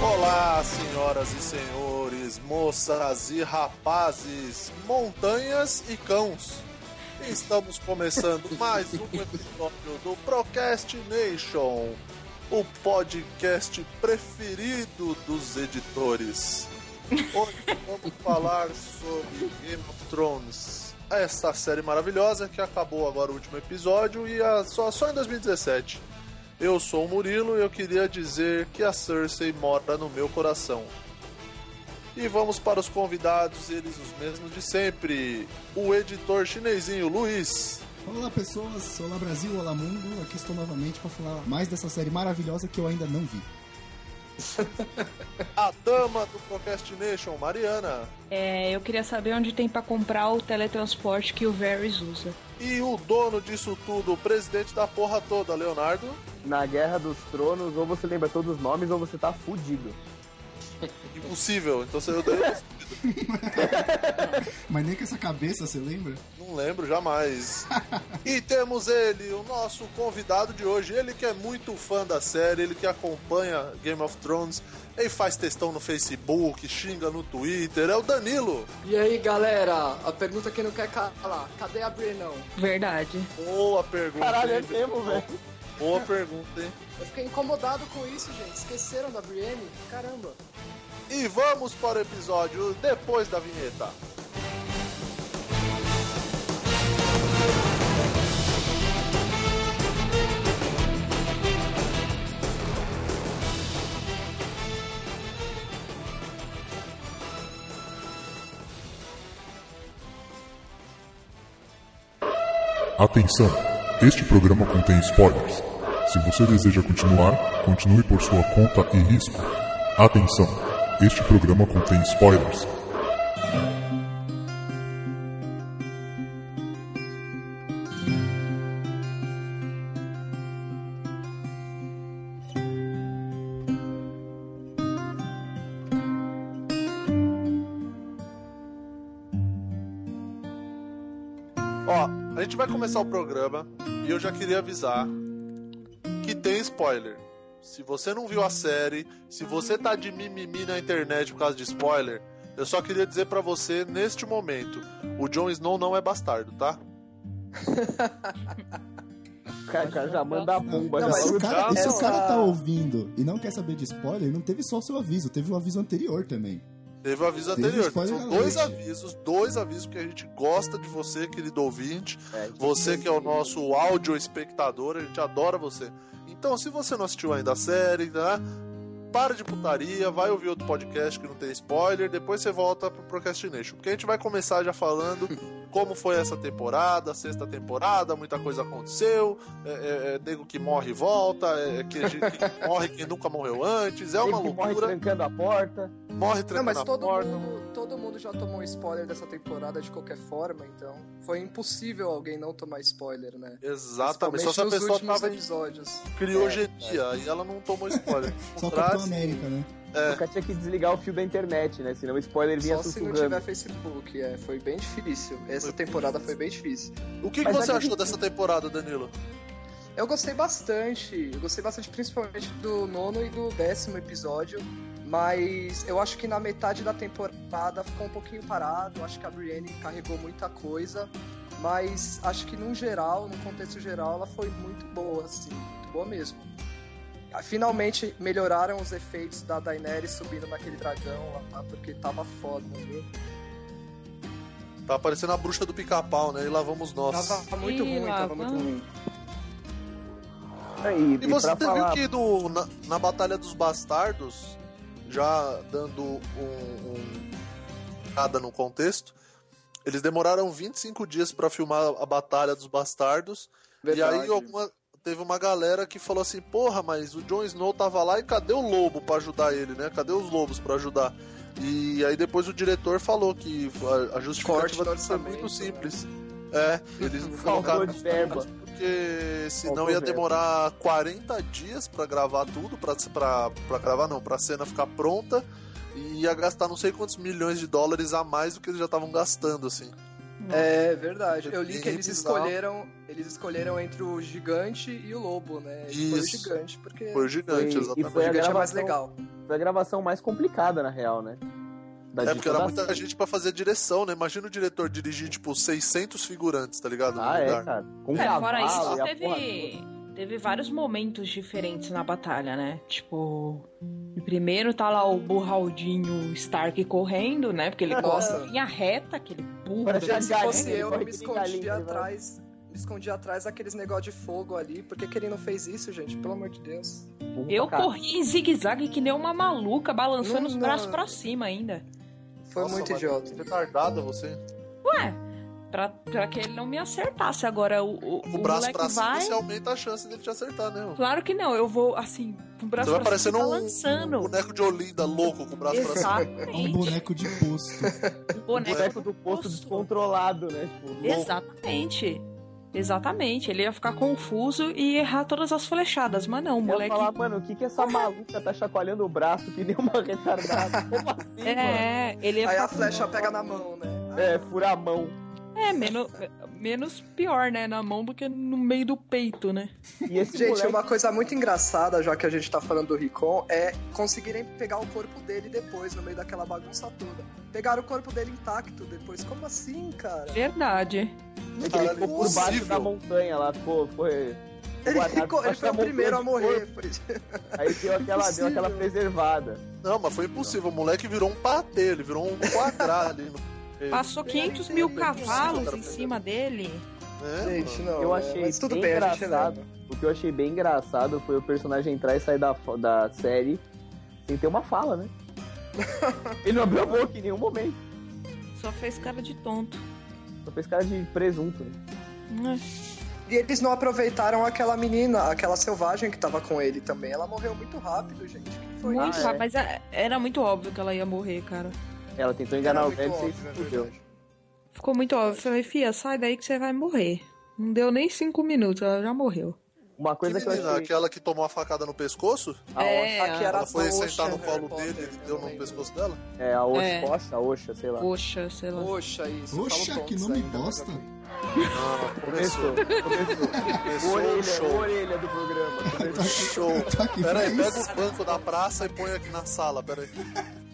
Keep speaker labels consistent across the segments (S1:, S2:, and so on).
S1: Olá, senhoras e senhores, moças e rapazes, montanhas e cãos. Estamos começando mais um episódio do Procast Nation, o podcast preferido dos editores. Hoje vamos falar sobre Game of Thrones, essa série maravilhosa que acabou agora o último episódio e a- só, só em 2017. Eu sou o Murilo e eu queria dizer que a Cersei mora no meu coração. E vamos para os convidados, eles os mesmos de sempre. O editor chinesinho Luiz,
S2: Olá pessoas, olá Brasil, olá mundo, aqui estou novamente para falar mais dessa série maravilhosa que eu ainda não vi.
S1: a dama do Procrastination, Mariana,
S3: É, eu queria saber onde tem pra comprar o teletransporte que o Varys usa.
S1: e o dono disso tudo, o presidente da porra toda, Leonardo.
S4: Na Guerra dos Tronos, ou você lembra todos os nomes, ou você tá fudido.
S1: Impossível, então você eu dei-
S2: Mas nem com essa cabeça, você lembra?
S1: não lembro jamais. E temos ele, o nosso convidado de hoje, ele que é muito fã da série, ele que acompanha Game of Thrones, ele faz textão no Facebook, xinga no Twitter, é o Danilo.
S5: E aí galera, a pergunta que não quer calar, cadê a Brenão?
S3: Verdade.
S1: Boa pergunta.
S4: Caralho, é
S1: hein?
S4: mesmo, velho.
S1: Boa pergunta, hein?
S5: Eu fiquei incomodado com isso, gente. Esqueceram da Brienne? Caramba.
S1: E vamos para o episódio depois da vinheta.
S6: Atenção! Este programa contém spoilers. Se você deseja continuar, continue por sua conta e risco. Atenção! Este programa contém spoilers.
S1: Ó, a gente vai começar o programa e eu já queria avisar que tem spoiler. Se você não viu a série, se você tá de mimimi na internet por causa de spoiler, eu só queria dizer pra você neste momento, o Jon Snow não é bastardo, tá?
S4: O cara, o cara já manda a bomba.
S2: Não,
S4: já
S2: mas se o
S4: vai-
S2: cara, e se o
S4: essa-
S2: cara tá ouvindo e não quer saber de spoiler, não teve só o seu aviso, teve o aviso anterior também.
S1: Teve o aviso
S2: Teve
S1: anterior.
S2: spoiler
S1: São dois
S2: alert.
S1: avisos, dois avisos que a gente gosta de você, querido ouvinte.
S4: É.
S1: Você que é o nosso áudio espectador, a gente adora você. Então, se você não assistiu ainda a série, né? Para de putaria, vai ouvir outro podcast que não tem spoiler, depois você volta pro Procrastination. Porque a gente vai começar já falando como foi essa temporada, a sexta temporada, muita coisa aconteceu, é, é, é nego que morre e volta, é, é que, a gente- que morre quem nunca morreu antes, é
S4: Ele
S1: uma
S4: que morre
S1: loucura,
S4: trancando a porta.
S1: morre
S5: Não,
S1: trancando
S5: mas
S1: a
S5: todo
S1: porta.
S5: mundo, todo mundo já tomou spoiler dessa temporada de qualquer forma, então foi impossível alguém não tomar spoiler, né?
S1: Exatamente, só se a
S5: Principalmente
S1: pessoa
S5: nos últimos É,
S1: tava em
S5: episódios.
S1: criogenia, aí ela não tomou spoiler. Ao
S2: Só o
S1: contrário,
S2: Capitão América, né?
S1: É.
S4: Nunca tinha que desligar o fio da internet, né? Senão o spoiler vinha
S5: Só se não
S4: sussurrando.
S5: tiver Facebook, é, foi bem difícil. Essa temporada foi bem difícil.
S1: O que, que
S4: Mas
S1: você
S4: acredito.
S1: achou dessa temporada, Danilo?
S5: Eu gostei bastante. Eu gostei bastante, principalmente do nono e do décimo episódio. Mas eu acho que na metade da temporada ficou um pouquinho parado. Acho que a Brienne carregou muita coisa. Mas acho que, num geral, no contexto geral, ela foi muito boa, assim. Muito boa mesmo. Ah, Finalmente melhoraram os efeitos da Daenerys subindo naquele dragão lá, tá? porque tava foda, né? viu?
S1: Tá parecendo a bruxa do pica-pau, né? E lá vamos nós.
S5: Tava muito
S3: Ih,
S5: ruim,
S3: lá
S5: tava muito
S3: vamos.
S5: ruim.
S4: Aí,
S1: E você
S4: É pra
S1: viu
S4: falar...
S1: que do, na, na Batalha dos Bastardos, já dando um, um- nada no contexto, eles demoraram 25 dias pra filmar a Batalha dos Bastardos. E aí
S5: Verdade.
S1: alguma- teve uma galera que falou assim, porra, mas o Jon Snow tava lá e cadê o lobo pra ajudar ele, né? Cadê os lobos pra ajudar? E aí depois o diretor falou que a, a
S5: Corte
S1: justificativa
S5: do
S1: dele foi
S5: orçamento,
S1: muito
S5: né?
S1: simples. É, eles não colocaram
S4: Faltou de verba.
S1: porque senão
S4: Faltou
S1: ia
S4: verba.
S1: demorar
S4: né?
S1: 40 dias pra gravar tudo, pra, pra, pra gravar não, pra cena ficar pronta e ia gastar não sei quantos milhões de dólares a mais do que eles já estavam gastando, assim.
S5: É verdade. Eu li que
S1: Bem
S5: eles
S1: bizarro.
S5: escolheram, eles escolheram entre o gigante e o lobo, né? E Foi o
S1: Isso.
S5: gigante porque
S1: Foi o gigante,
S4: Foi- e
S1: exatamente.
S5: o
S4: foi a
S5: gigante é mais
S4: gravação.
S5: legal.
S4: Foi a gravação mais complicada, na real, né? Da assim.
S1: É porque era
S4: dita da-
S1: muita gente pra fazer direção, né? Imagina o diretor dirigir, tipo, 600 figurantes, tá ligado?
S4: Ah, é, cara. Com
S3: É, fora
S4: cavalo
S3: isso,
S4: e a porra
S3: teve, teve vários momentos diferentes na batalha, né? Tipo, primeiro tá lá o burraldinho Stark correndo, né? Porque ele gosta
S5: Nossa.
S3: de linha reta, aquele burro.
S4: Mas
S3: do
S4: já
S5: Se
S4: Galinha,
S5: fosse eu, eu
S4: vai
S5: me
S4: que
S5: escondia
S4: galinha, vai.
S5: atrás. Me escondia atrás daqueles negócio de fogo ali. Por que, que ele não fez isso, gente? Pelo amor de Deus.
S4: toda.
S3: Eu
S4: Cara,
S3: corri em zigue-zague que nem uma maluca, balançando
S5: Não,
S3: os
S5: não.
S3: braços pra cima ainda.
S5: Foi muito idiota.
S1: Retardada é você.
S3: Ué, pra, pra que ele não me acertasse. Agora o, o,
S1: O braço
S3: moleque
S1: pra cima,
S3: vai...
S1: você aumenta a chance dele te acertar, né? mano?
S3: Claro que não, eu vou assim, com o braço
S1: Você vai
S3: pra
S1: parecendo
S3: cima tá
S1: um,
S3: balançando.
S1: um boneco de Olinda louco com o braço pra cima.
S3: Exatamente.
S2: É um boneco de posto.
S3: Um boneco
S4: boneco do posto descontrolado, né? Tipo, louco.
S3: Exatamente. Exatamente. Ele ia ficar confuso e errar todas as flechadas. Mas não, o
S4: Eu ia
S3: moleque.
S4: falar, mano, o que que essa maluca tá chacoalhando o braço que nem uma retardada? Como assim, mano?
S3: É, ele ia
S5: Aí a
S3: ficar...
S5: flecha pega na mão, né?
S4: É, furar a mão.
S3: é menos, menos pior, né? Na mão do que no meio do peito, né?
S4: E esse
S5: Gente,
S4: moleque...
S5: uma coisa muito engraçada, já que a gente tá falando do Ricon, é conseguirem pegar o corpo dele depois, no meio daquela bagunça toda. Pegaram o corpo dele intacto depois. Como assim, cara?
S3: Verdade.
S4: É que ele
S1: Cara,
S4: ficou por
S1: impossível.
S4: baixo da montanha lá, ficou, foi...
S5: Ele,
S4: guardado
S5: ficou- ele
S4: debaixo
S5: foi
S4: da
S5: o
S4: montanha
S5: primeiro a
S4: de
S5: morrer. Foi...
S4: corpo. Aí deu aquela, deu aquela
S5: Impossível.
S4: preservada.
S1: Não, mas foi impossível. O moleque virou um patê, ele virou um quadrado ali. no-
S3: Passou
S5: Pegaram
S3: 500 mil
S5: inteiro,
S3: cavalos
S1: cara,
S3: em cima dele.
S1: Né,
S5: Gente, não.
S4: Eu
S5: né?
S4: achei
S5: Mas tudo
S4: bem
S5: bem, a gente
S4: engraçado.
S5: releva.
S4: O que eu achei bem engraçado foi o personagem entrar e sair da, fo- da série sem ter uma fala, né? Ele não abriu a boca em nenhum momento.
S3: Só fez cara de tonto.
S4: Só fez cara de presunto. né?
S3: Né?
S5: E eles não aproveitaram aquela menina, aquela selvagem que tava com ele também. Ela morreu muito rápido, gente. O que foi
S3: Muito
S5: isso?
S4: Ah, é.
S3: rápido, Mas é- era muito óbvio que ela ia morrer, cara.
S4: Ela tentou
S5: Era
S4: enganar o
S5: é muito
S4: velho e
S5: óbvio,
S4: se
S5: na
S4: fudeu.
S5: verdade.
S3: Ficou muito óbvio. Eu falei, Fia, sai daí que você vai morrer. Não deu nem cinco minutos, ela já morreu.
S4: Uma coisa
S1: que
S4: que eu
S1: menina,
S4: achei...
S1: aquela que tomou a facada no pescoço?
S4: A
S3: É,
S4: Osha,
S5: Aqui era
S1: Ela foi
S5: a Poxa,
S1: sentar no
S5: Harry
S1: colo
S5: Potter, né,
S1: dele, ele
S5: eu
S1: deu
S5: não
S1: no
S5: lembro.
S1: pescoço dela?
S4: é, a Osha,
S3: É.
S4: Osha, Osha, sei lá.
S3: Poxa, sei lá.
S5: Poxa, isso.
S2: Poxa,
S5: falo
S2: que
S5: pontos
S2: nome
S5: ainda, mas
S2: bosta.
S5: ok.
S1: Não, Ah, começou.
S4: Começou, começou.
S1: Começou o
S4: orelha,
S1: show.
S4: orelha do programa.
S1: o Show.
S2: Tá aqui,
S1: Pera aí,
S2: mas-
S1: pega o banco da praça e põe aqui na sala, pera aí.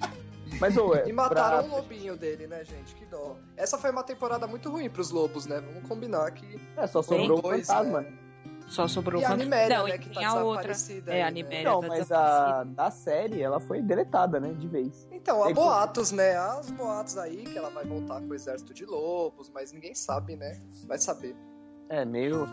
S4: Mas, ô, é,
S5: E mataram
S4: pra-
S5: o lobinho dele, né, gente? Que dó. Essa foi uma temporada muito ruim pros lobos, né? Vamos combinar que.
S4: É, só sobrou o
S5: dois,
S4: fantasma.
S5: né?
S3: Só sobrou
S5: E a
S3: fan-
S5: Animéria,
S3: Não,
S5: né?
S3: e
S5: Que
S3: tem
S5: tá
S3: a outra.
S5: desaparecida.
S3: É, a
S5: aí, né?
S3: Animéria
S4: Não,
S3: tá
S4: Então, mas
S3: desaparecida.
S4: a da série, ela foi deletada, né? De vez.
S5: Então, há
S4: Tem
S5: boatos, né? Há os boatos aí que ela vai voltar com o exército de lobos, mas ninguém sabe, né? Vai saber.
S4: É, meio...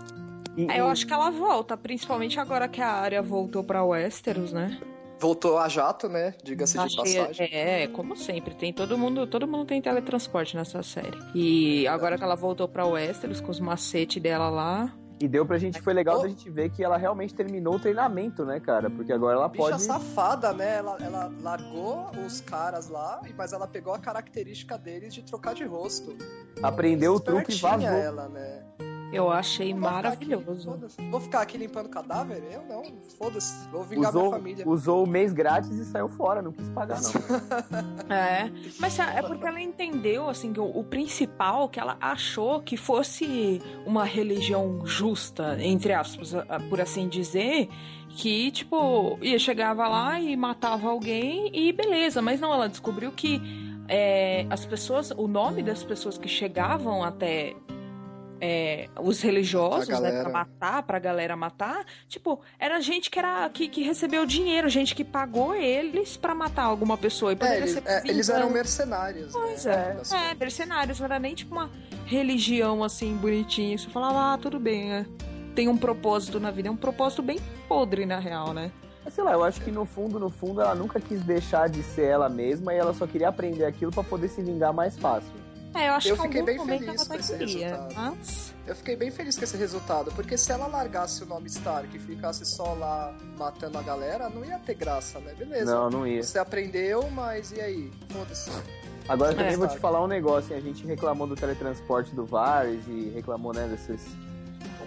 S4: E-
S3: É, eu
S4: e-
S3: acho que ela volta, principalmente agora que a área voltou pra Westeros, né?
S5: Voltou a jato, né? Diga-se de
S3: Achei-
S5: passagem.
S3: é, como sempre, tem todo mundo, todo mundo tem teletransporte nessa série. E agora que ela voltou pra Westeros com os macetes dela lá,
S4: E deu pra gente, foi legal
S5: Oh.
S4: da gente ver que ela realmente terminou o treinamento, né, cara? Porque agora ela
S5: Bicha
S4: pode.
S5: safada, né? Ela, ela largou os caras lá, mas ela pegou a característica deles de trocar de rosto.
S4: aprender o truque e
S5: Espertinha
S4: vazou.
S5: ela, né?
S3: eu achei
S5: Vou ficar aqui,
S3: maravilhoso.
S5: foda-se. Vou ficar aqui limpando cadáver? Eu não, foda-se. Vou vingar minha
S4: Usou,
S5: família.
S4: usou o mês grátis e saiu fora, não quis pagar, não.
S3: É, mas é é porque ela entendeu, assim, que o, o principal que ela achou que fosse uma religião justa, entre aspas, a- a- por assim dizer, que, tipo, ia chegava lá e matava alguém e beleza, mas não, ela descobriu que é, as pessoas, o nome das pessoas que chegavam até é, os religiosos,
S5: Pra
S3: né, pra
S5: galera.
S3: matar, pra galera matar, tipo, era gente que era que, que recebeu dinheiro, gente que pagou eles pra matar alguma pessoa e
S5: É,
S3: poderia
S5: eles,
S3: ser
S5: é, eles eram
S3: vingança.
S5: mercenários.
S3: Pois
S5: né?
S3: é.
S5: Das
S3: É, mercenários, não era nem tipo uma religião assim bonitinha. Você falava, ah, tudo bem, é. tem um propósito na vida. É um propósito bem podre, na real, né?
S4: Mas, sei lá, eu acho que no fundo, no fundo, ela nunca quis deixar de ser ela mesma e ela só queria aprender aquilo pra poder se vingar mais fácil.
S3: É, eu acho
S5: Eu
S3: que em
S5: fiquei
S3: algum
S5: bem
S3: momento
S5: feliz
S3: ela
S5: com
S3: até
S5: esse
S3: queria.
S5: resultado.
S3: Mas.
S5: Eu fiquei bem feliz com esse resultado, porque se ela largasse o nome Stark e ficasse só lá matando a galera, não ia ter graça, né? Beleza.
S4: Não, não ia.
S5: Você aprendeu, mas e aí? Foda-se.
S4: Agora também
S3: É.
S4: vou te falar um negócio, hein? A gente reclamou do teletransporte do Varys e reclamou, né, desses.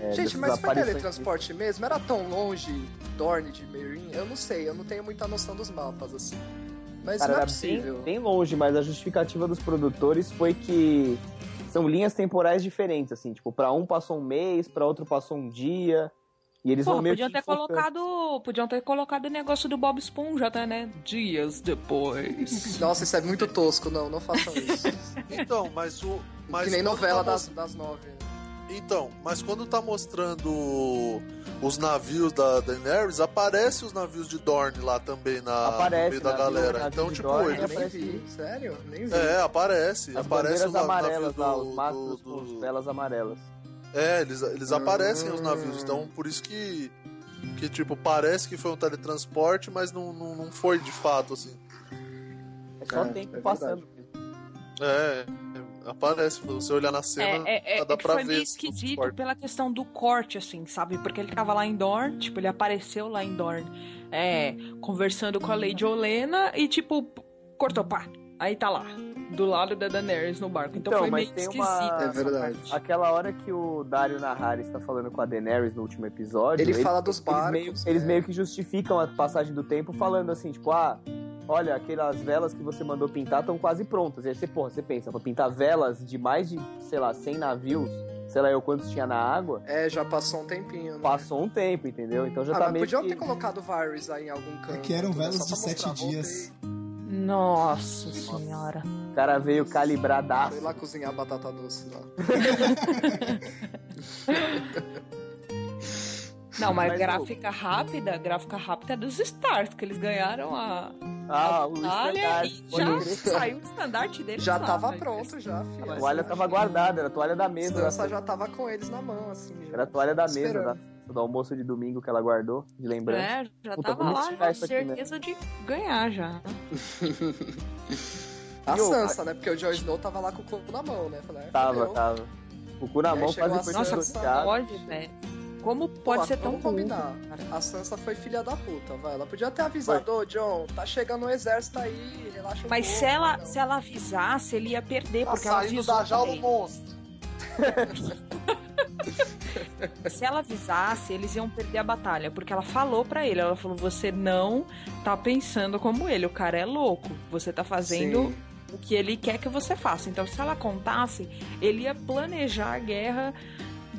S4: é, dessas
S5: Gente, mas foi
S4: aparições-
S5: teletransporte mesmo? Era tão longe Dorne de Meereen? Eu não sei, eu não tenho muita noção dos mapas, assim. Mas
S4: Cara,
S5: não é
S4: era
S5: possível.
S4: bem, bem longe, mas a justificativa dos produtores foi que são linhas temporais diferentes, assim. Tipo, pra um passou um mês, pra outro passou um dia. E eles
S3: Porra,
S4: vão meio
S3: podiam
S4: que
S3: ter
S4: focando.
S3: colocado. Podiam ter colocado o negócio do Bob Esponja, tá, né? Dias depois.
S5: Nossa, isso é muito tosco, não, não façam isso.
S1: Então, mas o. Mas
S5: que nem
S1: quando
S5: novela
S1: tá
S5: das, das nove. né?
S1: Então, mas quando tá mostrando os navios da Daenerys, aparece os navios de Dorne lá também na,
S4: Aparece,
S1: no meio da
S4: navio-
S1: galera.
S4: navio
S1: Então,
S4: de
S1: tipo,
S4: Dorne,
S1: ele.
S4: né?
S5: Nem
S4: aparece.
S5: vi, sério? Nem vi.
S1: É, aparece.
S4: As
S1: aparece
S4: bandeiras
S1: os na- navios
S4: amarelas lá,
S1: do-
S4: os mastros
S1: do-
S4: com as velas amarelas.
S1: É, eles, eles aparecem os
S5: Hum.
S1: navios. Então, por isso que. Que, tipo, parece que foi um teletransporte, mas não, não, não foi de fato, assim.
S4: É só
S5: É,
S4: tempo
S5: é
S4: passando.
S1: É, é, aparece. Se você olhar na cena,
S3: É, é, é
S1: dá
S3: que
S1: pra
S3: foi
S1: ver.
S3: meio
S1: esse
S3: esquisito
S1: corte.
S3: pela questão do corte, assim, sabe? Porque ele tava lá em Dorne, tipo, ele apareceu lá em Dorne, é, conversando com a Lady Olena e, tipo, p- cortou, pá, aí tá lá, do lado da Daenerys no barco. Então,
S4: Então,
S3: foi
S4: mas
S3: meio
S4: tem
S3: esquisito.
S4: uma-
S5: É
S3: essa
S5: verdade.
S3: parte.
S4: Aquela hora que o Dario Nahari está falando com a Daenerys no último episódio,
S5: Ele
S4: eles-
S5: fala dos
S4: eles,
S5: barcos.
S4: meio, eles
S5: né?
S4: meio que justificam a passagem do tempo falando assim, tipo, ah, olha, aquelas velas que você mandou pintar estão quase prontas. E aí você, porra, você pensa, vou pintar velas de mais de, sei lá, 100 navios, sei lá eu quantos tinha na água,
S5: É, já passou um tempinho. Né?
S4: passou um tempo, entendeu? Então já
S5: ah,
S4: tá
S5: mas
S4: meio
S5: podiam
S4: que...
S5: ter colocado Varys aí em algum canto.
S2: É que eram
S5: né?
S2: velas
S5: Só
S2: de
S5: pra
S2: sete
S5: mostrar,
S2: dias.
S3: Nossa senhora.
S4: O cara veio
S5: voltei.
S4: calibradaço.
S5: Foi lá cozinhar batata doce lá.
S3: Não, mas,
S4: Mas,
S3: gráfica rápida, gráfica rápida é dos Stars, que eles ganharam a
S4: Ah, o
S3: Itália
S4: estandarte.
S3: e
S4: Pode
S3: já
S4: crer.
S3: saiu o estandarte deles
S5: Já
S3: lá, né?
S5: tava
S3: velho.
S5: pronto, já, filho.
S4: A toalha tava guardada, era a toalha da mesa.
S5: Sansa
S4: da-
S5: já tava com eles na mão, assim. já.
S4: Era a toalha da mesa
S5: Esperando.
S4: da- do almoço de domingo que ela guardou, de lembrança.
S3: É, já
S4: Puta,
S3: tava
S4: vamos
S3: lá,
S4: tirar
S3: já
S4: isso aqui, né?
S3: certeza de ganhar já.
S5: A
S4: E o-
S5: Sansa, né? Porque o Jon Snow tava lá com o corpo na mão, né? Falei, ah,
S4: Tava,
S5: fudeu.
S4: tava. O cu
S5: E
S4: na
S5: aí
S4: mão
S5: chegou
S4: quase
S5: a
S4: foi
S3: Nossa,
S5: Sansa. desbloqueado.
S4: desbloqueado.
S3: pode, velho. Como
S5: Pô,
S3: pode ser tão
S5: ah, vamos
S3: ruim?
S5: combinar. A Sansa foi filha da puta, vai. Ela podia ter avisado, ô John, tá chegando o exército aí, relaxa um
S3: Mas
S5: pouco,
S3: se ela,
S5: não.
S3: se ela avisasse, ele ia perder,
S1: Tá
S3: porque ela
S1: saindo
S3: avisou
S1: da jaula do
S3: também.
S1: monstro.
S3: Se ela avisasse, eles iam perder a batalha, porque ela falou pra ele, ela falou, você não tá pensando como ele, o cara é louco, você tá fazendo
S5: Sim.
S3: o que ele quer que você faça. Então, se ela contasse, ele ia planejar a guerra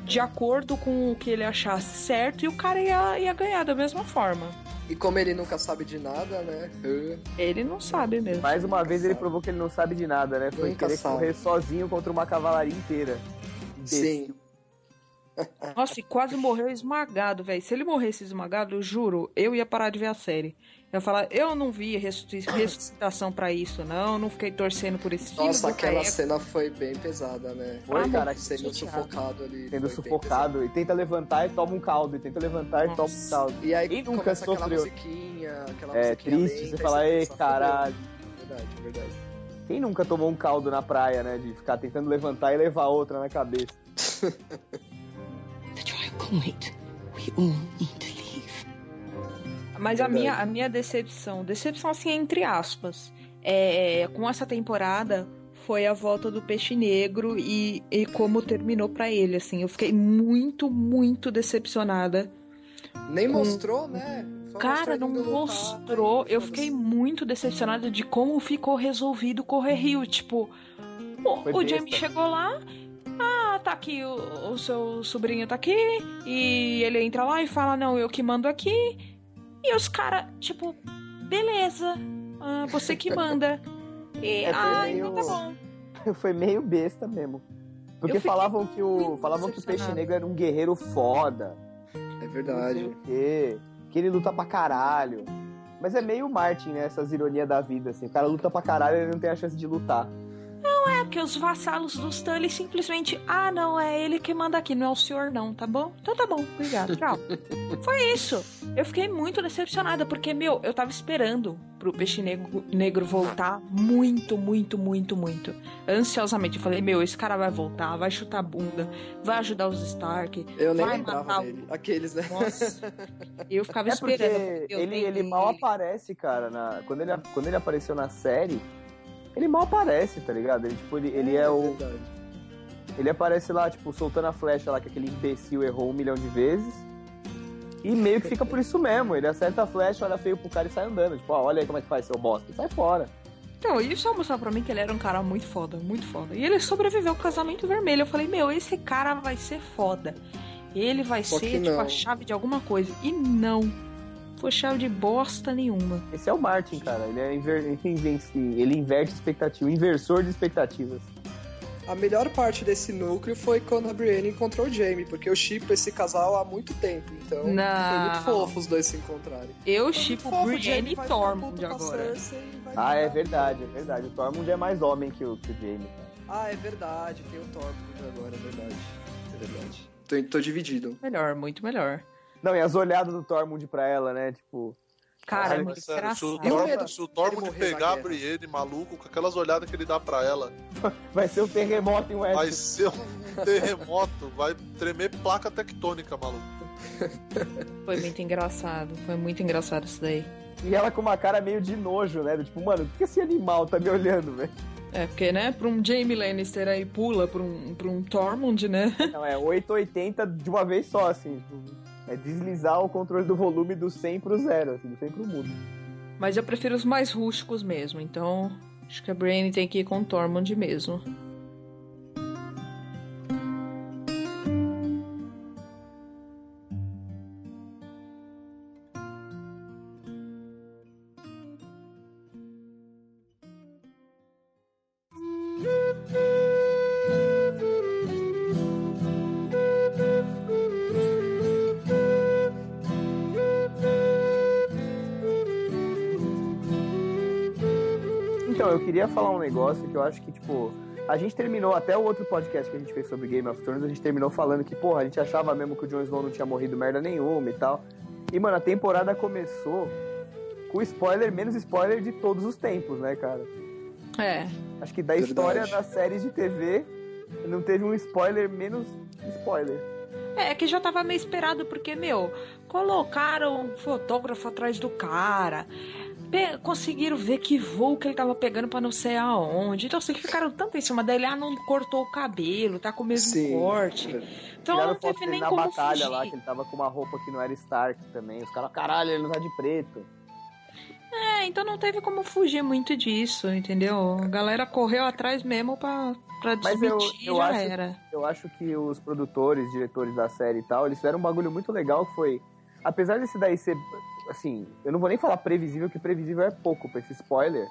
S3: de acordo com o que ele achasse certo e o cara ia, ia ganhar da mesma forma.
S5: E como ele nunca sabe de nada, né? uh,
S3: Ele não sabe mesmo.
S4: Mais uma
S5: Nunca
S4: vez ele
S5: sabe.
S4: provou que ele não sabe de nada, né? Foi
S5: Nunca
S4: querer
S5: sabe.
S4: correr sozinho contra uma cavalaria inteira.
S5: Sim.
S4: Imbecil.
S3: Nossa, e quase morreu esmagado, velho. Se ele morresse esmagado, eu juro, eu ia parar de ver a série. Eu ia falar, eu não vi ressusci- ressuscitação pra isso, não. Não fiquei torcendo por esse filho
S5: Nossa,
S3: do
S5: aquela
S3: careca.
S5: cena foi bem pesada, né?
S4: Foi,
S5: Ele
S4: cara,
S5: Sendo
S3: que chateado.
S5: sufocado ali.
S4: Sendo
S5: foi bem
S4: sufocado. E tenta levantar e toma um caldo. E tenta levantar e toma um
S3: Nossa.
S4: caldo.
S5: pesado. E aí
S4: Quem nunca
S5: começa aquela
S4: sofreu?
S5: musiquinha, aquela
S4: É
S5: musiquinha
S4: triste,
S5: lenta,
S4: você
S5: e
S4: fala, ei,
S5: pensa,
S4: caralho.
S5: "Fudeu". Verdade, verdade.
S4: Quem nunca tomou um caldo na praia, né? De ficar tentando levantar e levar outra na cabeça.
S7: The trial can wait. We all need to leave.
S3: Mas a
S5: é Verdade.
S3: minha, a minha decepção, decepção assim entre aspas, é, com essa temporada foi a volta do Peixe Negro e, e como terminou pra ele, assim. Eu fiquei muito, muito decepcionada.
S5: Nem
S3: Com-
S5: mostrou, né? Só
S3: Cara,
S5: mostrou
S3: não
S5: ele indo lutar,
S3: mostrou.
S4: né?
S5: e
S3: Eu
S5: foda-se.
S3: fiquei muito decepcionada de como ficou resolvido correr rio. Tipo,
S4: Foi
S3: o, o
S4: besta.
S3: Jamie chegou lá. Ah, tá aqui, o, o seu sobrinho tá aqui. E ele entra lá e fala: Não, eu que mando aqui. E os caras, tipo, beleza. ah, você que manda. E,
S4: É, foi
S3: ah,
S4: meio-
S3: então tá bom.
S4: Foi meio besta mesmo.
S3: Eu
S4: Porque
S3: fiquei
S4: falavam que o
S3: muito
S4: falavam que o peixe
S3: decepcionada.
S4: negro era um guerreiro foda.
S5: É
S4: Não
S5: verdade.
S4: sei o quê. Que ele luta pra caralho. Mas é meio Martin, né? Essas ironias da vida, assim. O cara luta pra caralho e ele não tem a chance de lutar.
S3: É porque os vassalos dos Tully simplesmente. Ah, não, é ele que manda aqui, não é o senhor, não, tá bom? Então tá bom, obrigado, tchau. Foi isso. Eu fiquei muito decepcionada, porque, meu, eu tava esperando pro peixe negro, negro voltar muito, muito, muito, muito. Ansiosamente. Eu falei, meu, esse cara vai voltar, vai chutar a bunda, vai ajudar os Stark.
S5: Eu nem
S3: vai
S5: lembrava
S3: matar o-
S5: dele. Aqueles, né?
S3: Nossa. E eu ficava
S4: É porque
S3: esperando. eu falei, meu,
S4: ele,
S3: tem
S4: ele mal aparece, cara. na- quando, ele, quando ele apareceu na série, ele mal aparece, tá ligado? Ele, tipo, ele, ele é o.
S5: verdade.
S4: Ele aparece lá, tipo, soltando a flecha lá que aquele imbecil errou um milhão de vezes. E meio que "Ah, fica por isso mesmo. Ele acerta a flecha, olha feio pro cara e sai andando. Tipo, ó, olha aí como é que faz, seu bosta. E sai fora.
S3: Então, ele só mostrava pra mim que ele era um cara muito foda, muito foda. E ele sobreviveu ao casamento vermelho. Eu falei, meu, esse cara vai ser foda. Ele vai
S5: Só que
S3: ser, tipo, a
S5: não.
S3: chave de alguma coisa. E não. Foi chave de bosta nenhuma.
S4: Esse é o Martin, cara. Ele, é inver- ele inverte expectativa, inversor de expectativas.
S5: A melhor parte desse núcleo foi quando a Brienne encontrou o Jamie, porque eu shippo esse casal há muito tempo, então foi
S3: Não.
S5: muito fofo os dois se encontrarem.
S3: Eu chipo
S5: Fofo,
S3: Brienne
S5: Jaime
S3: e
S5: vai
S3: Tormund
S5: ficar puto com a
S3: agora.
S5: Cersei e vai
S4: Ah, é
S5: brigar.
S4: verdade, é verdade. O Tormund é mais homem que o, que o Jamie.
S5: Ah, é verdade, tem o Tormund agora, é verdade. É verdade. Tô, tô dividido.
S3: Melhor, muito melhor.
S4: Não, e as olhadas do Tormund pra ela, né? Tipo,
S3: Cara,
S4: Ai,
S3: é
S4: mas
S3: muito
S1: Sério, se o
S3: engraçado.
S5: Eu
S1: Tormund-
S5: medo
S1: se o Tormund
S5: dele morrer na
S1: pegar a
S5: guerra.
S1: Brienne maluco com aquelas olhadas que ele dá pra ela,
S4: vai ser um terremoto em
S1: vai
S4: Westeros.
S1: ser um terremoto, vai tremer placa tectônica, maluco.
S3: Foi muito engraçado. Foi muito engraçado isso daí.
S4: E ela com uma cara meio de nojo, né? Do Tipo, mano, por que esse animal tá me olhando, velho?
S3: É, porque, né, pra um Jamie Lannister aí pula pra um, pra um Tormund, né?
S4: Não, é 880 de uma vez só, assim. tipo, é deslizar o controle do volume do 100 pro zero, assim, do 100 pro mudo.
S3: Mas eu prefiro os mais rústicos mesmo, então acho que a Brienne tem que ir com o Tormund mesmo.
S4: Então, eu queria falar um negócio que eu acho que, tipo, a gente terminou, até o outro podcast que a gente fez sobre Game of Thrones, a gente terminou falando que, porra, a gente achava mesmo que o Jon Snow não tinha morrido merda nenhuma e tal. E, mano, a temporada começou com spoiler, menos spoiler de todos os tempos, né, cara?
S3: É,
S4: Acho que da
S5: Verdade.
S4: história das séries de TV, não teve um spoiler menos spoiler.
S3: É, que já tava meio esperado, porque, meu, colocaram um fotógrafo atrás do cara. pe- Conseguiram ver que voo que ele tava pegando pra não sei aonde. Então, assim, ficaram tanto em cima dele. Ah, não cortou o cabelo, tá com o mesmo
S5: Sim.
S3: corte. Então,
S4: Tiraram
S3: não
S4: foto
S3: teve
S4: dele
S3: nem
S4: na
S3: como
S4: batalha
S3: fugir.
S4: lá, que ele tava com uma roupa que não era Stark também. Os caras, caralho, ele não tá de preto.
S3: É, então não teve como fugir muito disso, entendeu? A galera correu atrás mesmo pra, pra
S4: Mas eu-
S3: desmentir e
S4: eu
S3: já
S4: acho-
S3: era.
S4: Eu acho que os produtores, diretores da série e tal, eles fizeram um bagulho muito legal que foi. Apesar desse daí ser. Assim, eu não vou nem falar previsível, que previsível é pouco pra esse spoiler.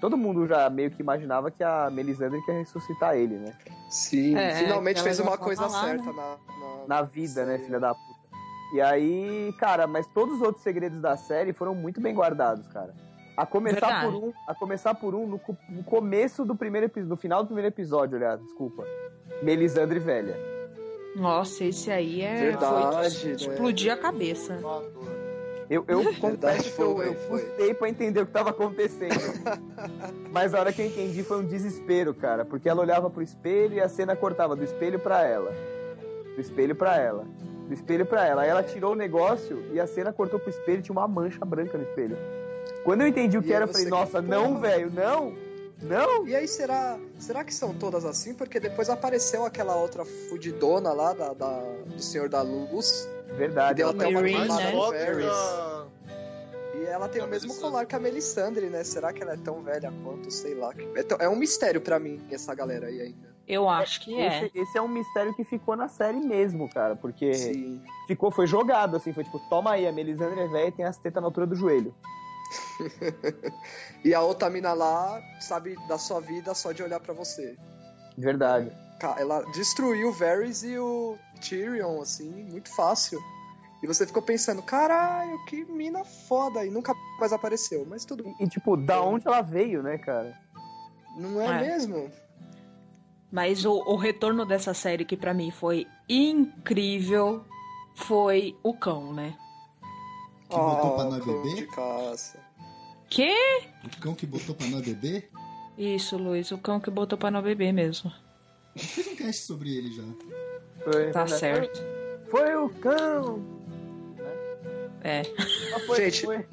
S4: Todo mundo já meio que imaginava que a Melisandre quer ressuscitar ele, né?
S5: Sim,
S3: É,
S5: finalmente
S3: ela
S5: fez
S3: já né?
S5: uma
S3: tava
S5: coisa
S3: lá,
S5: certa na, na,
S4: Na vida, né,
S5: Sim.
S4: filha da puta. E aí, cara, mas todos os outros segredos da série foram muito bem guardados, cara. A começar,
S3: Verdade.
S4: por um, a começar por um no, co- no começo do primeiro episódio, no final do primeiro episódio, aliás, desculpa. Melisandre velha.
S3: Nossa, esse aí é.
S5: Verdade,
S3: foi de
S5: né?
S3: explodir a cabeça.
S4: Eu, eu
S5: Verdade,
S4: confesso que eu,
S5: foi,
S4: eu
S5: foi.
S4: custei pra entender o que tava acontecendo. Mas a hora que eu entendi foi um desespero, cara. Porque ela olhava pro espelho e a cena cortava do espelho pra ela. Do espelho pra ela. Do espelho pra ela. Aí ela tirou o negócio e a cena cortou pro espelho e tinha uma mancha branca no espelho. Quando eu entendi o
S5: E
S4: que
S5: aí
S4: era, eu falei,
S5: você,
S4: nossa,
S5: porra.
S4: não, velho, não! Não!
S5: E aí, será, será que são todas assim? Porque depois apareceu aquela outra fudidona lá da, da- do Senhor da Luz.
S4: Verdade,
S5: Deu
S4: ela
S5: até
S4: tava-
S5: uma
S3: Irene,
S1: Mais
S5: animada
S3: né?
S5: no
S1: foda que
S5: Varys.
S1: a-
S5: E ela tem
S1: Da
S5: o mesmo
S1: Melisandre.
S5: colar que a Melisandre, né? Será que ela é tão velha quanto? Sei lá. que- É, tão- é um mistério pra mim, essa galera aí ainda.
S3: Eu acho que é.
S4: Esse, esse é um mistério que ficou na série mesmo, cara. Porque.
S5: Sim.
S4: ficou, foi jogado, assim, foi tipo, toma aí, a Melisandre é velha e tem as tetas na altura do joelho.
S5: E a outra mina lá sabe da sua vida só de olhar pra você.
S4: De verdade.
S5: Ca- Ela destruiu o Varys e o Tyrion, assim, muito fácil. E você ficou pensando, caralho, que mina foda. E nunca mais apareceu. Mas tudo bem.
S4: E, e, tipo, da onde ela veio, né, cara?
S5: Não é,
S3: É.
S5: mesmo?
S3: Mas o, o retorno dessa série, que pra mim foi incrível, foi o cão, né?
S2: Que botou pra
S5: Ah,
S2: nós
S5: cão
S2: beber?
S5: de caça.
S3: Que?
S2: O cão que botou pra nós beber?
S3: Isso, Luiz, o cão que botou pra não beber mesmo.
S2: Eu fiz um cast sobre ele já.
S4: Foi,
S3: Tá
S4: né?
S3: certo.
S4: Foi o cão!
S3: É.
S4: Ah, Foi,
S5: Gente.
S4: foi.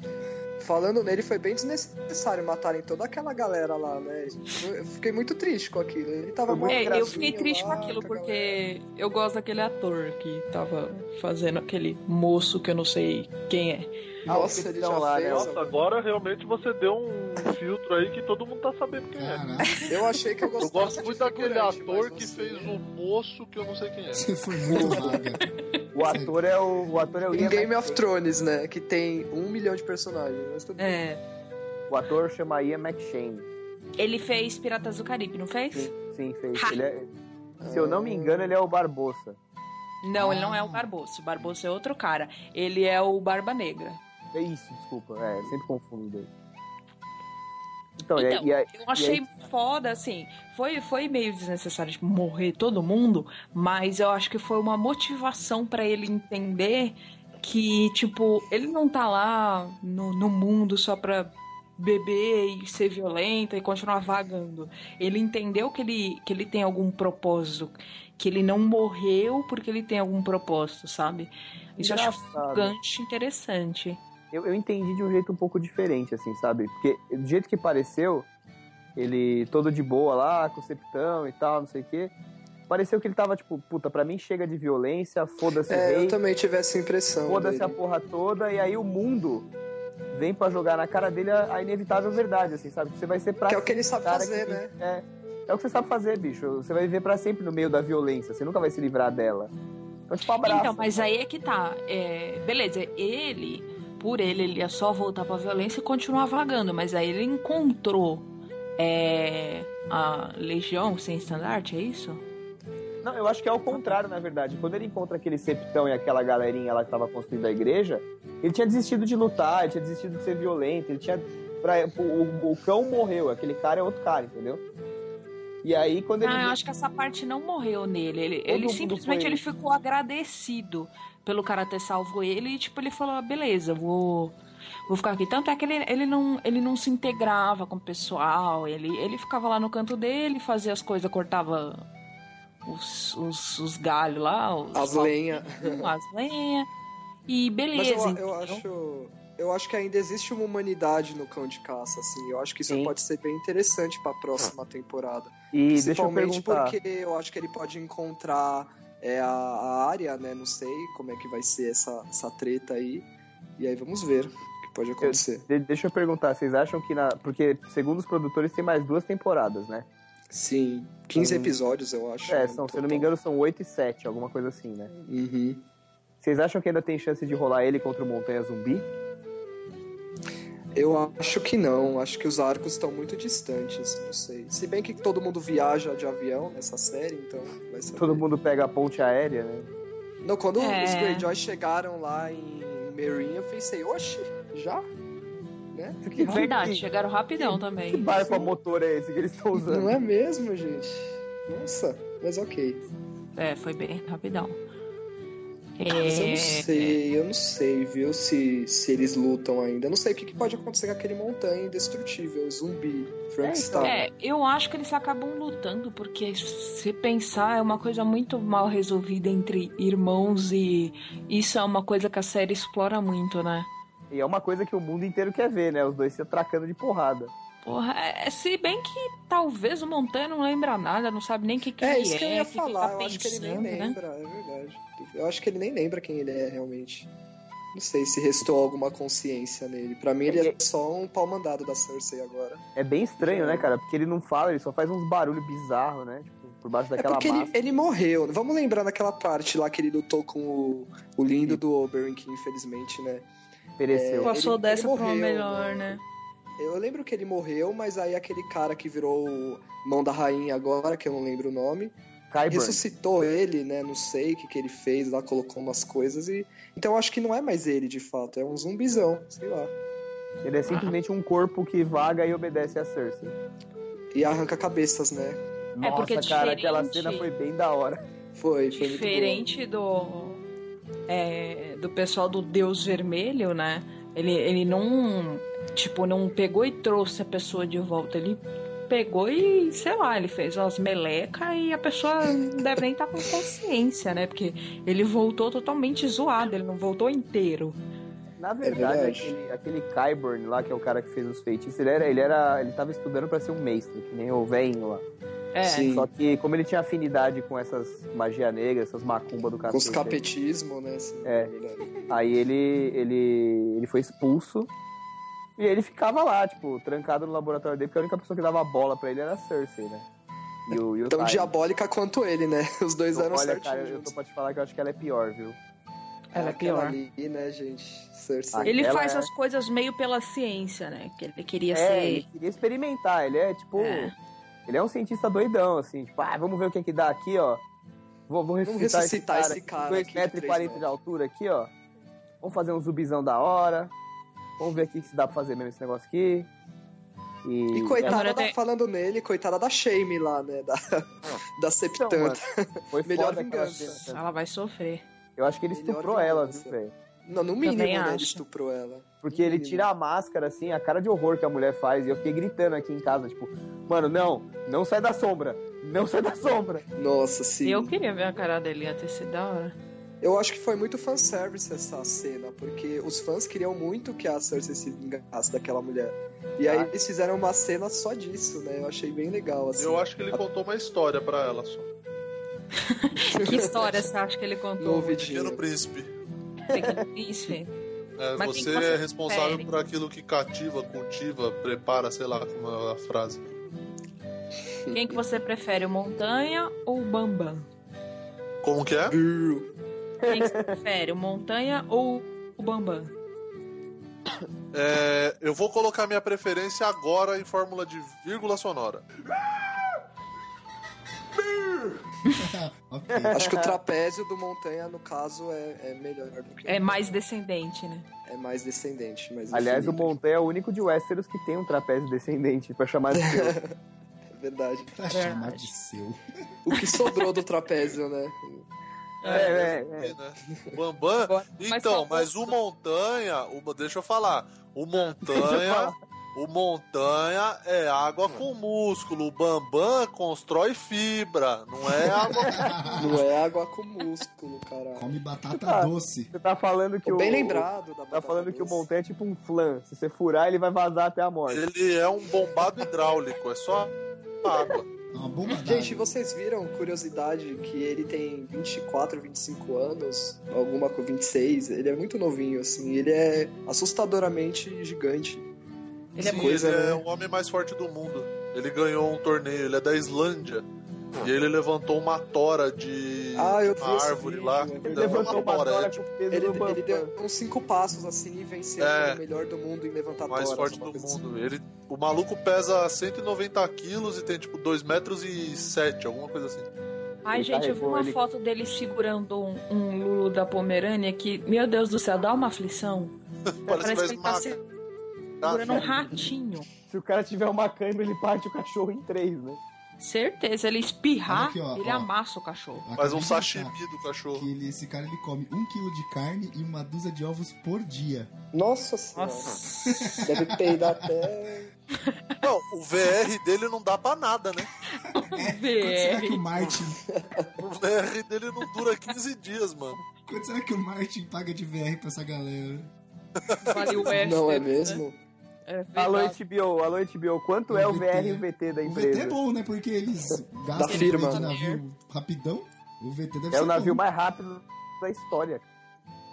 S5: Falando nele, foi bem desnecessário matarem toda aquela galera lá, né? Eu fiquei muito triste com aquilo. Ele tava
S4: Foi
S5: muito
S4: muito
S3: É, eu
S5: gracinha
S3: fiquei triste com
S5: lá,
S3: aquilo,
S5: a
S3: porque eu gosto daquele ator que tava fazendo aquele moço que eu não sei quem é.
S5: Nossa, ele
S4: Não,
S5: já
S4: lá, né?
S5: fez.
S8: Nossa, agora realmente você deu um filtro aí que todo mundo tá sabendo quem é.
S2: Caraca,
S5: Eu achei que eu gostava
S8: Eu gosto
S5: de
S8: muito daquele
S5: é figurante,
S8: ator
S5: mas
S8: que
S5: você-
S1: um
S8: fez o moço que eu não sei quem é.
S2: você foi muito vaga.
S4: O ator é o, o ator é o
S5: Em
S4: Ian
S5: Game
S4: Mc-
S5: of Thrones, né? Que tem um milhão de personagens. Mas tudo bem.
S3: É.
S4: O ator chama Ian McShane.
S3: Ele fez Piratas do Caribe, não fez?
S4: Sim, sim, fez.
S3: Ha!
S4: Ele é- se eu não me engano, ele é o Barbosa.
S3: Não, ele não
S4: Ah.
S3: é o Barboso. O Barboso é outro cara. Ele é o Barba Negra.
S4: É isso, desculpa. É, sempre confundo ele. Então, e aí-
S3: Então,
S4: e aí-
S3: Eu achei foda, assim. Foi, foi meio desnecessário tipo, morrer todo mundo, mas eu acho que foi uma motivação pra ele entender que, tipo, ele não tá lá no, no mundo só pra beber e ser violenta e continuar vagando. Ele entendeu que ele, que ele tem algum propósito, que ele não morreu porque ele tem algum propósito, sabe? Isso eu acho
S4: Engraçado.
S3: um gancho interessante.
S4: eu, eu entendi de um jeito um pouco diferente, assim, sabe? Porque do jeito que pareceu, ele todo de boa lá, com o septão e tal, não sei o quê. Pareceu que ele tava tipo, puta, pra mim chega de violência, foda-se
S5: É,
S4: rei,
S5: eu também tive essa impressão. né?
S4: foda-se é um a
S5: dele.
S4: porra toda, e aí o mundo vem pra jogar na cara dele a, a inevitável verdade, assim, sabe? Você vai ser pra
S5: Que é o que ele sabe
S4: cara
S5: fazer,
S4: que-
S5: né?
S4: É, é o que você sabe fazer, bicho. Você vai viver pra sempre no meio da violência, você nunca vai se livrar dela. Então, tipo, abraça.
S3: Então, mas aí é que tá. É, beleza, ele, por ele, ele ia só voltar pra violência e continuar vagando, mas aí ele encontrou é, a Legião sem estandarte, é isso?
S4: Não, eu acho que é o contrário, na verdade. Quando ele encontra aquele septão e aquela galerinha lá que tava construindo a igreja, ele tinha desistido de lutar, ele tinha desistido de ser violento, ele tinha. pra- o, o cão morreu, aquele cara é outro cara, entendeu? E aí quando ele.
S3: Ah, eu acho que essa parte não morreu nele. Ele,
S4: Todo
S3: ele
S4: mundo
S3: simplesmente
S4: foi-
S3: ele ficou agradecido pelo cara ter salvo ele e, tipo, ele falou: "Ah, beleza, vou. Vou ficar aqui. Tanto é que ele, ele, não, ele não se integrava com o pessoal. Ele, ele ficava lá no canto dele, fazia as coisas, cortava os, os, os galhos lá. Os
S5: As
S3: pau-
S5: lenhas.
S3: As lenhas. E
S5: Mas
S4: um
S3: beleza.
S5: eu, eu
S3: entendeu?
S5: acho. Eu acho que ainda existe uma humanidade no cão de caça, assim. Eu acho que isso
S4: Sim. Ah.
S5: pode ser bem interessante pra próxima temporada.
S4: E deixa eu
S5: Principalmente
S4: perguntar.
S5: porque eu acho que ele pode encontrar é, a, a área, né? Não sei como é que vai ser essa, essa treta aí. E aí vamos ver o que pode acontecer.
S4: de- deixa eu perguntar, vocês acham que na. Porque, segundo os produtores, tem mais duas temporadas, né?
S5: Sim. 15
S4: Hum.
S5: episódios, eu acho.
S4: É,
S5: né,
S4: são,
S5: no
S4: se eu não
S5: total.
S4: me engano, são oito e sete, alguma coisa assim, né?
S5: Uhum.
S4: Vocês acham que ainda tem chance de rolar ele contra o Montanha Zumbi?
S5: Eu acho que não. Acho que os arcos estão muito distantes. Não sei. Se bem que todo mundo viaja de avião nessa série, então vai ser.
S4: Todo mundo pega a ponte aérea, né?
S5: Não, quando
S3: É.
S5: os Greyjoy chegaram lá em Meereen, eu pensei, oxe, já? Né?
S4: Que
S3: É Verdade, chegaram rapidão também.
S4: Que barco a motor é esse que eles estão usando?
S5: Não é mesmo, gente? Nossa, mas ok.
S3: É, foi bem rapidão.
S5: Mas eu
S3: É,
S5: não sei, eu não sei, viu, se, se eles lutam ainda. Eu não sei o que, que pode acontecer com aquele montanha indestrutível, zumbi, Frankenstein.
S3: É, eu acho que eles acabam lutando, porque se pensar, é uma coisa muito mal resolvida entre irmãos e isso é uma coisa que a série explora muito, né?
S4: E é uma coisa que o mundo inteiro quer ver, né? Os dois se atracando de porrada.
S3: Porra, é, se bem que talvez o Montanha não lembra nada, não sabe nem o que, que
S5: É,
S3: ele
S5: isso que eu
S3: é,
S5: ia
S3: o que
S5: falar.
S3: ele tá
S5: eu acho que ele nem
S3: pensando, né?
S5: lembra, é verdade. Eu acho que ele nem lembra quem ele é realmente. Não sei se restou alguma consciência nele. Pra mim, ele é só um pau mandado da Cersei agora.
S4: É bem estranho, né, cara? Porque ele não fala, ele só faz uns barulhos bizarros, né? Tipo, por baixo
S5: É
S4: daquela
S5: porque
S4: massa.
S5: ele, ele morreu. né? Vamos lembrar daquela parte lá que ele lutou com o, o lindo do Oberyn, que infelizmente, né?
S4: Pereceu.
S5: É. Passou
S3: Passou
S5: Ele-
S3: dessa
S5: dessa ele pra
S3: pra
S5: uma
S3: uma
S5: morreu,
S3: melhor,
S5: melhor,
S3: né?
S5: né? Eu lembro que ele morreu, mas aí aquele cara que virou o mão da rainha agora, que eu não lembro o nome,
S4: Kyburn.
S5: ressuscitou ele, né? Não sei o que, que ele fez lá, colocou umas coisas e. Então eu acho que não é mais ele de fato, é um zumbizão, sei lá.
S4: Ele é simplesmente um corpo que vaga e obedece a Cersei.
S5: E arranca cabeças, né?
S3: É porque
S4: Nossa, cara, aquela
S3: diferente-
S4: cena foi bem da hora.
S5: Foi, foi muito bom.
S3: Diferente do, é, do pessoal do Deus Vermelho, né? Ele, ele não, tipo, não pegou e trouxe a pessoa de volta. Ele pegou e, sei lá, ele fez umas melecas e a pessoa não deve nem estar com consciência, né? Porque ele voltou totalmente zoado, ele não voltou inteiro.
S4: Na verdade,
S5: É verdade.
S4: aquele, aquele Kyburn lá, que é o cara que fez os feitiços, ele era, ele era. Ele tava estudando pra ser um mestre, que nem o velhinho lá.
S3: É.
S5: Sim.
S4: Só que como ele tinha afinidade com essas magia negra, essas macumba do
S5: Com os
S4: cacete,
S5: capetismo, né? assim,
S4: Tá É.
S5: verdade.
S4: aí ele, ele, ele foi expulso. E ele ficava lá, tipo, trancado no laboratório dele, porque a única pessoa que dava bola pra ele era a Cersei, né? E o, e o
S5: Tão
S4: Tyrion.
S5: diabólica quanto ele, né? Os dois eram
S4: Olha,
S5: certinhos.
S4: cara, eu tô pra te falar que eu acho que ela é pior, viu?
S3: Ela é
S5: Aquela
S3: pior.
S5: Ali, né, gente? Cersei.
S4: Ai,
S3: Ele
S4: Ela
S3: faz
S4: é-
S3: as coisas meio pela ciência, né? Que ele queria
S4: É, ele
S3: ser.
S4: queria experimentar, ele é tipo.
S3: É.
S4: Ele é um cientista doidão, assim, tipo, ah, vamos ver o que que dá aqui, ó. Vou, vou
S5: Vamos
S4: ressuscitar,
S5: ressuscitar esse
S4: esse
S5: cara
S4: cara.
S5: aqui
S4: 2,40
S5: de
S4: metros e
S5: três né.
S4: 40 de
S5: metros.
S4: altura aqui, ó. Vamos fazer um zumbizão da hora. Vamos ver aqui se dá pra fazer mesmo esse negócio aqui. E, é
S5: E coitada
S3: Agora
S5: da,
S3: tem-
S5: falando nele, coitada da Shame lá, né? Da, da
S4: Então,
S5: Septanta.
S4: foi
S5: melhor
S4: foda aquela
S5: vingança.
S4: cena.
S3: Ela vai sofrer.
S4: Eu acho que ele
S5: Melhor
S4: estuprou ela, viu,
S5: vingança.
S4: velho?
S5: Não, no mínimo,
S3: Também
S5: né? Ele
S3: acho.
S5: estuprou ela.
S4: Porque ele
S5: Menino.
S4: tira a máscara, assim, a cara de horror que a mulher faz. E eu fiquei gritando aqui em casa, tipo, mano, não, não sai da sombra. Não sai da sombra.
S5: Nossa, sim.
S3: Eu queria ver a cara dele, ia ter sido da hora.
S5: Eu acho que foi muito fanservice essa cena, porque os fãs queriam muito que a Cersei se vingasse daquela mulher. E aí
S4: Ah.
S5: eles fizeram uma cena só disso, né? Eu achei bem legal, assim.
S1: Eu acho que ele contou uma história pra ela só.
S3: Que história você acha que ele contou?
S5: No
S1: Pequeno
S5: vidinho.
S1: príncipe.
S3: Pequeno príncipe.
S1: É,
S3: Mas
S1: você
S3: quem que você
S1: é responsável
S3: prefere?
S1: por aquilo que cativa, cultiva, prepara, sei lá como é a frase.
S3: Quem que você prefere, o Montanha ou o Bambam?
S1: Como que é?
S5: Brrr.
S3: Quem que você prefere, o Montanha ou o Bambam?
S1: É, eu vou colocar minha preferência agora em fórmula de vírgula sonora.
S2: ok.
S5: Acho que o trapézio do Montanha, no caso, é, é melhor do que
S3: É mais descendente, né?
S5: é mais descendente. Mais
S4: Aliás, o
S5: definido.
S4: Montanha é o único de Westeros que tem um trapézio descendente pra chamar de seu.
S5: É verdade.
S2: Tá chamado de seu.
S5: O que sobrou do trapézio, né?
S4: é, é, é.
S1: É, né? O Bambam.
S3: Agora- mas
S1: Então,
S3: faltou-
S1: mas o Montanha, o- deixa eu falar. O Montanha, o Montanha é água com músculo. O Bambam constrói fibra, não é água
S5: Não é água com músculo, caralho.
S2: Come batata
S4: Ah.
S2: doce.
S4: Você tá falando que o.
S5: Bem lembrado da
S4: Tá falando que o
S5: Montanha.
S4: Montanha é tipo um flan. Se você furar, ele vai vazar até a morte.
S1: Ele é um bombado hidráulico, é só água.
S2: É uma bomba
S5: Gente,
S2: d'água.
S5: vocês viram, curiosidade, que ele tem 24, 25 anos, alguma com 26, ele é muito novinho, assim, ele é assustadoramente gigante.
S3: Ele é
S1: Sim,
S5: coisa,
S1: ele
S5: né?
S1: é o homem mais forte do mundo. Ele ganhou um torneio, ele é da Islândia. E ele levantou uma tora de
S5: Ah, eu
S1: de
S5: vi
S1: uma
S5: esse
S1: árvore
S5: vídeo,
S1: lá.
S5: é
S1: Não,
S4: Ele
S5: verdade.
S1: não é
S4: levantou uma
S1: é
S4: hora
S1: tipo
S4: com o peso
S5: Ele,
S4: do Bambam.
S5: ele deu uns cinco passos, assim, e venceu
S1: É.
S5: o melhor do mundo em
S3: Tá
S5: levantar
S1: o mais
S5: toras,
S1: forte
S5: uma
S1: do
S5: coisa
S1: mundo. Ele, o maluco pesa 190 quilos e tem tipo 2 metros e 7, alguma coisa assim.
S3: Ai,
S4: Ele
S3: gente, eu vi
S4: carregou
S3: uma
S4: ele.
S3: foto dele segurando um, um Lulu da Pomerânia que, meu Deus do céu, dá uma aflição. Parece, que ele tá
S1: mais tá?
S3: segurando
S1: magro.
S3: um ratinho.
S4: Se o cara tiver uma câimbra, ele parte o cachorro em três, né?
S3: Certeza, ele espirrar,
S2: Aqui, ó,
S3: ele
S2: ó.
S3: amassa o cachorro.
S1: Faz um
S2: Acabei de
S1: sashimi do
S2: achar
S1: cachorro.
S2: Que ele, esse cara ele come um quilo de carne e uma dúzia de ovos por dia.
S5: assim. Nossa senhora,
S3: Nossa.
S5: deve peidar até...
S1: Não, o VR dele não dá pra nada, né?
S3: É.
S2: Quanto será que o
S3: VR.
S2: Martin,
S1: O VR dele não dura 15 dias, mano.
S2: quanto será que o Martin paga de VR pra essa galera?
S3: Valeu, Westeros,
S5: Não é
S3: né?
S5: mesmo?
S3: É
S4: Alô,
S3: verdade.
S4: HBO, alô, HBO. Quanto é o
S2: VT,
S4: VR e o VT da
S2: O VT é
S4: empresa?
S2: bom, né? Porque eles gastam
S5: Da firma.
S2: de navio rapidão. O VT deve ser
S4: É o navio
S2: bom.
S4: mais rápido da história.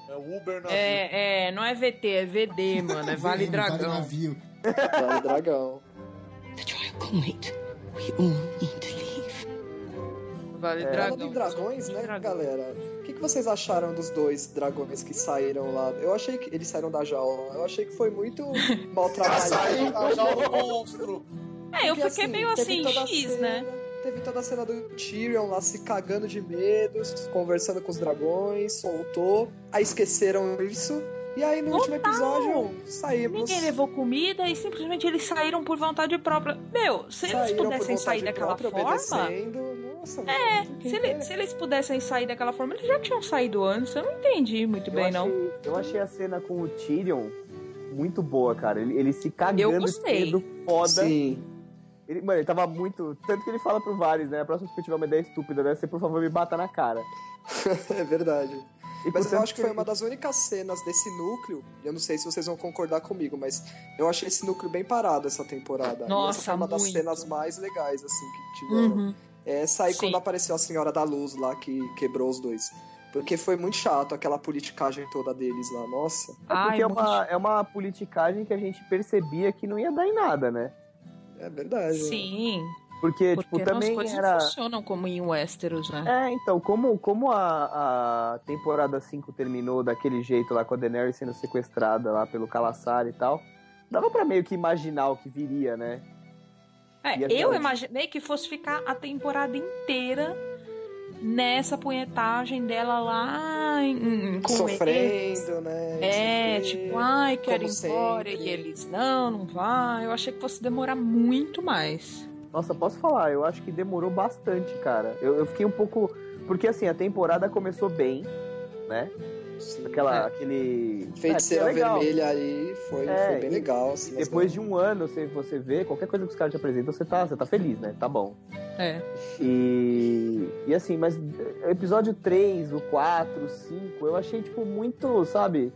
S1: É o Uber na
S3: É, é, não é VT, é VD, mano. É Vale
S2: Vale
S3: Dragão.
S2: navio.
S5: Vale dragão.
S7: The Draconite. We all need to leave.
S3: Vale
S4: É.
S5: Falando
S3: Dragão.
S5: em dragões, né,
S3: Dragão.
S5: galera? O que, que vocês acharam dos dois dragões que saíram lá? Eu achei que eles saíram da jaula. Eu achei que foi muito mal
S1: Saiu
S5: trabalhado.
S1: tá já o monstro.
S3: É, eu
S5: Porque,
S3: fiquei
S5: assim,
S3: meio
S5: teve
S3: assim,
S5: toda a
S3: X,
S5: cena-
S3: né?
S5: Teve toda a cena do Tyrion lá se cagando de medo, conversando com os dragões, soltou. Aí esqueceram isso. E aí no último episódio saímos.
S3: Ninguém levou comida e simplesmente eles saíram por vontade própria. Meu, se eles
S5: saíram por
S3: pudessem sair
S5: vontade
S3: daquela
S5: própria,
S3: forma.
S5: obedecendo. Nossa, é,
S3: Se, ele- se eles pudessem sair daquela forma, eles já tinham saído antes. Eu não entendi muito
S4: Eu
S3: bem,
S4: achei,
S3: não.
S4: eu achei a cena com o Tyrion muito boa, cara. Ele, ele se cagando de
S3: gostei.
S4: medo foda.
S5: Sim.
S4: Ele, mano, ele tava muito. Tanto que ele fala pro Varys, né? A próxima vez que eu tiver uma ideia estúpida, né? Você, por favor, me bata na cara.
S5: É verdade.
S4: E
S5: Mas eu
S4: portanto,
S5: acho que foi uma das únicas cenas desse núcleo. Eu não sei se vocês vão concordar comigo, mas eu achei esse núcleo bem parado essa temporada. E
S3: Nossa,
S5: essa foi uma das
S3: muito.
S5: cenas mais legais, assim, que tiveram.
S4: É
S3: Uhum.
S5: Essa aí
S3: Sim.
S5: É, quando apareceu a Senhora da Luz lá, que quebrou os dois. Porque foi muito chato aquela politicagem toda deles lá, nossa.
S4: É
S3: Ai,
S4: porque é
S3: muito
S4: uma, é uma politicagem que a gente percebia que não ia dar em nada, né?
S5: É verdade. né?
S3: Sim,
S4: Porque,
S3: porque
S4: tipo,
S3: não, as
S4: também
S3: coisas
S4: era.
S3: não funcionam como em Westeros, né?
S4: É, então, como, como a, a temporada 5 terminou daquele jeito lá com a Daenerys sendo sequestrada lá pelo Calassar e tal, dava pra meio que imaginar o que viria, né?
S3: É,
S4: E é
S3: eu
S4: verdade.
S3: imaginei que fosse ficar a temporada inteira nessa punhetagem dela lá em- em- com eles.
S5: Sofrendo, né?
S3: É,
S5: Sofrendo.
S3: tipo, ai, quero ir
S5: como
S3: embora.
S5: sempre.
S3: E eles, não, não vai. Eu achei que fosse demorar muito mais.
S4: Nossa, posso falar, eu acho que demorou bastante, cara. Eu, eu fiquei um pouco. Porque assim, a temporada começou bem, né?
S5: Sim.
S4: Aquela,
S3: É.
S4: aquele.
S5: Feiticeira
S4: é, que é legal.
S5: vermelha aí foi,
S4: É,
S5: foi bem
S4: e-
S5: legal. Assim,
S4: E
S5: mas
S4: Depois de um ano, você, você vê, qualquer coisa que os caras te apresentam, você tá, você tá feliz, né? Tá bom.
S3: É.
S4: E, e assim, mas o episódio 3, o 4, o 5, eu achei, tipo, muito, sabe?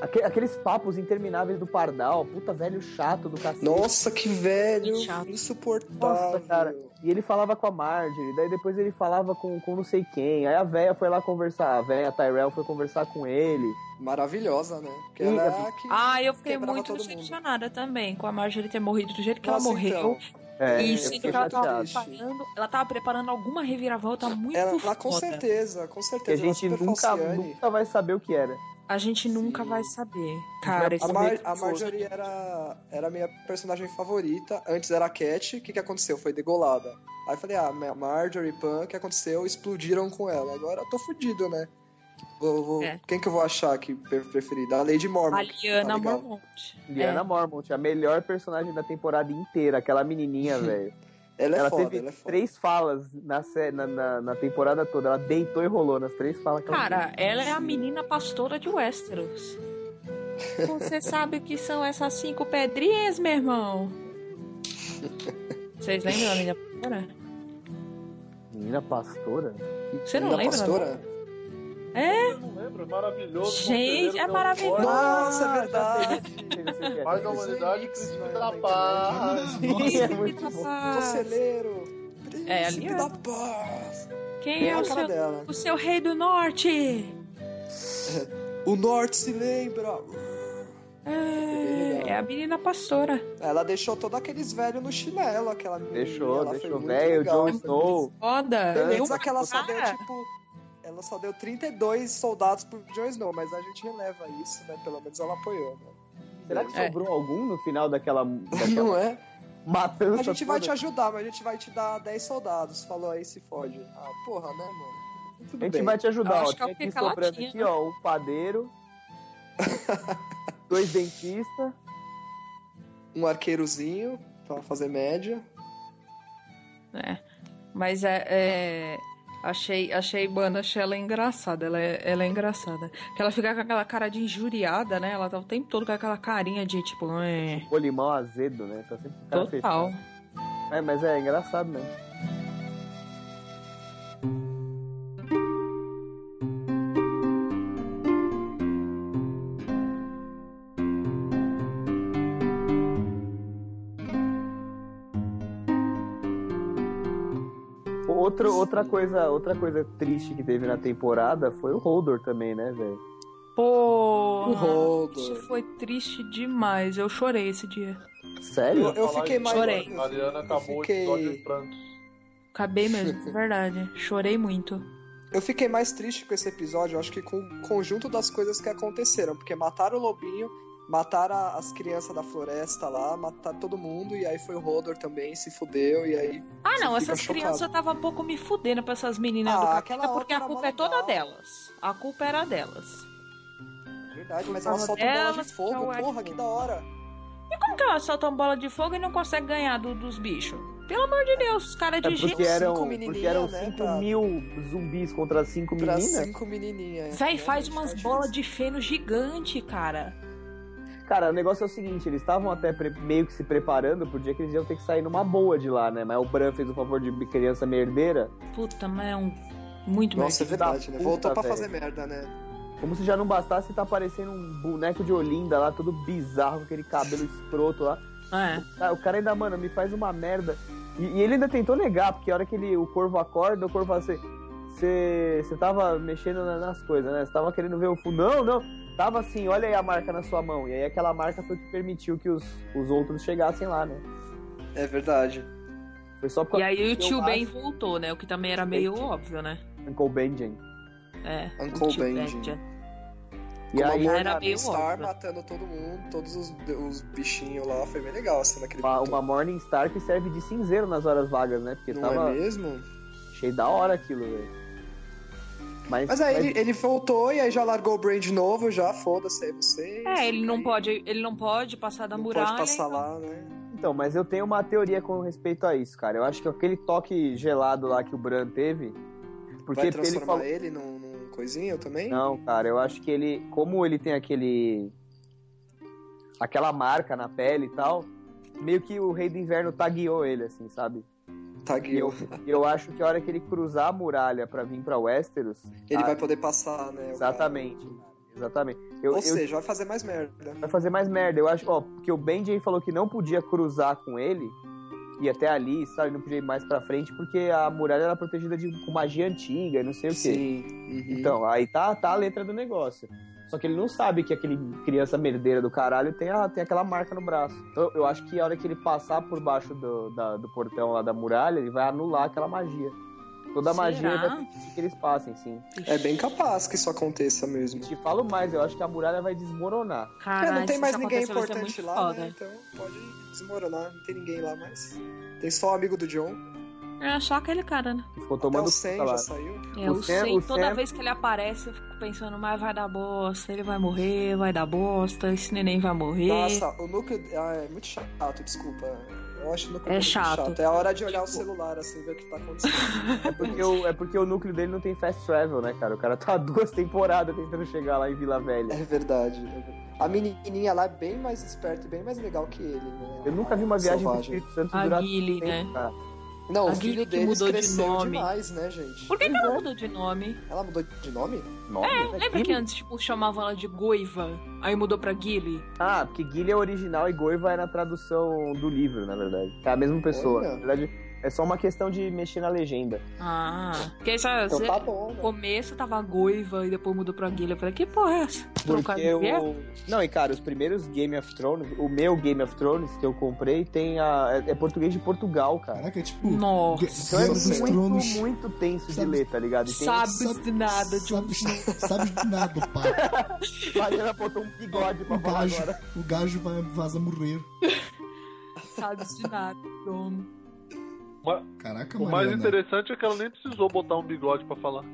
S4: Aque- Aqueles papos intermináveis do Pardal, puta velho chato do cacete.
S5: Nossa, que velho!
S3: Que chato.
S5: Insuportável.
S4: Nossa, cara. E ele falava com a Marjorie, daí depois ele falava com, com não sei quem. Aí a véia foi lá conversar, a véia Tyrell foi conversar com ele.
S5: Maravilhosa, né? Porque
S4: Ih,
S5: ela
S4: Gabi.
S5: é a que...
S3: Ah, eu fiquei
S5: Quebrava
S3: muito
S5: todo mundo.
S3: decepcionada também com a Marjorie ter morrido do jeito que
S5: Nossa,
S3: ela morreu.
S5: então,
S4: É,
S3: e
S4: eu
S3: sendo
S4: fiquei
S3: que ela tava,
S4: chateado.
S3: preparando, ela tava preparando alguma reviravolta muito
S5: ela, ela
S3: foda.
S5: com certeza, com
S4: Que a
S5: certeza.
S4: gente
S5: ela é super
S4: nunca,
S5: falciane.
S4: nunca vai saber o que era.
S3: A gente nunca
S5: Sim.
S3: vai saber. Cara,
S5: A,
S3: isso
S5: Mar
S3: é muito
S5: a
S3: confuso.
S5: Marjorie era, era a minha personagem favorita. Antes era a Cat. O que, que aconteceu? Foi degolada. Aí eu falei, ah, Ma- Marjorie, Pan, o que aconteceu? Explodiram com ela. Agora eu tô fudido, né? Vou, vou-
S3: É.
S5: Quem que eu vou achar aqui pre- preferida? A Lady Mormon.
S3: A Liana
S5: Tá legal.
S3: Mormont.
S4: Liana Mormont, a melhor personagem da temporada inteira, aquela menininha, velho.
S5: Ela é
S4: ela
S5: foda,
S4: teve
S5: ela é foda.
S4: três falas na, sé- na, na, na temporada toda. Ela deitou e rolou nas três falas que ela
S3: Cara, ela é a
S5: Sim.
S3: menina pastora de Westeros. Você sabe o que são essas cinco pedrinhas, meu irmão? Vocês lembram da menina pastora?
S4: fez. Menina pastora?
S3: Você não
S5: Da
S3: lembra? né?
S5: pastora?
S8: Eu não lembro, é maravilhoso.
S3: Gente,
S8: conselheiro,
S3: é
S8: meu
S3: maravilhoso.
S8: forte,
S5: Nossa, é
S4: verdade.
S8: um Faz a
S5: Esse
S8: humanidade
S5: remix,
S8: príncipe
S5: né,
S8: da
S5: da
S2: Ah,
S8: paz.
S4: é
S3: Não?
S4: muito bom.
S5: Conselheiro.
S3: É, a
S5: Príncipe
S3: Liana.
S5: da paz.
S3: Quem
S5: Bem
S3: é
S5: a
S3: o
S5: cara
S3: seu,
S5: dela.
S3: o seu rei do norte?
S5: O norte se lembra.
S3: É, é a menina pastora.
S5: Ela deixou todos aqueles velhos no chinelo, aquela menina.
S4: Deixou,
S5: Ela foi
S4: deixou
S5: muito
S4: velho,
S5: legal.
S4: Jon Snow.
S3: Foda.
S5: Pelo
S3: Eu-
S5: menos aquela só deu,
S3: cara,
S5: tipo. Ela só deu 32 soldados pro Jon Snow, mas a gente releva isso, né? Pelo menos ela apoiou, né?
S4: Será que
S3: É.
S4: sobrou algum no final daquela,
S5: Não
S4: daquela
S5: é?
S4: matança?
S5: A gente vai te
S4: toda?
S5: ajudar, mas a gente vai te dar 10 soldados. Falou aí, se fode. Ah, porra, né, mano? Tudo
S4: A gente
S5: bem.
S4: vai te ajudar,
S3: Eu
S4: ó.
S3: acho que é o
S4: Tem aqui
S3: Pica
S4: sobrando
S3: Latinha.
S4: aqui, ó, o padeiro. dois dentistas.
S5: Um arqueirozinho pra fazer média.
S3: É. Mas é. é, Achei, achei, mano, achei ela engraçada. Ela é, ela é engraçada. Que ela fica com aquela cara de injuriada, né? Ela tá o tempo todo com aquela carinha de tipo. É,
S4: O limão azedo, né? Tá sempre com o cara
S3: total.
S4: fechado. É, mas é engraçado, né? Outra, outra, coisa, outra coisa triste que teve na temporada foi o Holdor também, né, velho?
S3: Pô.
S5: O Roldor.
S3: Isso
S4: Uhum.
S3: foi triste demais. Eu chorei esse dia.
S4: Sério?
S5: Eu- eu fiquei mais-
S3: Chorei.
S8: Mariana acabou
S5: Fiquei-
S8: o episódio em prantos.
S3: Acabei mesmo, de verdade. Chorei muito.
S5: Eu fiquei mais triste com esse episódio, eu acho que com o conjunto das coisas que aconteceram, porque mataram o lobinho, mataram a- as crianças da floresta lá, mataram todo mundo, e aí foi o Rodor também, se fudeu, e aí.
S3: Ah, não,
S5: Você fica
S3: essas
S5: chocado.
S3: crianças estavam um pouco me fudendo pra essas meninas
S5: Ah,
S3: do
S5: aquela
S3: capeta,
S5: outra
S3: porque a
S5: era mó
S3: culpa é toda
S5: legal.
S3: delas. A culpa era delas.
S5: Verdade, mas
S3: Tava
S5: elas soltam bola
S3: delas,
S5: de fogo,
S3: então é
S5: porra,
S3: de
S5: que
S3: fogo.
S5: da hora.
S3: Como que elas soltam bola de fogo e não conseguem ganhar do- dos bichos? Pelo amor de Deus, os caras
S4: É
S3: de
S4: porque
S3: gente.
S4: eram,
S5: menininhas,
S4: porque eram
S5: né,
S4: 5
S5: pra-
S4: mil zumbis contra 5
S5: Pra
S4: meninas.
S5: cinco menininhas.
S3: Véi, faz
S5: Realmente,
S3: umas
S5: tá
S3: bolas
S5: difícil.
S3: de feno gigante, cara.
S4: Cara, o negócio é o seguinte, eles estavam até pre- meio que se preparando pro dia que eles iam ter que sair numa boa de lá, né? Mas o Bran fez o favor de criança merdeira.
S3: Puta, mas é um Muito
S5: Nossa, é
S3: mais.
S5: verdade, né? Voltou
S4: Puta,
S5: pra fazer
S4: velho.
S5: merda, né?
S4: Como se já não bastasse, tá parecendo um boneco de Olinda lá, todo bizarro, com aquele cabelo escroto lá.
S3: É.
S4: Ah, O cara ainda, mano, me faz uma merda. E, e ele ainda tentou negar, porque a hora que ele, o corvo acorda, o corvo fala assim: Você tava mexendo na- nas coisas, né? Você tava querendo ver o fundo. Não, não. Tava assim, olha aí a marca na sua mão. E aí aquela marca foi que permitiu que os, os outros chegassem lá, né?
S5: É verdade.
S4: Foi só porque.
S3: é? E aí o tio Ben
S4: Ben
S3: voltou, né? O que também era meio óbvio, né?
S4: Uncle Benjen.
S3: É.
S5: Uncle
S3: o tio
S5: Ben,
S3: Ben, é.
S5: gente.
S3: já.
S4: E
S5: Com
S4: aí
S5: a
S3: era
S5: Morgan
S3: meio
S5: Star
S3: óbvio.
S5: matando todo mundo, todos os, os bichinhos lá. Foi bem legal assim naquele
S4: uma, uma Morningstar que serve de cinzeiro nas horas vagas, né? Porque
S5: Não
S4: tava
S5: é mesmo?
S4: cheio da hora aquilo, velho. Mas,
S5: Mas aí
S4: mas-
S5: ele, ele voltou e aí já largou o Brain de novo, já foda-se aí você.
S3: É, ele não pode, ele não pode passar da
S5: Não
S3: muralha.
S5: pode passar
S3: então-
S5: lá, né?
S4: Então, mas eu tenho uma teoria com respeito a isso, cara. Eu acho que aquele toque gelado lá que o Bran teve. Porque
S5: Vai
S4: ele
S5: transformar
S4: falou.
S5: ele num, num coisinho também?
S4: Não, cara, eu acho que ele. Como ele tem aquele. aquela marca na pele e tal. Meio que o Rei do Inverno tagueou ele, assim, sabe? E eu,
S5: Tagueou.
S4: e eu acho que a hora que ele cruzar a muralha pra vir pra Westeros.
S5: Ele
S4: ah,
S5: vai poder passar, né? o
S4: Exatamente. Exatamente. Eu,
S5: cara. Ou
S4: eu-
S5: seja, vai fazer mais merda.
S4: vai fazer mais merda. Eu acho, ó, porque o Benji falou que não podia cruzar com ele e até ali, sabe, não podia ir mais pra frente porque a muralha era protegida de com magia antiga e não sei o quê.
S5: Sim. uhum.
S4: Então, aí tá, tá a letra do negócio. Só que ele não sabe que aquele criança merdeira do caralho tem, a, tem aquela marca no braço. Então, eu acho que a hora que ele passar por baixo do, da- do portão lá da muralha, ele vai anular aquela magia. Toda a magia
S3: Será?
S4: vai permitir que eles passem, sim.
S5: É bem capaz que isso aconteça mesmo.
S4: Te falo mais, eu acho que a muralha vai desmoronar.
S5: É,
S3: Caralho,
S5: não tem
S3: se
S5: mais
S3: isso
S5: ninguém
S3: acontecer, vai ser
S5: importante
S3: muito
S5: lá,
S3: foda.
S5: né? Então pode desmoronar, não tem ninguém lá mais. Tem só o amigo do John.
S3: É só aquele cara, né?
S4: Ficou
S5: Até
S4: tomando
S5: o Sam
S4: puta lá.
S5: já saiu.
S3: É,
S4: O
S3: o
S4: Sam-
S3: Sam,
S4: o
S3: toda
S4: Sam-
S3: vez que ele aparece, eu fico pensando, mas vai dar bosta, ele vai morrer, vai dar bosta, esse neném vai morrer.
S5: Nossa, o núcleo. Ah, é muito chato, desculpa. Eu acho o núcleo
S3: É
S5: muito
S3: chato.
S5: É a hora de olhar o celular, assim, ver o que tá acontecendo.
S4: É porque, o, é porque o núcleo dele não tem fast travel, né, cara? O cara tá há duas temporadas tentando chegar lá em Vila Velha.
S5: é verdade. é verdade. A menininha lá é bem mais esperta e bem mais legal que ele, né?
S4: Eu nunca vi uma
S5: A
S4: viagem do
S5: selvagem.
S4: Espírito Santo
S3: A
S4: durar
S3: Guile,
S4: tanto tempo,
S3: né?
S4: cara.
S5: Não,
S3: A
S5: o
S3: Guile
S5: filho
S3: que
S5: deles
S3: mudou de
S5: cresceu
S3: nome.
S5: demais, né, gente?
S3: Por que, que ela mudou de nome?
S5: Ela mudou de nome?
S4: Nome?
S3: É,
S5: É
S3: Lembra que antes, tipo, chamavam ela de Goiva, aí mudou pra Guile?
S4: Ah, porque Guilherme é original e Goiva é na tradução do livro, na verdade. É a mesma pessoa.
S5: Olha.
S4: Na verdade, é só uma questão de mexer na legenda.
S3: Ah, porque essa,
S5: Então
S3: essa-
S5: tá bom,
S3: no
S5: né?
S3: começo tava Goiva e depois mudou pra Guile. Eu falei, que porra é essa? Trocar de
S4: Porque o...
S3: guerra?
S4: Não, e cara, os primeiros Game of Thrones, o meu Game of Thrones que eu comprei tem a... é- é português de Portugal, cara.
S2: Caraca, é tipo.
S3: Nossa,
S4: Então é
S2: Guerra dos
S4: muito,
S2: Tronos.
S4: muito tenso de
S2: Sabe-
S4: ler, tá ligado?
S5: um
S4: E tem-
S3: sabe de nada de um
S2: sabe, sabe de nada, pai.
S4: Mas ela botou um bigode pra
S2: O
S4: falar
S2: gajo,
S4: agora.
S2: o gajo vai vaza morrer.
S3: sabe de tipo, nada, dono.
S2: Caraca,
S8: O mais
S2: Mariana.
S8: interessante é que ela nem precisou botar um bigode pra falar.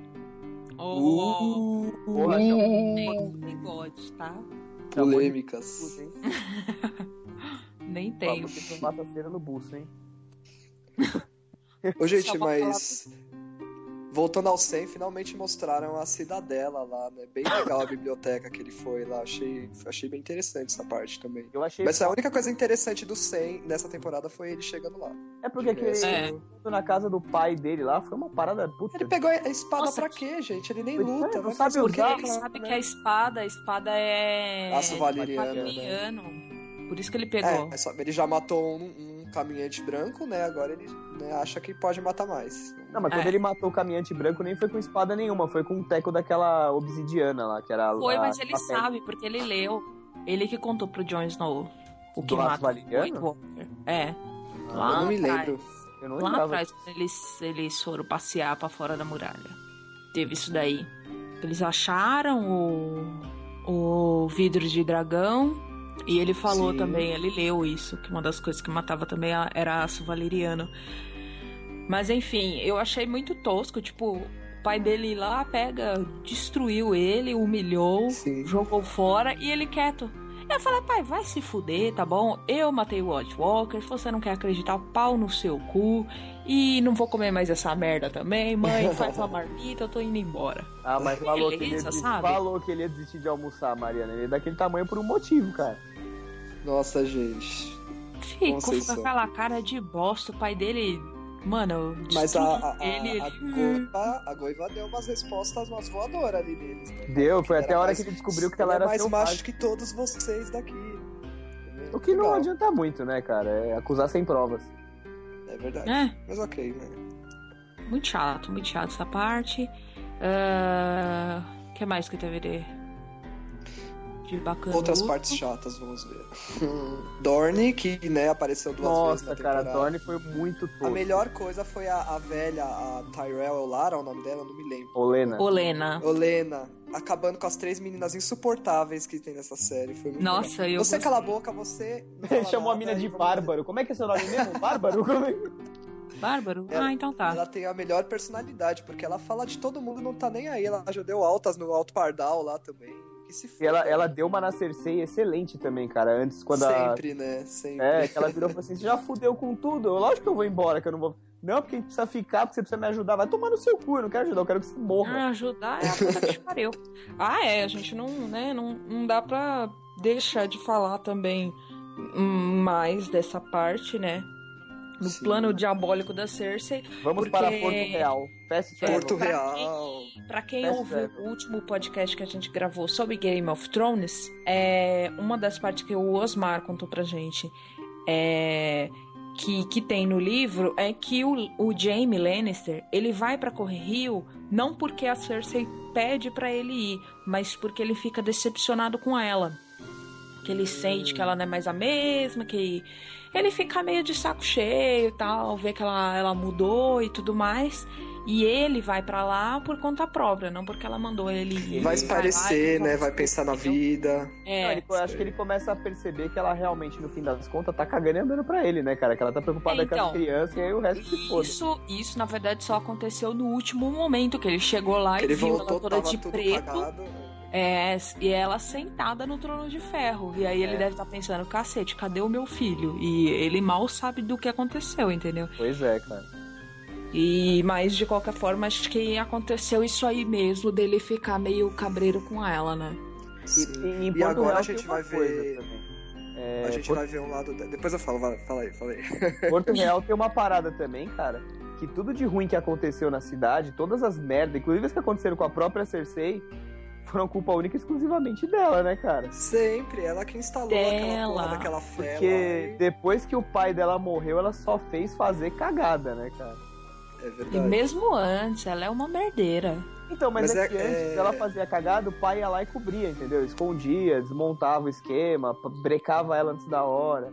S3: Oh,
S4: Porra,
S3: nem bigode, tá?
S4: tá bonito,
S5: Polêmicas.
S4: hein?
S3: Nem tenho.
S4: Vamos matar cera no buço, hein?
S5: Ô, gente,
S3: Só pra
S5: mas. Voltando ao 100, finalmente mostraram a cidadela lá, né? Bem legal a biblioteca que ele foi lá. Achei, achei bem interessante essa parte também.
S4: Eu achei.
S5: Mas a única coisa interessante do 100 nessa temporada foi ele chegando lá.
S4: É porque aquele.
S3: É.
S4: Na casa do pai dele lá, foi uma parada puta.
S5: Ele pegou a espada
S3: Nossa,
S5: pra quê, gente? Ele nem
S4: Pois é,
S5: luta. né?
S4: não
S5: vai
S4: sabe
S5: fazer o
S3: Porque
S5: quê?
S4: usar,
S3: ele sabe que a espada, a espada é.
S5: Aço valeriano, né?
S3: valeriano. Por isso que ele
S5: É,
S3: pegou.
S5: é só- ele já matou um, um caminhante branco, né? Agora ele né, acha que pode matar mais.
S4: Não, mas quando
S3: É.
S4: ele matou o caminhante branco, nem foi com espada nenhuma, foi com um teco daquela obsidiana lá, que era a-
S3: Foi,
S4: a-
S3: mas ele
S4: a-
S3: sabe, porque ele leu. Ele que contou pro Jon Snow o que
S4: Do aço
S3: mata
S4: valeriano?
S3: White Walker. É.
S5: Eu
S3: Lá
S5: não me
S3: atrás.
S5: lembro.
S4: Eu não
S3: Lá
S4: lembrava.
S3: atrás, quando eles, eles foram passear pra fora da muralha. Teve isso daí. Eles acharam o, o vidro de dragão. E ele falou
S5: Sim.
S3: também, ele leu isso, que uma das coisas que matava também a- era aço valeriano. Mas enfim, eu achei muito tosco, tipo, o pai dele lá pega, destruiu ele, humilhou,
S5: Sim.
S3: jogou fora e ele quieto. Eu falei, pai, vai se fuder, tá bom? Eu matei o White Walker, se você não quer acreditar, pau no seu cu. E não vou comer mais essa merda também, mãe, faz uma marmita, eu tô indo embora.
S4: Ah, mas falou que, ele ia
S3: Beleza,
S4: desistir,
S3: sabe?
S4: falou que ele ia desistir de almoçar, Mariana. Ele é daquele tamanho por um motivo, cara.
S5: Nossa, gente.
S3: Ficou com
S5: Conceição.
S3: aquela cara de bosta, o pai dele Mano, eu
S5: Mas a, a,
S3: destruí
S5: a,
S3: ele, "Hum,
S5: a
S3: ele-
S5: Goiva, a Goiva deu umas respostas, umas voadoras ali neles. Né?
S4: Deu, foi
S5: Era
S4: até a hora
S5: mais-
S4: que ele descobriu que ela
S5: Ele é
S4: era
S5: mais
S4: selvagem.
S5: macho que todos vocês daqui. Entendeu?
S4: O que não
S5: Legal.
S4: adianta muito, né, cara? É acusar sem provas.
S5: É verdade.
S3: É,
S5: Mas ok, né?
S3: muito chato, muito chato essa parte. Ah, O que mais que teve de, de bacana?
S5: Outras partes chatas, vamos ver. Dorne, que né, apareceu duas
S4: Nossa,
S5: vezes. na
S4: cara, é a
S5: temporada.
S4: Thorne foi muito
S5: A
S4: tosco.
S5: melhor coisa foi a, a velha, a Tyrell ou Lara, é o nome dela, Eu não me lembro.
S4: Olena.
S3: Olena.
S5: Olena, acabando com as três meninas insuportáveis que tem nessa série. Foi muito
S3: Nossa,
S5: legal.
S3: eu
S5: Você
S3: gostei.
S5: cala a boca, você. não
S4: Ele
S5: fala
S4: chamou a
S5: nada,
S4: mina de
S5: e vamos-
S4: Bárbaro. Como é que é seu nome mesmo? Bárbaro? Como é que-
S3: Bárbaro?
S5: Ela-
S3: ah, então tá.
S5: Ela tem a melhor personalidade, porque ela fala de todo mundo e não tá nem aí. Ela já deu altas no Alto Pardal lá também. Que se
S4: E
S5: foda.
S4: ela, ela deu uma na Cersei excelente também, cara. Antes, quando a.
S5: Sempre, né? Sempre.
S4: É, que ela virou e falou assim: você já fudeu com tudo. Eu, Lógico que eu vou embora, que eu não vou. Não, porque a gente precisa ficar, porque você precisa me ajudar. Vai tomar no seu cu, eu não quero ajudar, eu quero que você morra.
S3: Ah, ajudar é a puta que te pariu. Ah, é, a gente não, né, não, não dá pra deixar de falar também hum, mais dessa parte, né? No
S5: Sim.
S3: plano diabólico da Cersei.
S4: Vamos
S3: porque-
S4: para Porto Real. Fast travel.
S5: Porto
S3: pra
S5: Real.
S3: Pra quem
S4: Fast
S3: ouviu
S4: travel.
S3: o último podcast que a gente gravou sobre Game of Thrones, é uma das partes que o Osmar contou pra gente é, que, que tem no livro é que o, o Jaime Lannister ele vai pra Correr Rio não porque a Cersei pede pra ele ir, mas porque ele fica decepcionado com ela. Que ele sente que ela não é mais a mesma, que ele fica meio de saco cheio e tal, vê que ela, ela mudou e tudo mais. E ele vai pra lá por conta própria, não porque ela mandou ele ir.
S5: Vai
S3: Ele lá e
S5: parecer,
S3: fala,
S5: né? Vai pensar na vida.
S4: Não,
S3: É,
S4: ele- eu acho que ele começa a perceber que ela realmente, no fim das contas, tá cagando e andando pra ele, né, cara? Que ela tá preocupada
S3: É,
S4: com
S3: então.
S4: as crianças e aí o resto se foda.
S3: Isso, isso, na verdade, só aconteceu no último momento, que ele chegou lá
S5: Que
S3: e
S5: ele
S3: viu
S5: voltou,
S3: ela toda
S5: tava
S3: de
S5: tudo
S3: preto
S5: cagado.
S3: é, e ela sentada no trono de ferro. E aí ele
S4: É.
S3: deve estar pensando, cacete, cadê o meu filho? E ele mal sabe do que aconteceu, entendeu?
S4: Pois é, cara.
S3: E Mas, de qualquer forma, acho que aconteceu isso aí mesmo, dele ficar meio cabreiro com ela, né?
S4: E,
S5: Sim.
S4: e, em
S5: E
S4: Porto
S5: agora
S4: Real
S5: a gente
S4: tem uma
S5: vai
S4: coisa
S5: ver-
S4: também. É,
S5: A gente
S4: Porto,
S5: vai ver um lado. da- Depois eu falo, vai, fala aí, fala aí.
S4: Porto Real tem uma parada também, cara. Que tudo de ruim que aconteceu na cidade, todas as merdas, inclusive as que aconteceram com a própria Cersei, foram culpa única e exclusivamente dela, né, cara?
S5: Sempre, ela que instalou aquela
S3: Dela.
S5: porra daquela fela.
S4: Porque
S5: aí.
S4: depois que o pai dela morreu, ela só fez fazer cagada, né, cara?
S5: É
S3: E
S5: verdade.
S3: mesmo antes, ela é uma merdeira.
S4: Então, mas,
S5: Mas
S4: é,
S5: é-
S4: que antes
S5: é-
S4: ela fazia cagada, o pai ia lá e cobria, entendeu? Escondia, desmontava o esquema, p- brecava ela antes da hora.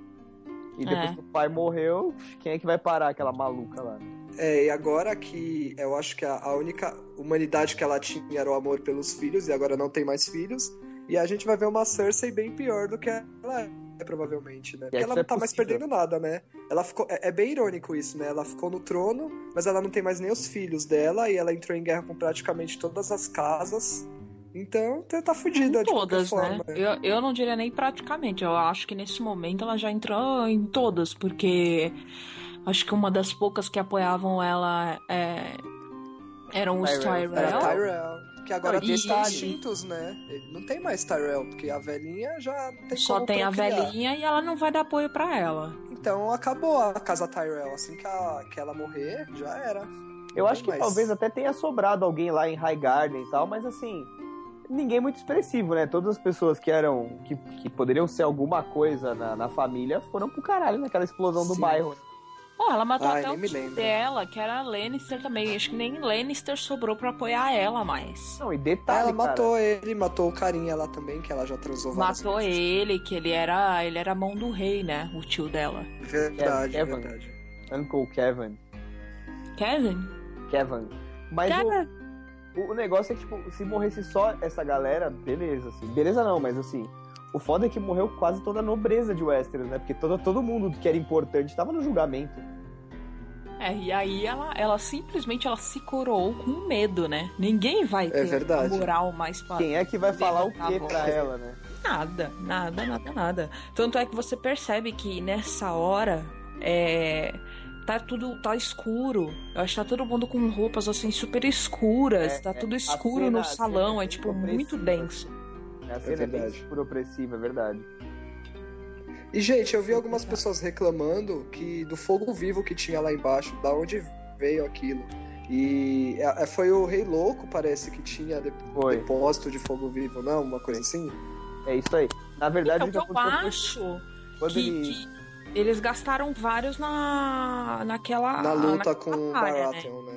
S4: E depois
S3: É.
S4: que o pai morreu, quem é que vai parar aquela maluca lá?
S5: É, e agora que eu acho que a, a única humanidade que ela tinha era o amor pelos filhos, e agora não tem mais filhos. E a gente vai ver uma Cersei bem pior do que ela é, provavelmente, né? Porque
S4: isso
S5: ela não
S4: é
S5: tá mais
S4: possível.
S5: perdendo nada, né? Ela ficou. É, é bem irônico isso, né? Ela ficou no trono, mas ela não tem mais nem os filhos dela, e ela entrou em guerra com praticamente todas as casas. Então tá, tá fudida de qualquer
S3: todas, né?
S5: forma. é.
S3: Eu, eu não diria nem praticamente. Eu acho que nesse momento ela já entrou em todas, porque acho que uma das poucas que apoiavam ela é, eram os
S4: Tyrell.
S3: Tyrell.
S5: Era
S4: Tyrell.
S5: É, Tyrell. Que agora
S3: Não, e
S5: eles estão
S3: detalhe.
S5: extintos, né? Ele Não tem mais Tyrell, porque a velhinha já não tem
S3: Só
S5: como
S3: tem a
S5: procriar.
S3: velhinha e ela não vai dar apoio pra ela.
S5: Então acabou a casa Tyrell. Assim que, a- que ela morrer, já era.
S4: Eu
S5: Não
S4: acho que
S5: tem mais.
S4: talvez até tenha sobrado alguém lá em High Garden e tal, mas assim, ninguém muito expressivo, né? Todas as pessoas que eram. que, que poderiam ser alguma coisa na, na família foram pro caralho naquela explosão do
S5: Sim.
S4: bairro.
S3: Pô, ela matou
S5: Ai,
S3: até
S5: nem
S3: o
S5: me
S3: tio
S5: lembro.
S3: dela, que era a Lannister também. Acho que nem Lannister sobrou pra apoiar ela mais.
S4: Não, e
S5: Ah,
S4: detalhe.
S5: ela
S4: cara,
S5: matou ele, matou o carinha lá também, que ela já transou várias
S3: Matou
S5: vezes.
S3: ele, que ele era ele era a mão do rei, né? O tio dela.
S5: Verdade,
S4: Kevin.
S5: verdade.
S4: Uncle Kevin.
S3: Kevin?
S4: Kevin.
S5: É,
S4: Mas o-
S3: Cara,
S4: O, o negócio é que, tipo, se morresse só essa galera, beleza, assim. Beleza não, mas assim. O foda é que morreu quase toda a nobreza de Westeros, né? Porque todo, todo mundo que era importante tava no julgamento.
S3: É, e aí ela, ela simplesmente ela se coroou com medo, né? Ninguém vai ter
S5: É verdade.
S3: moral mais pra
S4: Quem é que vai falar o quê
S3: Tá bom.
S4: pra ela, né?
S3: nada, nada, nada, nada. Tanto é que você percebe que nessa hora é, tá tudo tá escuro. Eu acho que tá todo mundo com roupas assim super escuras,
S4: É,
S3: tá
S4: é,
S3: tudo
S4: a
S3: escuro
S4: cena- a
S3: no salão,
S4: cena
S3: é
S4: é
S3: tipo
S4: muito
S3: muito
S4: opressiva.
S3: denso.
S4: A cena é bem
S5: verdade.
S4: escura opressiva, é verdade.
S5: E, gente, eu vi algumas pessoas reclamando que do fogo vivo que tinha lá embaixo, da onde veio aquilo. E é- é- foi o Rei Louco, parece, que tinha de-
S4: Foi.
S5: depósito de fogo vivo, não? Uma coisa assim?
S4: É isso aí. Na verdade,
S3: Então,
S4: o que
S3: eu
S4: aconteceu foi
S3: acho
S4: que quando
S3: que,
S4: ele...
S3: que eles gastaram vários na,
S4: Ah,
S3: naquela.
S5: Na luta
S3: naquela
S5: com o
S3: batalha, né?
S5: Baratheon, né?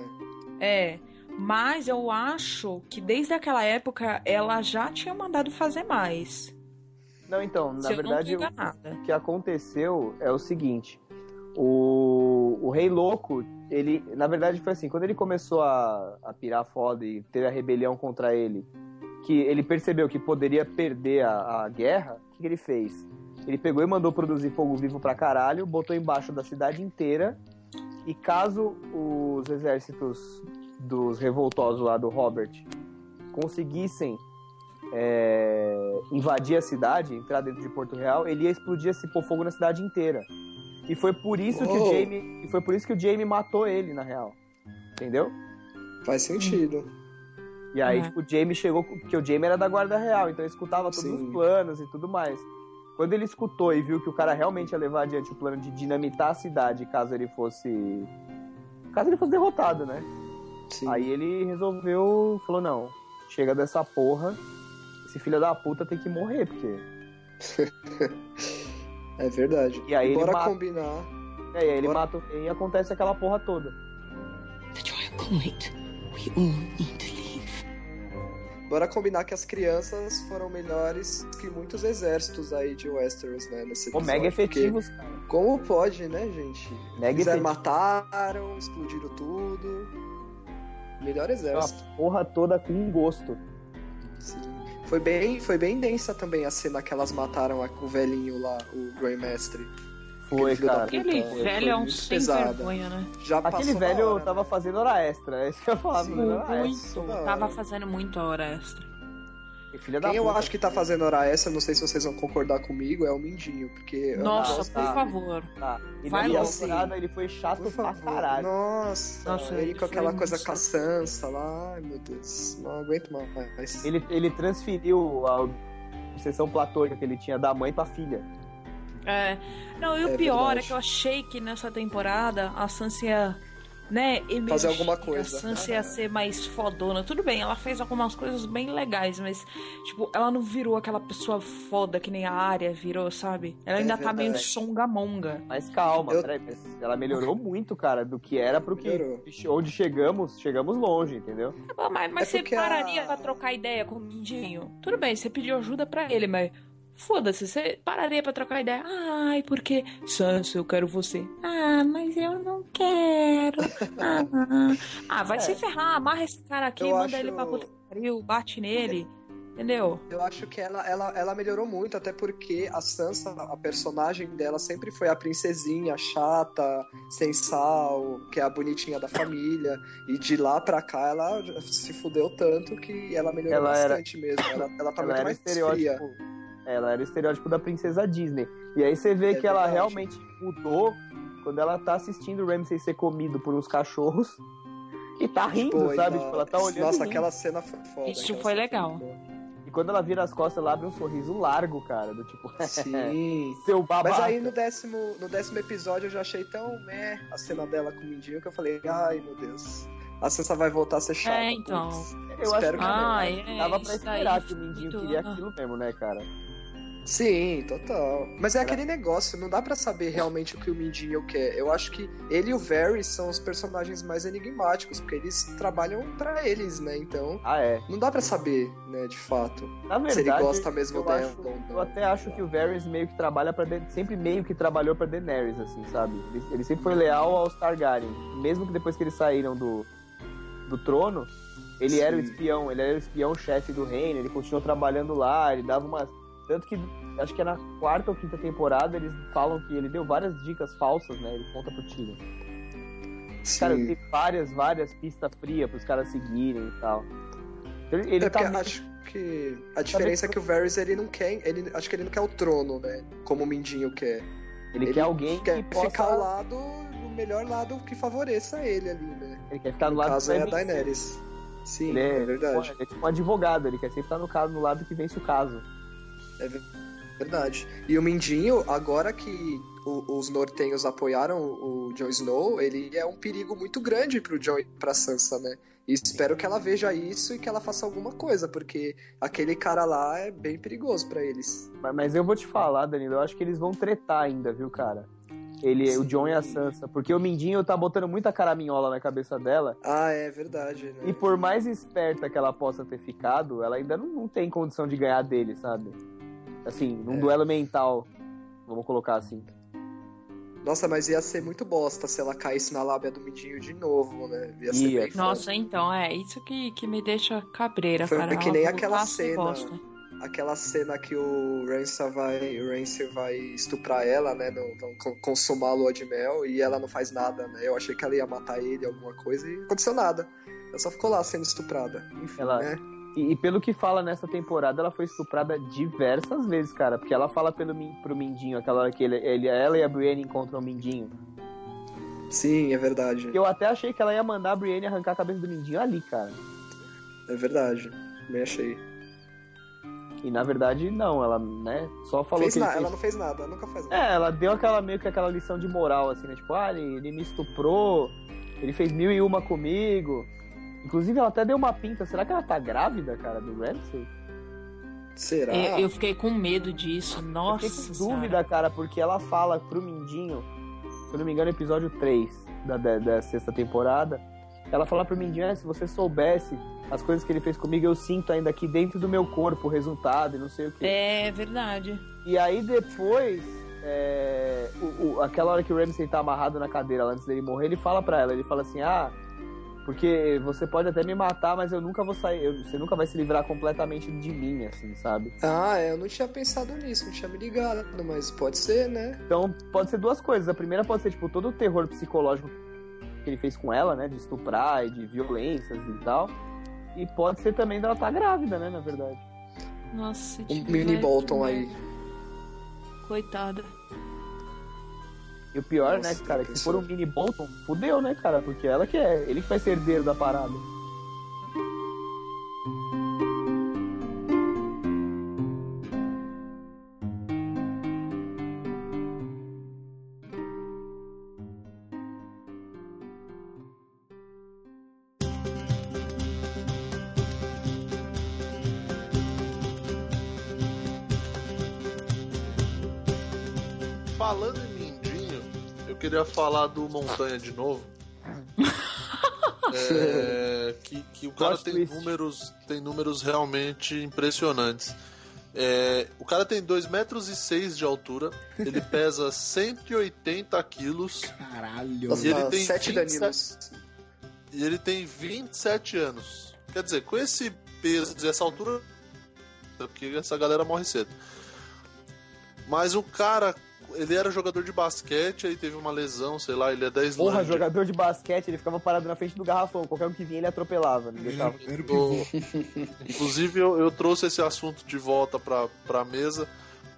S3: É, mas eu acho que desde aquela época ela já tinha mandado fazer mais.
S4: Não, então, na
S3: se
S4: verdade,
S3: eu não
S4: o
S3: tô enganada.
S4: o que aconteceu é o seguinte. O, o Rei Louco, ele, na verdade, foi assim, quando ele começou a, a pirar foda e teve a rebelião contra ele, que ele percebeu que poderia perder a, a guerra, o que, que ele fez? Ele pegou e mandou produzir fogo vivo pra caralho, botou embaixo da cidade inteira, e caso os exércitos dos revoltosos lá do Robert conseguissem é, invadir a cidade, entrar dentro de Porto Real, ele ia explodir esse pôr fogo na cidade inteira. E foi por isso que o
S5: Uou.
S4: Jamie, e foi por isso que o Jamie matou ele na real. Entendeu?
S5: Faz sentido.
S4: Hum. E aí,
S3: É.
S4: tipo, o Jamie chegou, porque o Jamie era da guarda real, então ele escutava todos
S5: Sim.
S4: os planos e tudo mais. Quando ele escutou e viu que o cara realmente ia levar adiante o plano de dinamitar a cidade caso ele fosse caso ele fosse derrotado, né?
S5: Sim.
S4: Aí ele resolveu, falou, não, chega dessa porra, esse filho da puta tem que morrer, porque
S5: É verdade.
S4: E aí ele
S5: Bora
S4: mata-
S5: combinar.
S4: É, e aí ele
S5: Agora-
S4: mata e acontece aquela porra toda.
S7: The trial can wait. We all need to leave.
S5: Bora combinar que as crianças foram melhores que muitos exércitos aí de Westeros, né? Nesse
S4: Pô, mega
S5: episódio, porque
S4: efetivos, cara.
S5: Como pode, né, gente?
S4: Mega
S5: Eles
S4: efetivo.
S5: mataram, explodiram tudo. Melhor exército.
S4: Uma porra toda com gosto.
S5: Sim. Foi bem, foi bem densa também a cena que elas mataram a- o velhinho lá, o Grey Mestre.
S4: Foi,
S5: Aquele filho da
S4: cara.
S5: puta.
S3: Aquele
S5: Então, foi
S3: velho é um
S5: muito
S3: sem
S5: pesada.
S3: vergonha, né?
S5: Já
S4: Aquele
S5: passou da
S4: velho
S5: hora, né?
S4: tava fazendo hora extra, é isso que eu falava,
S5: Sim.
S4: fazendo hora extra.
S3: Muito.
S5: da hora.
S3: Tava fazendo muita hora extra.
S4: E filha da
S5: Quem eu
S4: puta.
S5: acho que tá fazendo hora essa, não sei se vocês vão concordar comigo, é o Mindinho, porque...
S3: Nossa,
S4: não,
S3: por
S4: tá.
S3: favor.
S4: Tá. E
S3: Vai
S4: na minha
S5: logo.
S4: temporada ele foi chato
S5: Por
S4: pra
S5: favor.
S4: caralho.
S5: Nossa,
S3: Nossa,
S5: ele
S3: ele
S5: com aquela
S3: foi
S5: coisa
S3: muito
S5: caçança lá, ai meu Deus, não aguento mais.
S4: Ele, ele transferiu a obsessão platônica que ele tinha da mãe pra filha.
S3: É. Não, e o
S5: É
S3: pior é
S5: verdade.
S3: que eu achei que nessa temporada a Sansa, né, emergir,
S5: Fazer alguma coisa.
S3: A Sansa ia ser mais fodona. Tudo bem, ela fez algumas coisas bem legais, mas, tipo, ela não virou aquela pessoa foda que nem a área virou, sabe? Ela
S5: É
S3: ainda tá meio
S5: verdade.
S3: songamonga.
S4: Mas calma,
S5: Eu-
S4: peraí, mas ela melhorou muito, cara, do que era pro que
S5: Melhorou.
S4: onde chegamos, chegamos longe, entendeu?
S3: Ah, Mas, mas
S5: É
S3: você
S5: porque a-
S3: pararia pra trocar ideia com o Mindinho? Tudo bem, você pediu ajuda pra ele, mas. Foda-se, você pararia pra trocar ideia. Ai, porque. Sansa, eu quero você. Ah, mas eu não quero. Ah, ah vai
S4: É.
S3: se ferrar, amarra esse cara aqui,
S5: Eu
S3: manda
S5: acho-
S3: ele pra puta que pariu, bate nele. Entendeu?
S5: Eu acho que ela, ela, ela melhorou muito, até porque a Sansa, a personagem dela, sempre foi a princesinha chata, sem sal, que é a bonitinha da família. E de lá pra cá ela se fudeu tanto que ela melhorou
S4: Ela era-
S5: bastante mesmo. Ela, ela tá
S4: ela
S5: muito
S4: era
S5: mais fria.
S4: estereótipo. Ela era estereótipo da princesa Disney. E aí você vê
S5: É
S4: que ela
S5: verdade.
S4: realmente mudou quando ela tá assistindo o Ramsay ser comido por uns cachorros e tá rindo,
S5: Pô, e
S4: sabe?
S5: na-
S4: Tipo, ela tá olhando. e
S5: então. Nossa,
S4: rindo.
S5: aquela cena foi foda.
S3: Isso
S5: aquela
S3: foi
S5: cena
S3: legal.
S5: boa.
S4: E quando ela vira as costas, ela abre um sorriso largo, cara. Do tipo,
S5: Sim.
S4: seu babaca.
S5: Mas aí no décimo, no décimo episódio eu já achei tão meh a cena dela com o Mindinho que eu falei, ai meu Deus, a Sansa vai voltar a ser chata.
S3: É, então.
S5: putz."
S4: Eu acho
S5: espero
S4: que
S5: que não.
S3: Ai, é,
S4: dava pra
S3: isso daí
S4: esperar que o
S3: foi
S4: Mindinho
S3: muito-
S4: queria aquilo mesmo, né, cara?
S5: Sim, total. Mas é
S4: Era-
S5: aquele negócio, não dá pra saber realmente o que o Mindinho quer. Eu acho que ele e o Varys são os personagens mais enigmáticos, porque eles trabalham pra eles, né? Então,
S4: Ah, é.
S5: não dá pra saber, né, de fato,
S4: Na verdade.
S5: se ele gosta mesmo
S4: eu
S5: dela
S4: acho-
S5: ou não.
S4: Eu até acho que o Varys meio que trabalha para sempre meio que trabalhou pra Daenerys, assim, sabe? Ele, ele sempre foi leal aos Targaryen, mesmo que depois que eles saíram do, do trono, ele era o
S5: Sim.
S4: espião, ele era o espião chefe do reino, ele continuou trabalhando lá, ele dava umas tanto que acho que é na quarta ou quinta temporada eles falam que ele deu várias dicas falsas, né? Ele conta pro Tyrion.
S5: Sim.
S4: Cara, tem várias, várias pistas frias pros caras seguirem e tal. Então, ele
S5: é
S4: tá
S5: porque
S4: meio-
S5: acho que a diferença é que o Varys, ele não quer, ele, acho que ele não quer o trono, né, como o Mindinho quer.
S4: ele, quer alguém
S5: quer
S4: que possa
S5: ficar ao lado, o melhor lado que favoreça ele ali, né?
S4: ele quer ficar do
S5: No
S4: lado
S5: caso
S4: que
S5: é a
S4: vai vencer.
S5: Daenerys. Sim,
S4: Ele
S5: é,
S4: é,
S5: verdade.
S4: Ele é tipo um advogado, ele quer sempre estar no, caso, no lado que vence o caso.
S5: É ver- Verdade. E o Mindinho, agora que o- os nortenhos apoiaram o, o Jon Snow, ele é um perigo muito grande pro Jon, pra Sansa, né? E espero que ela veja isso e que ela faça alguma coisa, porque aquele cara lá é bem perigoso pra eles.
S4: Mas, mas eu vou te falar, Danilo, eu acho que eles vão tretar ainda, viu, cara? Ele, o John e a Sansa. Porque o Mindinho tá botando muita caraminhola na cabeça dela.
S5: Ah, é verdade, né?
S4: E por mais esperta que ela possa ter ficado, ela ainda não, não tem condição de ganhar dele, sabe? Assim, num
S5: É.
S4: duelo mental, vamos colocar assim.
S5: Nossa, mas ia ser muito bosta se ela caísse na lábia do Mindinho de novo, né? Ia ser
S4: Ia.
S5: bem foda.
S3: Nossa, então, é isso que, que me deixa cabreira,
S5: Foi um
S3: cara.
S5: que nem
S3: Ela
S5: aquela
S3: putaça e
S5: cena.
S3: um bosta.
S5: aquela cena que o Rancer vai, o Rancer vai estuprar ela, né? Não, vão con- consumar a lua de mel e ela não faz nada, né? Eu achei que ela ia matar ele, alguma coisa, e aconteceu nada. Ela só ficou lá sendo estuprada. Enfim,
S4: Ela-
S5: né?
S4: E, e pelo que fala nessa temporada, ela foi estuprada diversas vezes, cara. Porque ela fala pelo, Min- pro Mindinho, aquela hora que ele, ele- ela e a Brienne encontram o Mindinho.
S5: Sim, é verdade.
S4: Eu até achei que ela ia mandar a Brienne arrancar a cabeça do Mindinho ali, cara.
S5: É verdade. Também achei.
S4: E na verdade, não, ela, né, só falou
S5: Fez
S4: que ele
S5: na-
S4: fez-
S5: Ela não fez nada, nunca faz nada.
S4: É, ela deu aquela meio que aquela lição de moral, assim, né? Tipo, ah, ele, ele me estuprou, ele fez mil e uma comigo. Inclusive, ela até deu uma pinta. Será que ela tá grávida, cara, do Ramsey?
S5: Será?
S3: É, Eu, eu fiquei com medo disso, nossa.
S4: Eu fiquei com
S3: senhora.
S4: dúvida, cara, porque ela fala pro Mindinho, se eu não me engano, episódio 3 da, da, da sexta temporada. Ela fala pro Mindinho, é, se você soubesse as coisas que ele fez comigo, eu sinto ainda aqui dentro do meu corpo o resultado e não sei o que.
S3: É verdade.
S4: E aí depois, é, o- o- aquela hora que o Ramsey tá amarrado na cadeira lá antes dele morrer, ele fala pra ela, ele fala assim, ah, porque você pode até me matar, mas eu nunca vou sair, eu- você nunca vai se livrar completamente de mim, assim, sabe?
S5: Ah, é, eu não tinha pensado nisso, não tinha me ligado, mas pode ser, né?
S4: Então pode ser duas coisas. A primeira pode ser, tipo, todo o terror psicológico que ele fez com ela, né? De estuprar e de violências e tal. E pode ser também dela tá grávida, né, na verdade.
S3: Nossa, se
S5: Um
S3: tiver,
S5: mini
S1: né?
S3: que
S5: Bolton aí.
S3: merda. Coitada.
S4: E o pior,
S5: Nossa,
S4: né, cara, que se
S5: pensou.
S4: for um mini Bolton, fudeu, né, cara? Porque ela que é, ele que vai ser herdeiro da parada.
S1: Falando em Mindinho, eu queria falar do Montanha de novo. É, que, que o cara
S4: Plot
S1: tem
S4: twist.
S1: números, tem números realmente impressionantes. É, o cara tem 2,6 metros e seis de altura, ele pesa 180 quilos
S2: Caralho.
S5: Nossa, tá
S1: E ele tem 27
S5: sete Danilos.
S1: e ele tem 27 anos. Quer dizer, com esse peso e essa altura, é porque essa galera morre cedo. Mas o cara, ele era jogador de basquete, aí teve uma lesão, sei lá, ele é 10
S4: Porra, jogador de basquete, ele ficava parado na frente do garrafão. Qualquer um que vinha, ele tá atropelava.
S5: Hum,
S4: Não
S2: Era,
S4: deixava.
S2: era o pivô.
S1: Inclusive, eu, eu trouxe esse assunto de volta pra, pra mesa,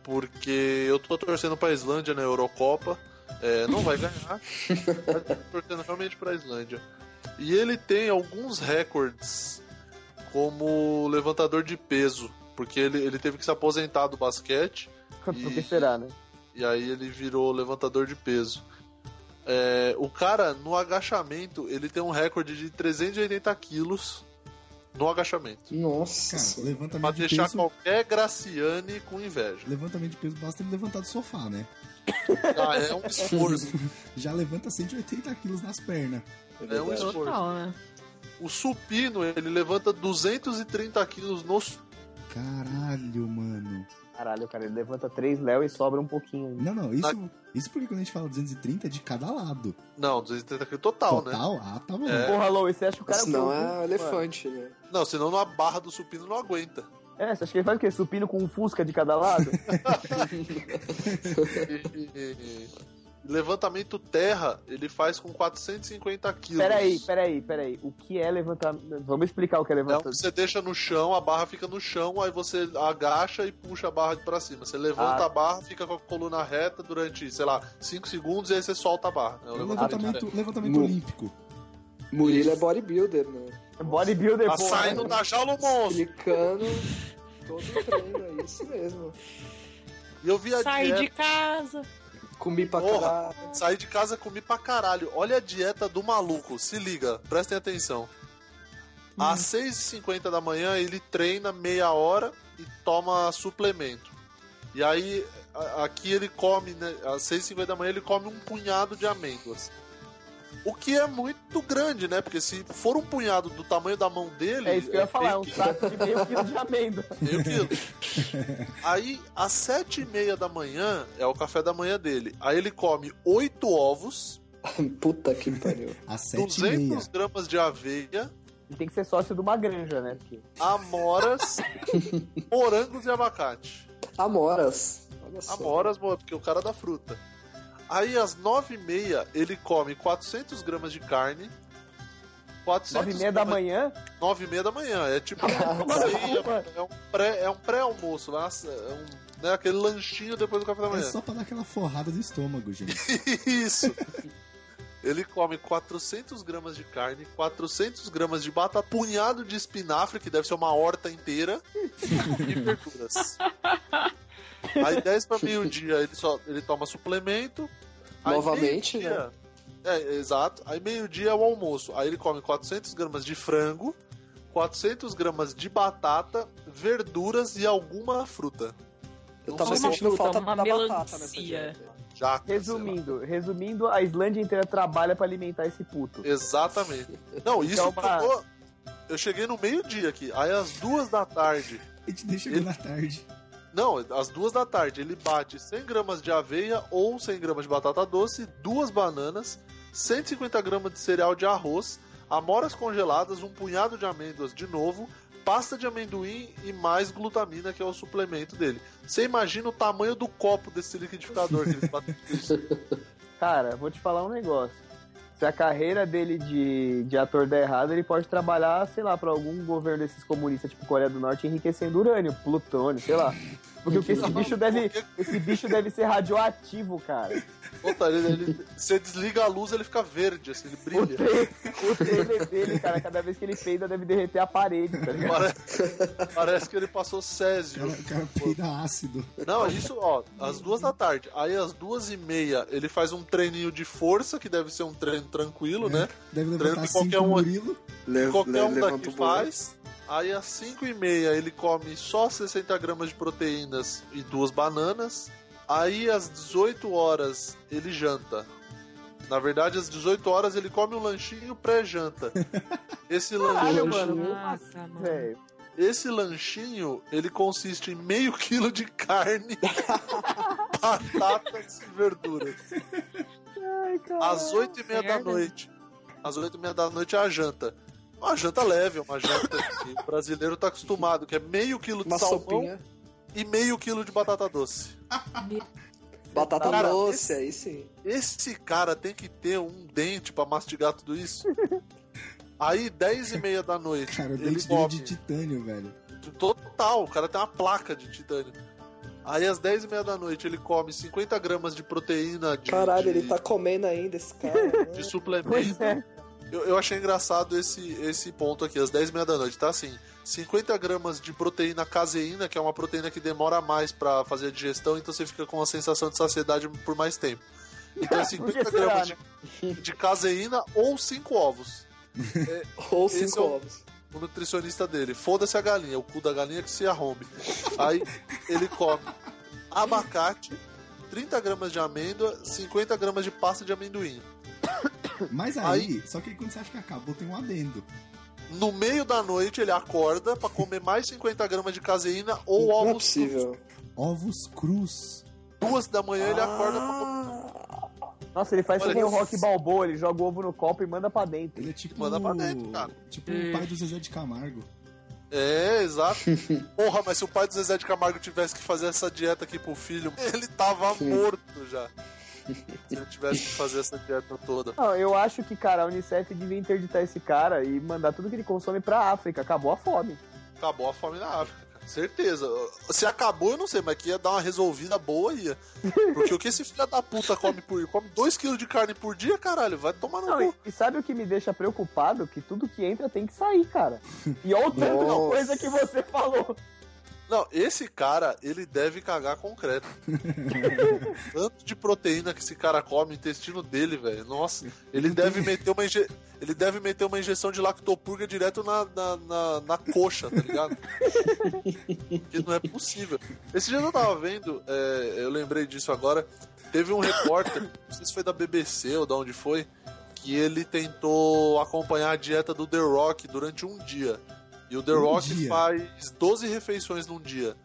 S1: porque eu tô torcendo pra Islândia na Eurocopa. É, não vai ganhar, mas tô torcendo realmente pra Islândia. E ele tem alguns recordes como levantador de peso, porque ele, ele teve que se aposentar do basquete
S4: Por que será, né?
S1: e aí ele virou levantador de peso. É, o cara, no agachamento, ele tem um recorde de 380 quilos no agachamento.
S5: Nossa.
S2: Cara,
S5: senhora.
S1: Pra
S2: levantamento de
S1: deixar
S2: peso.
S1: qualquer Graciane com inveja.
S2: Levantamento de peso basta ele levantar do sofá, né?
S1: Ah, é um esforço.
S2: Já levanta 180 quilos nas pernas.
S1: É um esforço.
S3: Total, né?
S1: O supino, ele levanta 230 quilos no. su-
S2: Caralho, mano.
S4: Caralho, cara, ele levanta três Léo e sobra um pouquinho.
S2: Não, não, isso, isso porque quando a gente fala 230 é de cada lado.
S1: Não, 230 quilos total, né?
S2: Total? Ah, tá bom.
S1: É.
S4: Porra, Lou, você acha que o cara.
S5: Isso não
S4: um-
S5: é elefante, né?
S1: Não, senão a barra do supino não aguenta.
S4: É, você acha que ele faz o quê? Supino com um fusca de cada lado?
S1: E- Levantamento terra, ele faz com 450 quilos.
S4: peraí, peraí, peraí. O que é levantar. Vamos explicar o que é
S1: É um
S4: levantar.
S1: que você deixa no chão, a barra fica no chão, aí você agacha e puxa a barra pra cima. Você levanta
S4: Ah.
S1: a barra, fica com a coluna reta durante, sei lá, 5 segundos e aí você solta a barra. É
S2: É
S1: o
S2: um
S1: levantamento
S2: levantamento, levantamento
S5: Mu-
S2: olímpico.
S5: Murilo é bodybuinder, né?
S4: Bodybuilder,
S1: Tá
S4: porra.
S1: saindo da jaula o monstro.
S5: Explicando todo o treino, é isso mesmo.
S1: E eu vi a
S3: Sair
S1: dieta.
S3: de casa.
S5: Comi pra
S1: Porra.
S5: caralho.
S1: Saí de casa comi pra caralho. Olha a dieta do maluco. Se liga, prestem atenção. Às 6h50 da manhã, ele treina meia hora e toma suplemento. E aí, a- aqui ele come, né? Às 6h50 da manhã, ele come um punhado de amêndoas. O que é muito grande, né? Porque se for um punhado do tamanho da mão dele.
S4: É isso que eu ia falar, é um
S1: meio
S4: saco de meio quilo de amêndoa.
S1: Meio quilo. Aí, às sete e meia da manhã, é o café da manhã dele. Aí ele come oito ovos,
S5: Puta que pariu.
S2: Às sete e meia.
S1: 200 gramas de aveia,
S4: E tem que ser sócio de uma granja, né? Porque
S1: amoras, morangos e abacate.
S5: Amoras. Olha só.
S1: Amoras, mano, porque o cara é da fruta. Aí, às nove e meia, ele come 400 gramas de carne. 400
S4: nove e meia da
S1: gramas-
S4: manhã,
S1: nove e meia da manhã. É tipo uma ceia, é um pré- é um pré-almoço, lá, é um, né, aquele lanchinho depois do café da
S2: É
S1: manhã.
S2: só pra dar aquela forrada do estômago, gente.
S1: Isso. Ele come 400 gramas de carne, 400 gramas de batata, punhado de espinafre, que deve ser uma horta inteira, e verduras. Aí 10 para meio-dia ele, só- ele toma suplemento. Aí
S5: Novamente, né?
S1: meio-dia- É, exato. Aí meio-dia é o almoço. Aí ele come 400 gramas de frango, 400 gramas de batata, verduras e alguma fruta.
S5: Eu tava
S1: Uma
S5: sentindo
S3: fruta,
S5: falta
S3: uma
S5: da batata
S3: melancia.
S5: nessa dieta.
S1: Jaca, sei lá.
S4: resumindo, resumindo, a Islândia inteira trabalha pra alimentar esse puto.
S1: Exatamente. Não, isso
S4: Então, pra-
S1: durou- Eu cheguei no meio-dia aqui. Aí às duas da tarde.
S2: A gente deixa chegou na tarde.
S1: Não, às duas da tarde ele bate 100 gramas de aveia ou 100 gramas de batata doce, duas bananas, 150 gramas de cereal de arroz, amoras congeladas, um punhado de amêndoas de novo, pasta de amendoim e mais glutamina, que é o suplemento dele. Você imagina o tamanho do copo desse liquidificador que eles batem.
S4: Cara, vou te falar um negócio. Se a carreira dele de, de ator der errado, ele pode trabalhar, sei lá, pra algum governo desses comunistas, tipo Coreia do Norte, enriquecendo urânio, plutônio, sei lá. Porque o que esse bicho deve, esse bicho deve ser radioativo, cara.
S1: Puta, ele, ele- você desliga a luz, ele fica verde, assim, ele
S4: O,
S1: brilha.
S4: tra- o trailer dele, cara, cada vez que ele peida, deve derreter a parede, tá ligado?
S1: Parece, parece que ele passou
S2: O
S1: Césio.
S2: cara, o cara peida ácido.
S1: Não, é isso, ó, às duas da tarde. Aí às duas e meia ele faz um treininho de força, que deve ser um treino tranquilo, né?
S2: Deve
S1: Treino
S2: levantar
S1: que
S2: cinco
S1: qualquer um-
S2: murilo.
S5: Le-
S1: Qualquer
S5: É, le-
S1: um
S5: levanta
S1: daqui
S5: o bolo.
S1: faz. Aí às cinco e meia ele come só 60 gramas de proteínas e duas bananas. Aí às 18 horas ele janta. Na verdade, às 18 horas ele come um lanchinho pré-janta. Esse lanchinho,
S3: Ah,
S4: Caralho, mano.
S3: Nossa, mano.
S4: Véi,
S1: esse lanchinho, ele consiste em meio quilo de carne, batatas e verduras. Às oito e meia da
S3: Ah, Merda.
S1: noite. Às oito e meia da noite é a janta. Uma janta leve, é uma janta que o brasileiro tá acostumado, que é meio quilo de
S5: Uma
S1: salmão
S5: sopinha.
S1: e meio quilo de batata doce.
S5: Batata
S1: Cara,
S5: doce, aí sim.
S1: Esse cara tem que ter um dente pra mastigar tudo isso. Aí, dez e meia da noite,
S2: Cara, o
S1: ele
S2: dente dele
S1: come...
S2: de titânio, velho.
S1: Total, o cara tem uma placa de titânio. Aí às 10h30 da noite ele come 50 gramas de proteína de,
S5: Caralho,
S1: de,
S5: ele tá comendo ainda esse cara. né?
S1: de suplemento.
S4: Pois é.
S1: Eu, eu achei engraçado esse, esse ponto aqui, às 10h30 da noite, tá assim: 50 gramas de proteína caseína, que é uma proteína que demora mais pra fazer a digestão, então você fica com a sensação de saciedade por mais tempo. Então é 50
S4: que será,
S1: gramas
S5: né?
S1: de, de caseína ou 5 ovos.
S5: Ou
S1: Esse
S5: cinco
S1: é o-
S5: ovos.
S1: o nutricionista dele. Foda-se a galinha, o cu da galinha que se arrombe. Aí ele come abacate, 30 gramas de amêndoa, 50 gramas de pasta de amendoim.
S2: Mas aí, só que quando você acha que acabou, tem um adendo.
S1: No meio da noite ele acorda pra comer mais 50 gramas de caseína ou
S5: Não é
S1: ovos.
S5: possível.
S2: Ovos crus.
S1: Duas da manhã ele acorda pra comer.
S5: Ah,
S4: Nossa, ele faz
S1: Olha,
S4: que nem o
S1: eu-
S4: Rock Balboa, ele joga o ovo no copo e manda pra dentro.
S2: Ele é tipo.
S1: Manda pra dentro, cara.
S2: Tipo o pai do Zezé de Camargo.
S1: É, exato. Porra, mas se o pai do Zezé de Camargo tivesse que fazer essa dieta aqui pro filho, ele tava morto já. Se ele tivesse que fazer essa dieta toda.
S4: Não, eu acho que, cara, a Unicef devia interditar esse cara e mandar tudo que ele consome pra África. Acabou a fome.
S1: Acabou a fome na África, cara. certeza. Se acabou, eu não sei, mas que ia dar uma resolvida boa ia. Porque o que esse filho da puta come por come 2kg de carne por dia, caralho, vai tomar no
S4: Não,
S1: cu.
S4: e, e sabe o que me deixa preocupado? Que tudo que entra tem que sair, cara. E olha o tanto de
S5: Nossa.
S4: coisa que você falou.
S1: Não, esse cara, ele deve cagar concreto. Tanto de proteína que esse cara come, o intestino dele, velho. Nossa, ele deve meter uma inje... ele deve meter uma injeção de lactopurga direto na, na, na, na coxa, tá ligado? Porque não é possível. Esse dia eu tava vendo, é, eu lembrei disso agora. Teve um repórter, não sei se foi da BBC ou da onde foi, que ele tentou acompanhar a dieta do The Rock durante um dia. E o The
S2: Um
S1: Rock
S2: dia.
S1: faz 12 refeições num dia.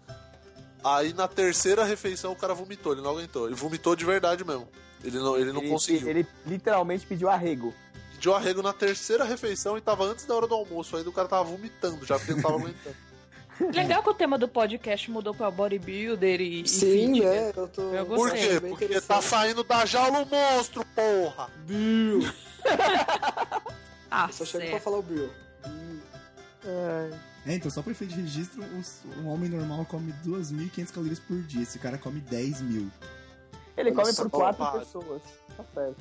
S1: Aí na terceira refeição o cara vomitou, ele não aguentou. Ele vomitou de verdade mesmo. Ele não, ele não conseguiu.
S4: Ele literalmente pediu arrego.
S1: Pediu arrego na terceira refeição e tava antes da hora do almoço. Ainda o cara tava vomitando já, porque não tava aguentando.
S3: Legal que o tema do podcast mudou pra bodybuilder e. e
S5: Sim,
S3: fitness.
S5: é, eu tô.
S3: Eu
S1: Por
S3: Gostei,
S1: quê?
S5: bem
S1: Porque
S5: interessante.
S1: tá saindo da jaula o monstro, porra!
S3: Ah,
S5: Eu só chego pra
S3: certo.
S5: falar o Bill.
S2: É, então, só pra efeito de registro, os- um homem normal come 2.500 calorias por dia. Esse cara come 10 mil.
S4: Ele
S5: Olha
S4: come
S5: só,
S4: por quatro
S1: otário.
S4: pessoas. Tá certo.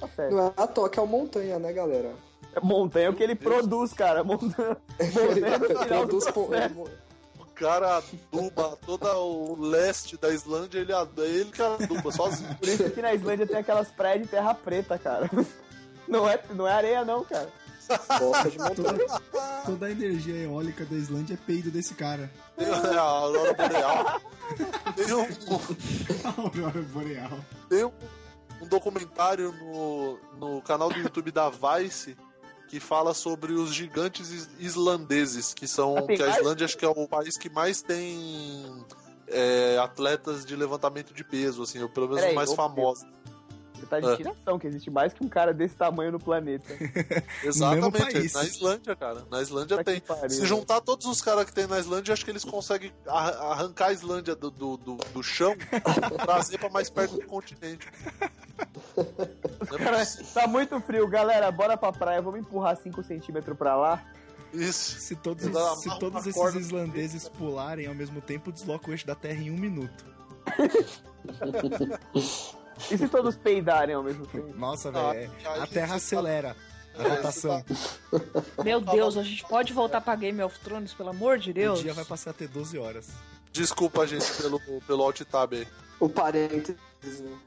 S4: Tá certo.
S5: Não é à toa que é o Montanha, né, galera?
S4: Montanha é o que ele produz, cara. É Montanha.
S5: Ele produz com-
S1: O cara aduba todo o leste da Islândia, ele, ad- ele que aduba sozinho.
S4: Por isso que na Islândia tem aquelas praias de terra preta, cara. Não é, não é areia, não, cara.
S5: Gosta de montanha.
S2: Toda, toda a energia eólica da Islândia é peido desse cara.
S1: Tem a aurora boreal. Tem um,
S2: A Aurora Boreal.
S1: tem um, um documentário no, no canal do YouTube da Vice que fala sobre os gigantes is- islandeses, que são
S4: Ah, tem
S1: que a
S4: mais?
S1: Islândia acho que é o país que mais tem é, atletas de levantamento de peso, assim, ou pelo menos
S4: Peraí,
S1: o mais
S4: ô,
S1: famoso.
S4: Você tá
S1: Ah.
S4: de tiração, que existe mais que um cara desse tamanho no planeta.
S1: Exatamente, é,
S2: país.
S1: na Islândia, cara. Na Islândia
S4: Tá que
S1: tem.
S4: pariu.
S1: Se juntar todos os caras que tem na Islândia, acho que eles conseguem arran- arrancar a Islândia do, do, do, do chão e trazer pra mais perto do continente. Não é
S4: Cara,
S1: possível.
S4: tá muito frio, galera. Bora pra praia. Vamos empurrar 5 centímetros pra lá.
S1: Isso.
S9: Se todos,
S1: Eu dava
S9: se
S1: uma
S9: todos esses
S1: corda-
S9: islandeses pularem ao mesmo tempo, desloca o eixo da Terra em um minuto.
S4: E se todos peidarem ao mesmo tempo?
S9: Nossa,
S1: Ah,
S9: velho. é-
S1: aí
S9: A Terra
S1: você tá-
S9: acelera a
S1: é,
S9: rotação.
S1: você
S3: Meu Deus, a gente pode voltar pra Game of Thrones, pelo amor de
S9: O
S3: Deus?
S9: dia vai passar a ter 12 horas.
S1: Desculpa, gente, pelo, pelo alt tab aí.
S5: O parênteses, né?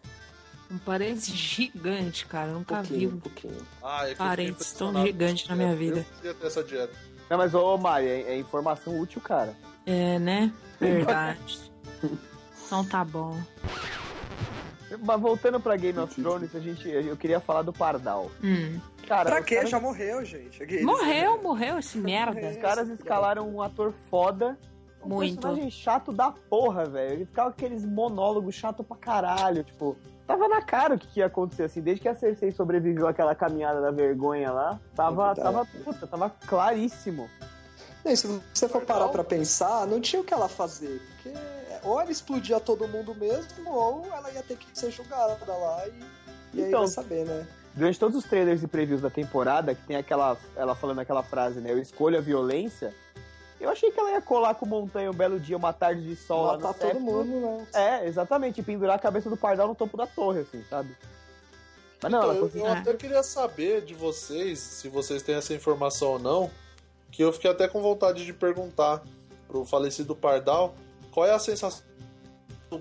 S3: Um parênteses gigante, cara. Eu
S5: Um
S3: nunca vi
S5: pouquinho,
S3: um
S5: um pouquinho.
S1: Ah, é que eu fiquei
S3: parênteses tão
S1: impressionado. É,
S3: gigante na minha vida.
S1: Eu queria ter essa dieta.
S4: Não, mas ô, Mari, é, é informação útil, cara.
S3: É, né? Verdade. então tá bom.
S4: Mas voltando pra Game of Thrones, a gente, eu queria falar do Pardal.
S3: Hum.
S4: Cara,
S5: Pra
S4: os
S5: quê?
S4: caras-
S5: Já morreu, gente. É Eles-
S3: Morreu, morreu esse merda.
S4: Os caras escalaram um ator foda. Um
S3: Muito.
S4: personagem chato da porra, velho. Ele ficava com aqueles monólogos chato pra caralho. Tipo, tava na cara o que, que ia acontecer, assim. Desde que a Cersei sobreviveu àquela caminhada da vergonha lá, tava,
S5: verdade.
S4: tava, puta, tava claríssimo.
S5: Não, e se você for parar pra pensar, não tinha o que ela fazer. Porque ou ela explodia todo mundo mesmo, ou ela ia ter que ser julgada lá e, e aí
S4: Então.
S5: vai saber, né?
S4: Durante todos os trailers e previews da temporada, que tem aquela, ela falando aquela frase, né? Eu escolho a violência. Eu achei que ela ia colar com o Montanha um belo dia, uma tarde de sol tá lá no
S5: Matar todo
S4: século.
S5: mundo, né?
S4: É, exatamente. E pendurar a cabeça do Pardal no topo da torre, assim, sabe? Mas não,
S1: Então,
S4: ela
S1: eu,
S3: é.
S4: conseguiu.
S1: eu até queria saber de vocês, se vocês têm essa informação ou não, que eu fiquei até com vontade de perguntar pro falecido Pardal qual é a sensação do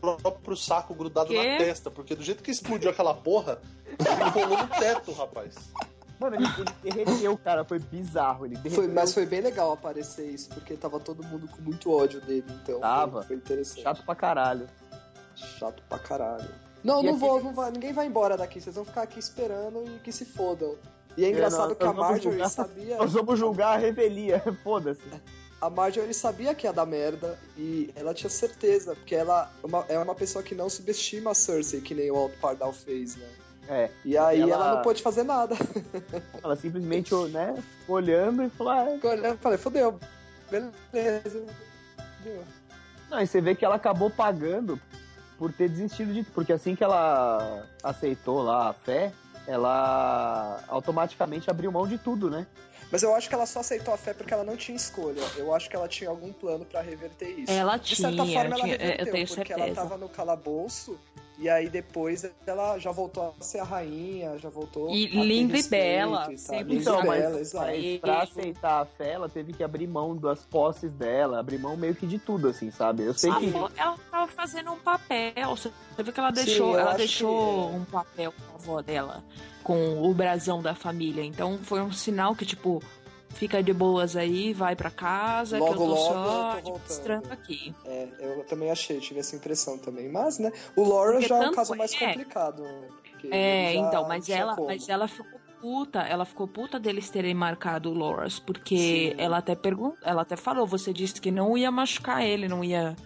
S1: próprio saco grudado
S3: Quê?
S1: na testa, porque do jeito que explodiu aquela porra, ele rolou no teto, rapaz.
S4: Mano, ele, ele derreteu, cara. Foi bizarro. Ele é um derreteu.
S5: Foi, mas foi bem legal aparecer isso, porque tava todo mundo com muito ódio dele, então
S4: Tava.
S5: foi, foi interessante. Chato,
S4: Chato pra caralho.
S5: pra caralho. Não,
S4: E
S5: não
S4: aquele-
S5: vou, não vai, ninguém vai embora daqui, vocês vão ficar aqui esperando e que se fodam. E é
S4: Eu
S5: engraçado
S4: não-
S5: que a
S4: nós vamos
S5: Marjorie
S4: julgar.
S5: sabia.
S4: Nós vamos julgar a revelia. Foda-se.
S5: A Marjorie sabia que ia dar merda e ela tinha certeza, porque ela é uma- é uma pessoa que não subestima a Cersei, que nem o Alto Pardal fez, né?
S4: É.
S5: E aí ela,
S4: Ela-
S5: não pôde fazer nada.
S4: Ela simplesmente, né, ficou olhando e falou. Ah, é.
S5: Ficou olhando, falei, fodeu. Beleza. Fodeu.
S4: Não, e você vê que ela acabou pagando por ter desistido de. Porque assim que ela aceitou lá a fé, ela automaticamente abriu mão de tudo, né?
S5: Mas eu acho que ela só aceitou a fé porque ela não tinha escolha. Eu acho que ela tinha algum plano pra reverter isso.
S3: Ela
S5: De
S3: tinha,
S5: certa forma, ela
S3: tinha, É,
S5: reverteu,
S3: eu tenho
S5: porque
S3: certeza.
S5: ela tava no calabouço E aí depois ela já voltou a ser a rainha, já voltou.
S3: E
S5: a ter
S3: linda e
S5: respeito
S3: bela,
S5: tal.
S3: sempre
S5: linda
S4: Então,
S5: e
S4: mas,
S5: bela, exato.
S4: mas pra aceitar a fé, ela teve que abrir mão das posses dela, abrir mão meio que de tudo, assim, sabe? Eu sei
S3: Ela,
S4: que.
S3: falou- ela tava fazendo um papel. Você viu que ela
S5: Sim,
S3: deixou,
S5: eu
S3: ela
S5: acho
S3: deixou
S5: que-
S3: um papel com a avó dela, com o brasão da família. Então foi um sinal que, tipo, fica de boas aí, vai pra casa, que
S5: Logo,
S3: eu tô
S5: logo, eu
S3: só
S5: tô voltando.
S3: estranho aqui.
S5: É, eu também achei, tive essa impressão também. Mas, né, o Laura
S3: Porque
S5: já é um
S3: tanto
S5: caso mais
S3: é-
S5: complicado. né, porque
S3: É,
S5: ele já
S3: então, mas
S5: não tinha
S3: ela,
S5: como.
S3: mas ela ficou puta, ela ficou puta deles terem marcado o Loras, porque
S5: Sim.
S3: ela até perguntou, ela até falou, você disse que não ia machucar ele, não ia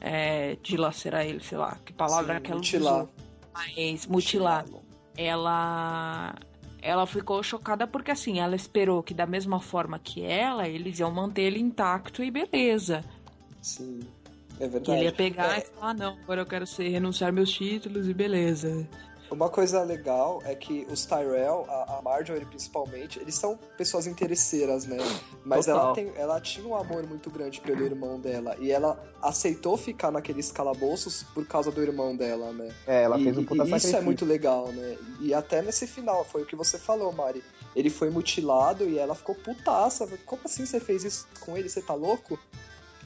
S3: é, dilacerar ele, sei lá, que palavra
S5: Sim,
S3: é aquela
S5: mutilar.
S3: Mas mutilar. Ela ela ficou chocada porque assim, ela esperou que da mesma forma que ela, eles iam manter ele intacto e beleza.
S5: Sim, é
S3: Que ele ia
S5: verdade.
S3: pegar e falar, "Ah, não, agora eu quero ser renunciar meus títulos e beleza.
S5: Uma coisa legal é que os Tyrell, a, a Marjorie principalmente, eles são pessoas interesseiras, né? Mas
S4: Total.
S5: ela, tem- ela tinha um amor muito grande pelo irmão dela. E ela aceitou ficar naqueles calabouços por causa do irmão dela, né?
S4: É, ela
S5: E-
S4: fez um
S5: e-
S4: puta
S5: e Isso
S4: sacrifício.
S5: é muito legal, né? E até nesse final, foi o que você falou, Mari. Ele foi mutilado e ela ficou putaça. Como assim você fez isso com ele? Você tá louco?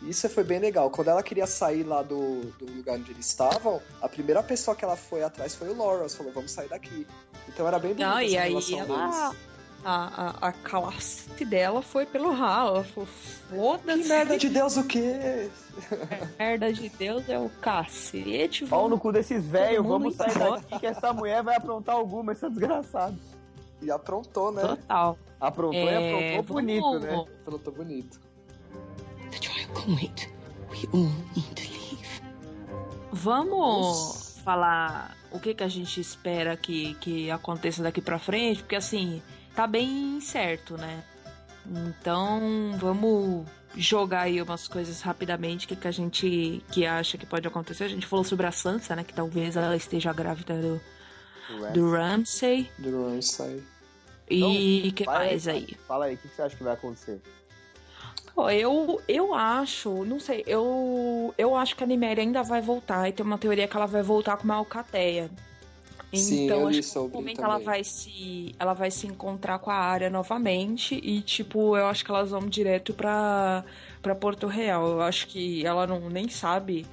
S5: Isso foi bem legal. Quando ela queria sair lá do, do lugar onde eles estavam, a primeira pessoa que ela foi atrás foi o Lawrence. Falou, vamos sair daqui. Então era bem bonito
S3: Não, e
S5: essa
S3: aí
S5: relação
S3: ela,
S5: deles.
S3: a, a, a classe dela foi pelo ralo. Ela falou, foda-se,
S5: Que merda de Deus o quê?
S3: merda de Deus é o cacete.
S4: Pau
S3: vamos-
S4: no cu desses velhos,
S3: mundo
S4: vamos sair
S3: embora.
S4: daqui que essa mulher vai aprontar alguma, essa desgraçada.
S5: E aprontou, né?
S3: Total.
S4: Aprontou
S3: É,
S4: e aprontou bonito,
S3: vamos-
S4: né?
S5: Aprontou bonito.
S7: The child can wait. We all need to leave.
S3: Vamos falar o que, que a gente espera que, que aconteça daqui pra frente, porque assim, tá bem incerto, né? Então, vamos jogar aí umas coisas rapidamente, o que, que a gente que acha que pode acontecer. A gente falou sobre a Sansa, né? Que talvez ela esteja grávida do,
S4: né?
S3: do Ramsay.
S5: Do Lawrence aí.
S3: E que
S4: Vai
S3: mais aí?
S4: Fala aí, o que você acha que vai acontecer?
S3: Pô, eu, eu acho, não sei, eu, eu acho que a Niméria ainda vai voltar. E tem uma teoria que ela vai voltar com uma alcateia.
S5: Sim,
S3: então,
S5: eu li
S3: acho que em
S5: sobre
S3: algum momento
S5: também.
S3: ela vai se ela vai se encontrar com a área novamente e tipo, eu acho que elas vão direto pra, pra Porto Real. Eu acho que ela não nem sabe,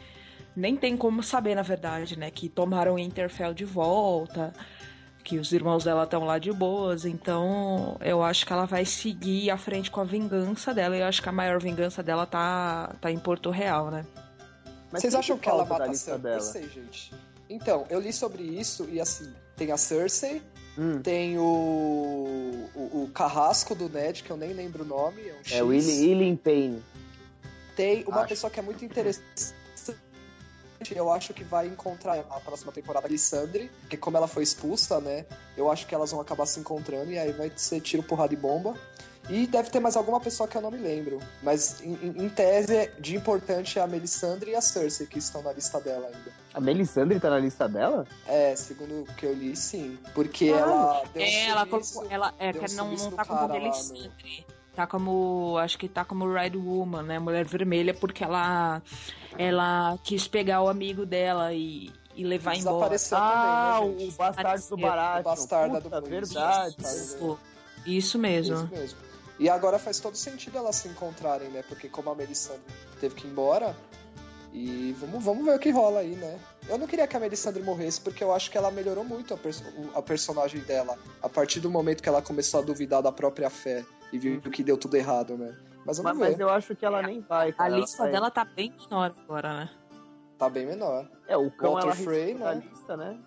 S3: nem tem como saber na verdade, né, que tomaram Interfell de volta, que os irmãos dela estão lá de boas. Então, eu acho que ela vai seguir à frente com a vingança dela. E eu acho que a maior vingança dela tá tá em Porto Real, né?
S4: Mas
S5: Vocês
S4: quem
S5: acham
S4: que
S5: que ela
S4: falta da
S5: mata a
S4: lista
S5: Cersei?
S4: dela?
S5: Eu sei, gente. Então, eu li sobre isso e assim, tem a Cersei,
S4: Hum,
S5: tem o, o, o carrasco do Ned, que eu nem lembro o nome, é um X.
S4: é o Willy, Willy Payne.
S5: Tem uma
S4: Acho.
S5: pessoa que é muito interessante, eu acho que vai encontrar na próxima temporada a Lissandre, porque como ela foi expulsa, né, eu acho que elas vão acabar se encontrando e aí vai ser tiro, porrada e bomba. E deve ter mais alguma pessoa que eu não me lembro. Mas em, em- em tese, de importante é a Melisandre e a Cersei, que estão na lista dela ainda.
S4: A Melisandre tá na lista dela?
S5: É, segundo o que eu li, sim. Porque
S4: Ah,
S5: ela. deu um
S3: É, ela
S5: serviço-
S3: colocou. Ela é,
S5: deu
S3: que
S5: um
S3: não,
S5: serviço
S3: não
S5: no
S3: tá como
S5: cara lá,
S3: Melisandre. Tá como. Acho que tá como Red Woman, né? Mulher Vermelha, porque ela. Ela quis pegar o amigo dela e, e levar embora.
S5: Desapareceu
S4: Ah,
S5: também, né,
S4: o
S5: gente?
S4: bastardo do
S3: O
S4: Baratheon.
S5: bastarda
S4: Puta,
S5: do Willis.
S4: verdade.
S3: Isso,
S5: né?
S3: isso mesmo.
S5: Isso mesmo. E agora faz todo sentido elas se encontrarem, né? Porque como a Melisandre teve que ir embora. E vamos, vamos ver o que rola aí, né? Eu não queria que a Melisandre morresse, porque eu acho que ela melhorou muito a, perso- o- a personagem dela. A partir do momento que ela começou a duvidar da própria fé e viu que deu tudo errado, né?
S4: Mas,
S5: Mas vamos
S4: mas
S5: ver.
S4: eu acho que ela nem vai,
S3: A
S4: cara. Ela
S3: lista
S4: vai-
S3: dela tá bem menor agora, né?
S5: Tá bem menor.
S4: É, o cão
S5: Walter
S4: ela
S5: Frey,
S4: riscou da
S5: né?
S4: lista, né?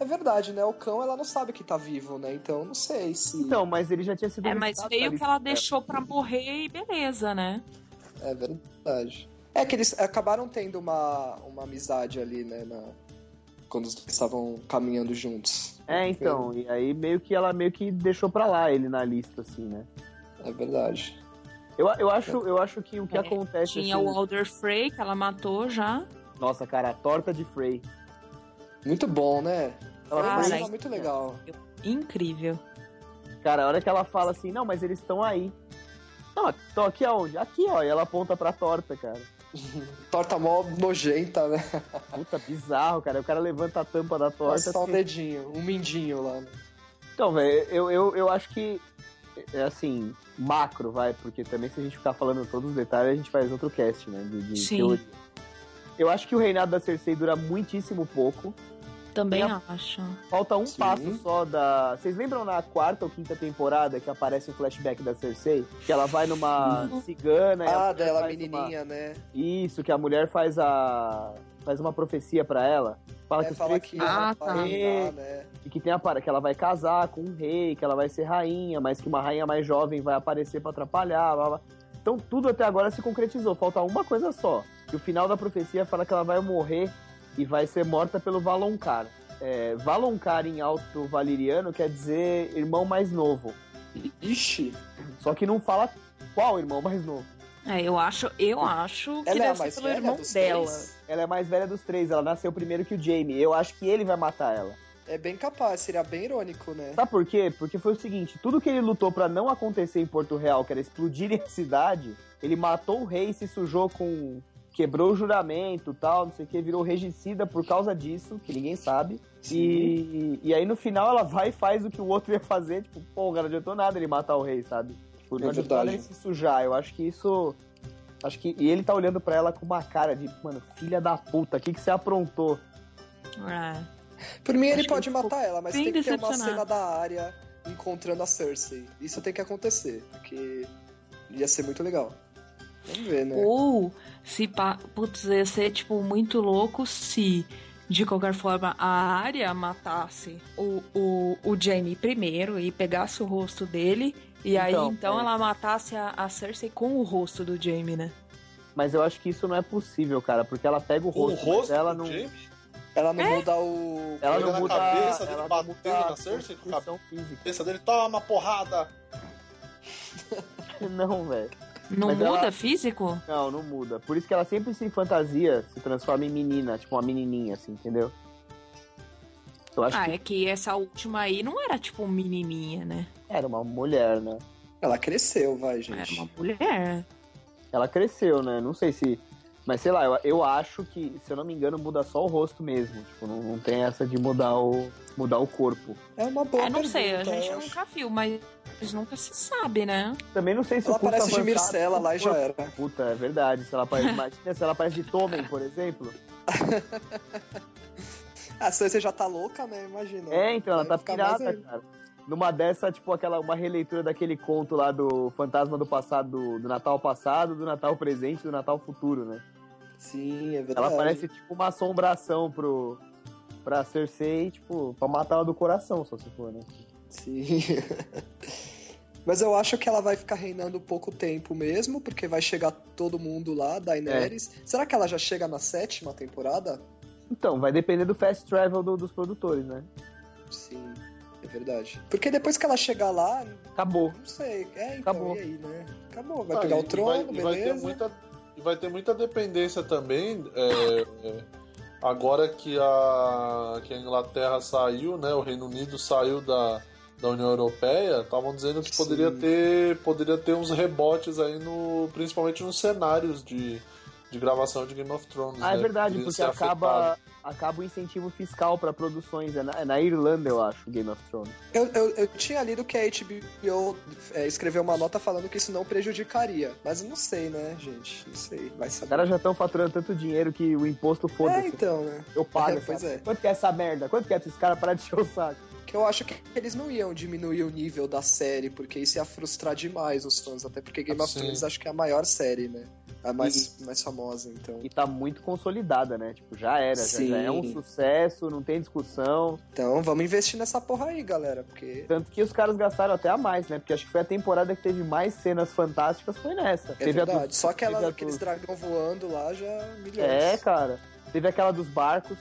S5: É verdade, né? O cão ela não sabe que tá vivo, né? Então não sei se.
S4: Então, mas ele já tinha sido
S3: É, mas
S4: listado da
S3: meio que
S4: lista
S3: ela
S4: dela.
S3: deixou pra morrer e beleza, né?
S5: É verdade. É que eles acabaram tendo uma, uma amizade ali, né? na- Quando os dois estavam caminhando juntos.
S4: É, então, e aí meio que ela meio que deixou pra lá ele na lista, assim, né?
S5: É verdade.
S4: Eu, eu, acho, eu acho que o que
S3: É,
S4: acontece.
S3: Tinha
S4: assim,
S3: o Alder Frey, que ela matou já.
S4: Nossa, cara, a torta de Frey.
S5: Muito bom, né?
S4: Ela
S3: Ah,
S4: fez-
S5: Isso
S3: né?
S5: é muito legal.
S3: Incrível.
S4: Cara, a hora que ela fala assim, não, mas eles estão aí. Não, então aqui aonde? Aqui, ó. E ela aponta pra torta, cara.
S5: Torta mó nojenta, né?
S4: Puta, bizarro, cara. O cara levanta a tampa da torta.
S5: Passa só um
S4: assim.
S5: dedinho, um mindinho lá. Né?
S4: Então, velho, eu, eu, eu acho que. É assim, macro, vai, porque também se a gente ficar falando todos os detalhes, a gente faz outro cast, né? De, de
S3: Sim.
S4: teoria. Eu acho que o reinado da Cersei dura muitíssimo pouco.
S3: Também
S4: Ela-
S3: acho.
S4: Falta um
S5: Sim.
S4: passo só da. Vocês lembram na quarta ou quinta temporada que aparece o flashback da Cersei? Que ela vai numa cigana. e a
S5: Ah,
S4: mulher
S5: dela
S4: É, faz uma-
S5: menininha, né?
S4: Isso, que a mulher faz a. faz uma profecia pra ela. Fala
S5: É,
S4: que os
S5: fala
S4: três
S5: que
S4: filhos-
S5: ela
S3: Ah, tá.
S5: vai lá, né?
S4: e que tem a para que ela vai casar com um rei, que ela vai ser rainha, mas que uma rainha mais jovem vai aparecer pra atrapalhar, blá, blá. Então tudo até agora se concretizou, falta uma coisa só. Que o final da profecia fala que ela vai morrer e vai ser morta pelo Valonqar. É, Valonqar em alto valiriano quer dizer irmão mais novo.
S5: Ixi,
S4: Só que não fala qual irmão mais novo.
S3: É, eu acho, eu acho que
S5: ela é a
S3: deve
S5: mais
S3: ser pelo
S5: velha
S3: irmão
S5: dos
S3: dela.
S5: três?
S4: Ela é mais velha dos três, ela nasceu primeiro que o Jamie. Eu acho que ele vai matar ela.
S5: É bem capaz, seria bem irônico, né?
S4: Sabe por quê? Porque foi o seguinte: tudo que ele lutou pra não acontecer em Porto Real, que era explodir a cidade, ele matou o rei, se sujou com. quebrou o juramento tal, não sei o que, virou regicida por causa disso, que ninguém sabe. E, e aí no final ela vai e faz o que o outro ia fazer, tipo, pô, cara, não adiantou nada ele matar o rei, sabe? Tipo, não
S5: É
S4: adiantou nada ele
S5: verdade.
S4: se sujar. Eu acho que isso. Acho que. E ele tá olhando pra ela com uma cara de, mano, filha da puta, o que, que você aprontou?
S3: É.
S5: Por mim, ele
S3: Acho que
S5: pode
S3: ele ficou
S5: matar ela, mas
S3: bem
S5: tem que ter uma
S3: decepcionado.
S5: cena da área encontrando a Cersei. Isso tem que acontecer, porque ia ser muito legal. Vamos ver, né?
S3: Ou se pa- putz, ia ser tipo muito louco se de qualquer forma a área matasse o, o, o Jamie primeiro e pegasse o rosto dele. E aí
S4: Então,
S3: então
S4: é.
S3: ela matasse a, a Cersei com o rosto do Jamie, né?
S4: Mas eu acho que isso não é possível, cara, porque ela pega o
S1: Com
S4: rosto,
S1: o rosto
S4: mas ela
S1: do
S4: não.
S1: Jamie?
S5: Ela não
S3: É.
S5: muda o.
S4: Ela
S1: Pega
S4: não
S1: na
S4: muda
S1: cabeça dele
S4: ela não
S1: batendo
S4: muda a
S1: na Cersei com o
S4: constituição física.
S1: Pensa dele, toma porrada!
S4: Não, velho.
S3: Não
S4: Mas
S3: muda
S4: ela-
S3: físico?
S4: Não, não muda. Por isso que ela sempre se fantasia, se transforma em menina, tipo uma menininha, assim, entendeu? Eu acho
S3: Ah,
S4: que
S3: é que essa última aí não era tipo menininha, né?
S4: era uma mulher, né?
S5: Ela cresceu, vai,
S3: Era
S5: gente.
S3: uma mulher.
S4: Ela cresceu, né? Não sei se. Mas sei lá, eu, eu acho que, se eu não me engano, muda só o rosto mesmo. Tipo, não, não tem essa de mudar o, mudar o corpo.
S5: É uma boa
S3: É, não sei, a
S5: pergunta,
S3: gente
S5: eu acho.
S3: nunca viu, mas nunca se sabe, né?
S4: Também não sei se
S5: Ela
S4: o culto
S5: parece de
S4: avançado-
S5: Mircela lá e já era.
S4: Puta, é verdade. Se ela parece, imagina se ela parece de Tommen, por exemplo.
S5: A Cersei já tá louca, né? Imagina.
S4: É, então, ela tá
S5: Vai ficar mais
S4: pirata,
S5: ainda.
S4: cara. Numa dessa, tipo, aquela, uma releitura daquele conto lá do Fantasma do Passado, do, do Natal passado, do Natal presente, do Natal futuro, né?
S5: Sim, é verdade.
S4: Ela parece, tipo, uma assombração pro, pra Cersei, tipo, pra matar ela do coração, só se for, né?
S5: Sim. Mas eu acho que ela vai ficar reinando pouco tempo mesmo, porque vai chegar todo mundo lá, Daenerys.
S1: É.
S5: Será que ela já chega na sétima temporada?
S4: Então, vai depender do fast travel do- dos produtores, né?
S5: Sim, é verdade. Porque depois que ela chegar lá,
S4: Acabou.
S5: não sei. É, então,
S4: Acabou.
S5: e aí, né? Acabou, vai
S1: Ah,
S5: pegar
S1: e-
S5: o trono,
S1: e vai, e vai ter
S5: beleza?
S1: muita, e vai ter muita dependência também. é, é, agora que a, que a Inglaterra saiu, né? O Reino Unido saiu da, da União Europeia, estavam dizendo que poderia
S5: Sim.
S1: ter, poderia ter uns rebotes aí no. Principalmente nos cenários de, de gravação de Game of Thrones.
S4: Ah, é
S1: né,
S4: verdade,
S1: poderia
S4: porque
S1: ser
S4: acaba,
S1: afetado.
S4: acaba o incentivo fiscal pra produções. É na, é na Irlanda, eu acho, Game of Thrones.
S5: Eu, eu, eu tinha lido que a HBO é, escreveu uma nota falando que isso não prejudicaria. Mas eu não sei, né, gente? Não sei, vai
S4: Os
S5: saber.
S4: caras já estão faturando tanto dinheiro que o imposto
S5: É,
S4: foda-se.
S5: então, né?
S4: Eu pago.
S5: Pois
S4: sabe?
S5: é.
S4: Quanto que é essa merda? Quanto que é pra esses caras parar de encher o saco?
S5: Que eu acho que eles não iam diminuir o nível da série, porque isso ia frustrar demais os fãs, até porque Game of
S1: Sim.
S5: Thrones acho que é a maior série, né? A mais, mais famosa, então.
S4: E tá muito consolidada, né? Tipo, já era, já,
S5: Sim.
S4: já é um sucesso, não tem discussão.
S5: Então vamos investir nessa porra aí, galera, porque.
S4: Tanto que os caras gastaram até a mais, né? Porque acho que foi a temporada que teve mais cenas fantásticas, foi nessa.
S5: É
S4: teve A
S5: verdade.
S4: dos-
S5: Só que ela-
S4: teve a dos-
S5: aqueles dragão voando lá já milhões.
S4: É, cara. Teve aquela dos barcos,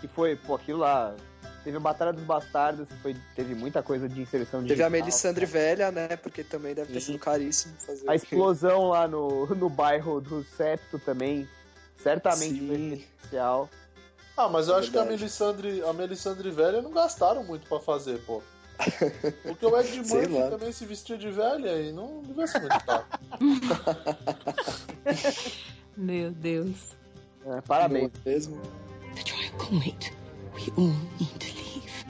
S4: que foi, pô, aquilo lá. Teve a Batalha dos Bastardos, que foi, teve muita coisa de inserção de.
S5: Teve a Melisandre velha, né? Porque também deve ter sido caríssimo fazer.
S4: A
S5: o quê?
S4: explosão lá no, no bairro do Septo também. Certamente
S5: Sim.
S4: foi especial.
S1: Ah, mas eu acho que a
S4: É
S5: Verdade.
S1: Melisandre, a Melisandre velha não gastaram muito pra fazer, pô. Porque o Ed
S5: Sei
S1: Murphy
S5: lá.
S1: também se vestia de velha e não devia ser muito caro.
S3: Meu Deus.
S4: É, parabéns.
S5: Mesmo.
S7: The Trichomite. We all need to leave.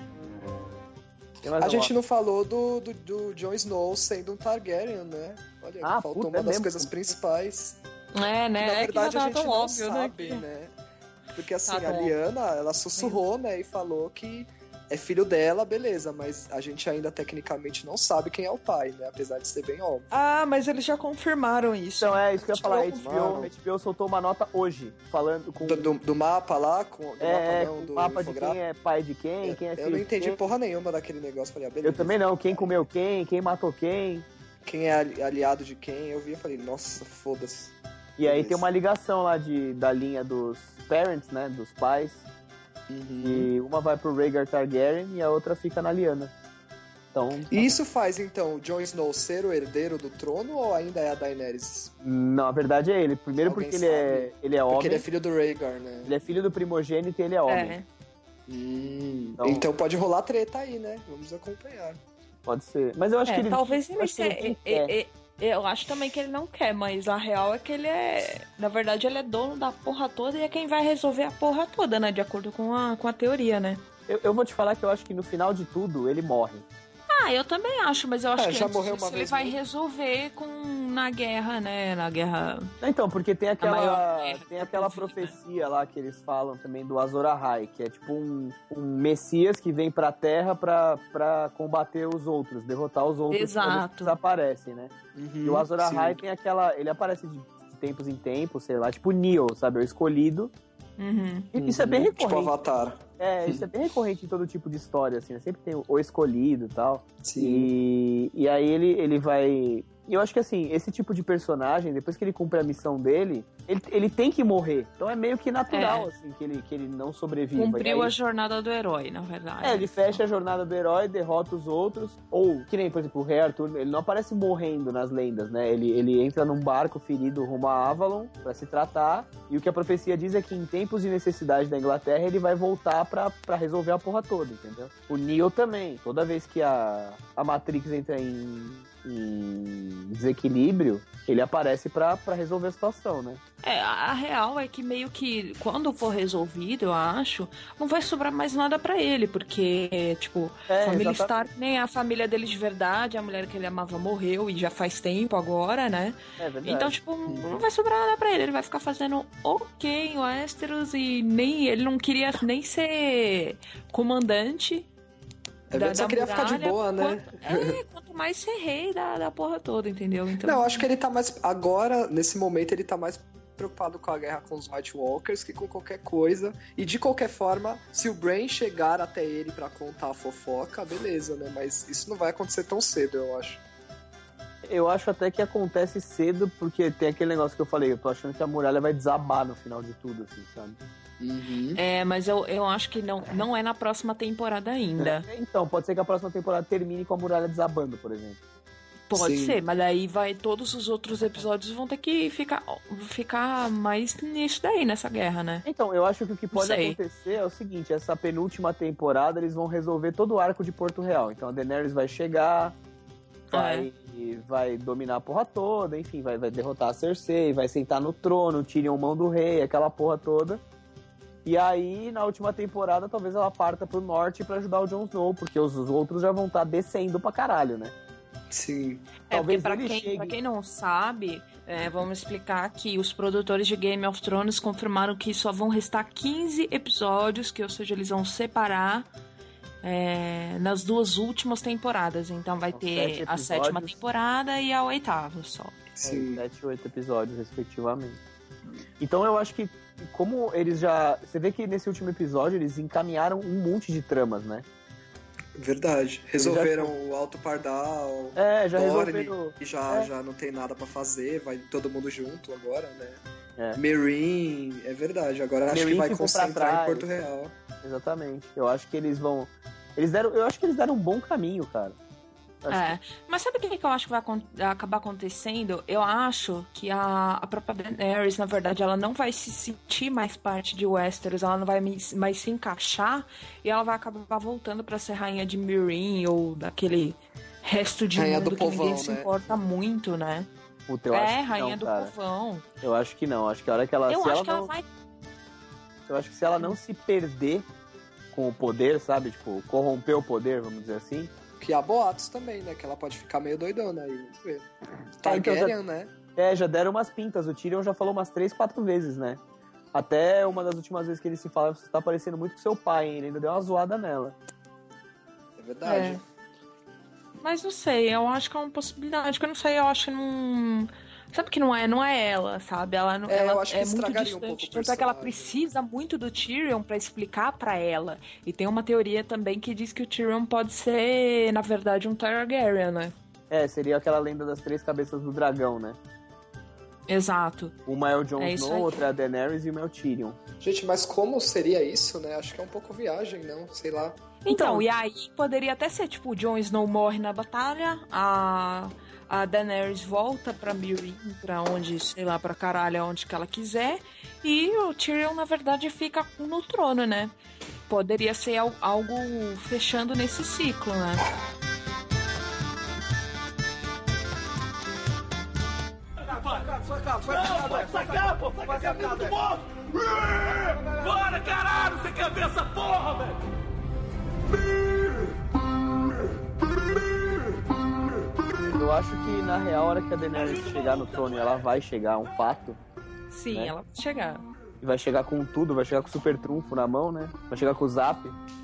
S4: Tem mais
S5: A
S4: alguma?
S5: gente não falou do, do, do Jon Snow sendo um Targaryen, né? Olha,
S4: Ah,
S5: faltou
S4: puta,
S5: uma
S4: é
S5: das
S4: mesmo.
S5: coisas principais.
S3: É, né?
S5: Na
S3: é que já
S5: verdade, a
S3: tava
S5: gente
S3: tão
S5: não
S3: óbvio, né?
S5: sabe, né? Porque assim,
S3: Tá
S5: a
S3: bom.
S5: Liana, ela sussurrou, né? E falou que é filho dela, beleza, mas a gente ainda tecnicamente não sabe quem é o pai, né? Apesar de ser bem óbvio.
S3: Ah, mas eles já confirmaram isso.
S4: Então é isso que eu ia falar. A
S5: Mano.
S4: HBO, a HBO soltou uma nota hoje, falando com.
S5: Do, do- do mapa lá, com, do
S4: é, é,
S5: mapa
S4: com
S5: não,
S4: o
S5: do
S4: mapa de
S5: infográfico.
S4: quem é pai de quem, quem é filho
S5: Eu não
S4: de
S5: entendi
S4: quem.
S5: porra nenhuma daquele negócio. Falei, ah, beleza.
S4: Eu também não. Quem comeu quem, quem matou quem.
S5: Quem é ali- aliado de quem? Eu vi e falei, nossa, foda-se.
S4: E aí
S5: Beleza.
S4: tem uma ligação lá de, da linha dos parents, né? Dos pais. E
S5: Uhum.
S4: uma vai pro Rhaegar Targaryen e a outra fica na Liana. Então,
S5: E isso faz, então, o Jon Snow ser o herdeiro do trono ou ainda é a Daenerys?
S4: não, a verdade é ele. Primeiro
S5: Alguém
S4: porque ele é, ele é homem, é
S5: Porque ele é filho do Rhaegar, né?
S4: filho do primogênito e ele é
S5: então.
S4: homem.
S3: É.
S5: Hum,
S4: Então-
S5: então... pode rolar treta aí, né? Vamos acompanhar.
S4: Pode ser. Mas eu acho
S3: É,
S4: que ele.
S3: talvez ele
S4: acho que
S3: seja.
S4: ele não
S3: e- e- e- Eu acho também que ele não quer, mas a real é que ele é. Na verdade, ele é dono da porra toda e é quem vai resolver a porra toda, né? De acordo com a, com a teoria, né?
S4: Eu, eu vou te falar que eu acho que no final de tudo ele morre.
S3: Ah, eu também acho, mas eu acho
S5: É,
S3: que
S5: já
S3: antes
S5: morreu
S3: disso
S5: uma
S3: ele
S5: vez
S3: vai
S5: mesmo.
S3: resolver com na guerra, né? Na guerra.
S4: Então, porque tem aquela,
S3: maior merda
S4: tem
S3: da
S4: aquela
S3: vida, né?
S4: profecia lá que eles falam também do Azor Ahai, que é tipo um, um messias que vem pra Terra pra, pra combater os outros, derrotar os outros quando eles
S3: Exato.
S4: desaparecem, né? E o Azor Ahai tem aquela... Ele aparece de, de tempos em tempos, sei lá, tipo Neo, sabe? O escolhido.
S3: Uhum.
S4: E Isso é bem
S5: Tipo
S4: recorrente.
S5: Avatar.
S4: é, isso é bem recorrente em todo tipo de história, assim, né? Sempre tem o- o escolhido e tal.
S5: Sim.
S4: E, e aí ele, ele vai. E eu acho que assim, esse tipo de personagem, depois que ele cumpre a missão dele, ele, ele tem que morrer. Então é meio que natural,
S3: É.
S4: assim, que ele, que ele não sobreviva.
S3: Cumpriu
S4: E
S3: a
S4: aí-
S3: jornada do herói, na verdade.
S4: É, ele fecha a jornada do herói, derrota os outros. Ou, que nem, por exemplo, o Rei Arthur, ele não aparece morrendo nas lendas, né? Ele, ele entra num barco ferido rumo a Avalon pra se tratar. E o que a profecia diz é que em tempos de necessidade da Inglaterra, ele vai voltar pra, pra resolver a porra toda, entendeu? O Neo também. Toda vez que a, a Matrix entra em, em desequilíbrio, ele aparece pra, pra resolver a situação, né?
S3: É, a a real é que meio que quando for resolvido, eu acho, não vai sobrar mais nada pra ele, porque, tipo,
S4: É,
S3: a família
S4: exatamente.
S3: Stark nem é a família dele de verdade, a mulher que ele amava morreu e já faz tempo agora, né?
S4: É verdade.
S3: Então, tipo, não vai sobrar nada pra ele, ele vai ficar fazendo ok em Westeros e nem ele não queria nem ser comandante.
S5: É verdade, só queria ficar de
S3: muralha,
S5: boa, né?
S3: Quanto, é, quanto mais ser rei da, da porra toda, entendeu? Então,
S5: Não, acho que ele tá mais. Agora, nesse momento, ele tá mais preocupado com a guerra com os White Walkers que com qualquer coisa. E de qualquer forma, se o Brain chegar até ele pra contar a fofoca, beleza, né? Mas isso não vai acontecer tão cedo, eu acho.
S4: Eu acho até que acontece cedo, porque tem aquele negócio que eu falei, eu tô achando que a muralha vai desabar no final de tudo, assim, sabe?
S3: É, mas eu, eu acho que não, não é na próxima temporada ainda.
S4: Então, pode ser que a próxima temporada termine com a muralha desabando, por exemplo.
S3: Pode
S5: Sim.
S3: ser, mas aí vai todos os outros episódios vão ter que ficar, ficar mais nisso daí, nessa guerra, né?
S4: Então, eu acho que o que pode
S3: sei.
S4: acontecer é o seguinte, essa penúltima temporada eles vão resolver todo o arco de Porto Real. Então a Daenerys vai chegar,
S3: É,
S4: vai, vai dominar a porra toda, enfim, vai, vai derrotar a Cersei, vai sentar no trono, tiram mão do rei, aquela porra toda. E aí, na última temporada, talvez ela parta pro norte pra ajudar o Jon Snow, porque os, os outros já vão estar descendo pra caralho, né?
S5: Sim.
S3: É, porque
S4: Talvez
S3: pra
S4: ele
S3: quem,
S4: chegue.
S3: pra quem não sabe, é, vamos explicar que os produtores de Game of Thrones confirmaram que só vão restar 15 episódios, que ou seja, eles vão separar é, nas duas últimas temporadas. Então vai
S4: São
S3: ter
S4: sete
S3: a sétima
S4: episódios.
S3: temporada e a oitava só.
S5: Sim.
S4: É, sete, oito episódios, respectivamente. Então eu acho que, como eles já. Você vê que nesse último episódio eles encaminharam um monte de tramas, né?
S5: Verdade. Resolveram o Alto Pardal.
S4: É, já
S5: Dorne,
S4: resolveram.
S5: que já,
S4: É.
S5: já não tem nada pra fazer, vai todo mundo junto agora, né?
S4: É.
S5: Meereen, é verdade, agora acho que
S4: Meereen
S5: vai
S4: ficou pra né?
S5: concentrar
S4: trás.
S5: em Porto Real.
S4: Exatamente. Eu acho que eles vão. Eles deram. Eu acho que eles deram um bom caminho, cara.
S3: É. Mas sabe o que que eu acho que vai acon- acabar acontecendo? Eu acho que a, a própria Daenerys, na verdade, ela não vai se sentir mais parte de Westeros, ela não vai mais, mais se encaixar e ela vai acabar voltando pra ser rainha de Meereen ou daquele resto de
S5: Rainha
S3: mundo
S5: do
S3: que ninguém
S5: povão,
S3: se
S5: né?
S3: importa muito, né?
S4: Puta, eu acho
S3: é,
S4: que
S3: rainha
S4: não,
S3: do
S4: cara.
S3: povão.
S4: Eu acho que não. Acho que a hora que ela.
S3: eu acho
S4: se ela
S3: que
S4: não,
S3: ela vai.
S4: Eu acho que se ela não se perder com o poder, sabe? Tipo, corromper o poder, vamos dizer assim.
S5: Que há boatos também, né? Que ela pode ficar meio doidona aí. vamos ver.
S4: Tá, então
S5: Targaryen, né?
S4: É, já deram umas pintas. O Tyrion já falou umas três, quatro vezes, né? Até uma das últimas vezes que ele se fala, você tá parecendo muito com seu pai, hein? Ele ainda deu uma zoada nela.
S5: É verdade.
S3: É. Mas não sei, eu acho que é uma possibilidade. Que eu não sei, eu acho que não. Sabe que não é? Não é ela, sabe? Ela não
S5: É,
S3: ela
S5: eu acho que
S3: é muito
S5: estragaria um pouco o
S3: distante. tanto é que ela
S5: personagem.
S3: precisa muito do Tyrion pra explicar pra ela. E tem uma teoria também que diz que o Tyrion pode ser, na verdade, um Targaryen, né?
S4: É, seria aquela lenda das três cabeças do dragão, né?
S3: Exato.
S4: Uma é o Jon
S3: É isso
S4: Snow,
S3: aí.
S4: outra é a Daenerys e uma é o Tyrion.
S5: Gente, mas como seria isso, né? Acho que é um pouco viagem, não? Sei lá.
S3: Então, e aí poderia até ser tipo: o Jon Snow morre na batalha, a, a Daenerys volta pra Meereen, pra onde, sei lá, pra caralho, aonde que ela quiser, e o Tyrion, na verdade, fica no trono, né? Poderia ser al- algo fechando nesse ciclo, né?
S4: Eu acho que, na real, a hora que a Daenerys chegar no trono, e ela vai chegar, é um fato.
S3: Sim,
S4: Né?
S3: ela vai chegar.
S4: E vai chegar com tudo, vai chegar com o super trunfo na mão, né? Vai chegar com o zap,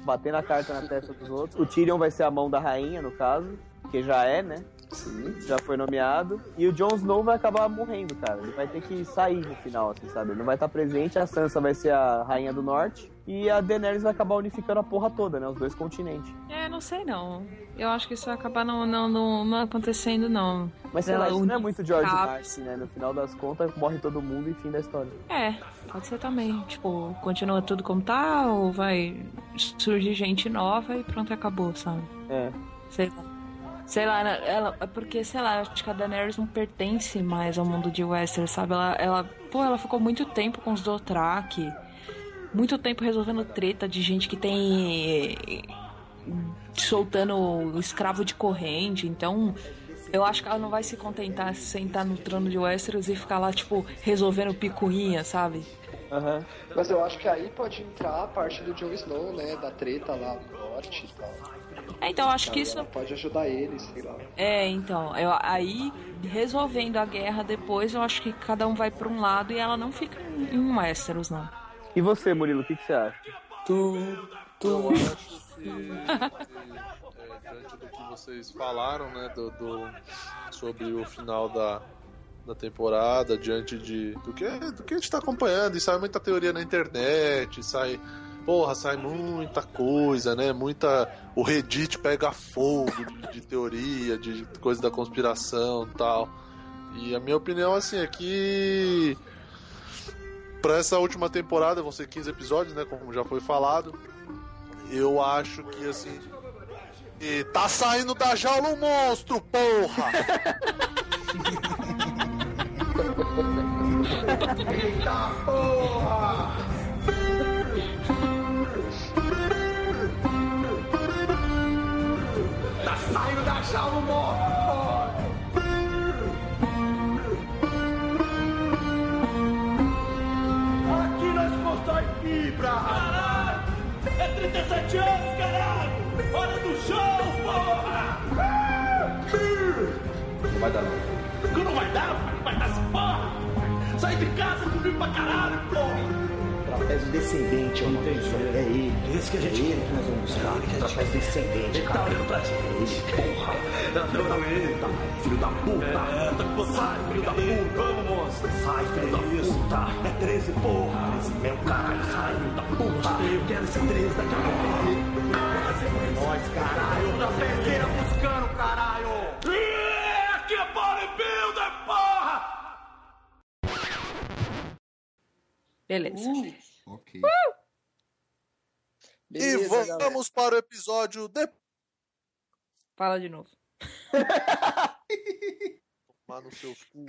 S4: batendo a carta na testa dos outros. O Tyrion vai ser a mão da rainha, no caso, que já é, né?
S5: Sim.
S4: Já foi nomeado. E o Jon Snow vai acabar morrendo, cara. Ele vai ter que sair no final, assim, sabe? Ele não vai estar presente, a Sansa vai ser a rainha do norte. E a Daenerys vai acabar unificando a porra toda, né? Os dois continentes.
S3: É, não sei não. Eu acho que isso vai acabar não, não, não, não acontecendo, não.
S4: Mas sei
S3: Ela
S4: lá, isso não é
S3: une-
S4: muito George
S3: Ah.
S4: Martin, né? No final das contas, morre todo mundo e fim da história.
S3: É, pode ser também. Tipo, continua tudo como tá, ou vai surgir gente nova e pronto, acabou, sabe?
S4: É.
S3: Sei lá. Sei lá, né, ela, é porque, sei lá, acho que a Daenerys não pertence mais ao mundo de Westeros, sabe? Ela, ela, pô, ela ficou muito tempo com os Dothraki, muito tempo resolvendo treta de gente que tem. soltando escravo de corrente, então. Eu acho que ela não vai se contentar se sentar no trono de Westeros e ficar lá, tipo, resolvendo picuinha, sabe?
S4: Aham.
S5: Mas eu acho que aí pode entrar a parte do Jon Snow, né? Da treta lá do norte e tal.
S3: É, então, eu acho que isso
S5: Ela pode ajudar ele, sei lá.
S3: É, então, eu- aí resolvendo a guerra depois, eu acho que cada um vai pra um lado e ela não fica em em Westeros, não.
S4: E você, Murilo, o que, que você acha?
S1: Eu acho que, que, é, diante do que vocês falaram, né, do, do- sobre o final da, da temporada, diante de do que, do que a gente tá acompanhando, e sai muita teoria na internet, sai porra, sai muita coisa, né, muita o Reddit pega fogo de, de teoria, de coisa da conspiração, e tal. E a minha opinião assim é que Pra essa última temporada, vão ser 15 episódios, né? Como já foi falado. Eu acho que assim. E tá saindo da jaula um monstro, porra!
S3: Beleza.
S2: Ok.
S1: e
S5: Beleza, galera.
S1: vamos para o episódio de
S3: Fala de novo.
S1: Tomar no seu cu.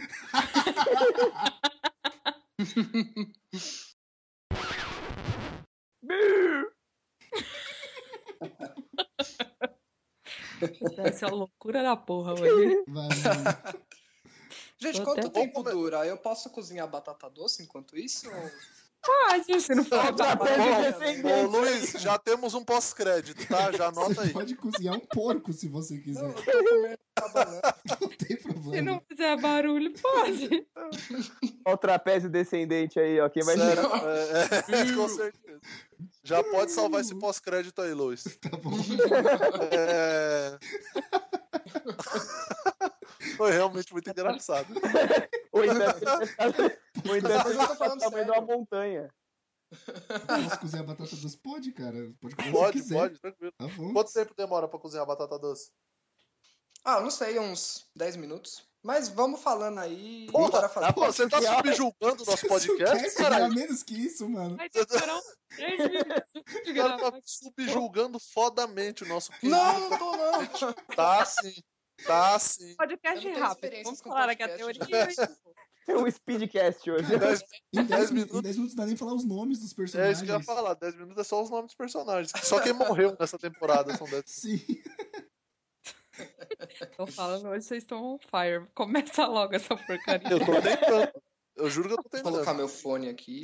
S3: Essa é a loucura da porra hoje.
S2: Vai, vai.
S5: Gente,
S3: Tô
S5: quanto
S3: até-
S5: tempo dura? Eu posso cozinhar batata doce enquanto isso? Ou-
S3: Pode, você não fala
S4: Tá
S3: nada.
S4: tendo
S1: bom. Ô
S4: descendente.
S1: Luiz, já temos um pós-crédito, tá? Já anota
S2: Você
S1: aí.
S2: pode cozinhar um porco se você
S5: Não,
S2: quiser.
S5: eu tô comendo uma banana.
S2: Não tem
S3: Se
S2: problema.
S3: não fizer barulho, pode.
S4: Ó o trapézio descendente aí, ó. Quem vai
S1: Sério,
S4: tirar?
S1: é, é, com certeza. Já pode salvar esse pós-crédito aí, Luiz.
S2: Tá bom.
S1: É... Foi realmente muito engraçado.
S4: Ou então ou então
S5: Mas eu tô
S4: é do
S5: falando
S4: tamanho de
S5: sério.
S4: uma montanha.
S2: Posso cozinhar batata doce? Pode, cara. Pode comer se
S1: Pode,
S2: quiser.
S1: pode, tranquilo.
S2: Tá bom.
S1: Quanto tempo demora pra cozinhar batata doce?
S5: Ah, não sei, uns 10 minutos. Mas vamos falando aí.
S1: Porra,
S5: bora fazer.
S1: Pô, você tá subjulgando o nosso podcast,
S2: Você quer
S1: caralho?
S2: menos que isso, mano.
S3: Vai demorar uns um três minutos de
S1: O cara tá
S3: gravar.
S1: subjulgando fodamente o nosso querido.
S5: Não, não tô não.
S1: Tá sim, tá sim.
S5: Eu
S3: Podcast
S5: não tenho
S3: rápido.
S5: experiência
S3: Vamos
S5: com
S3: falar aqui a
S5: podcast,
S3: teoria.
S4: Tem um speedcast hoje.
S1: Dez,
S2: Em 10
S1: Dez
S2: minutos.
S1: minutos.
S2: Em 10 minutos não dá nem falar os nomes dos
S1: é
S2: personagens.
S1: isso que eu ia falar, 10 minutos é só os nomes dos personagens. Só quem morreu nessa temporada são 10
S2: Sim.
S3: Tô falando hoje, vocês estão on fire. Começa logo essa porcaria.
S1: Eu tô tentando. Eu juro que eu tô
S5: Vou colocar
S1: tentando.
S5: meu fone aqui.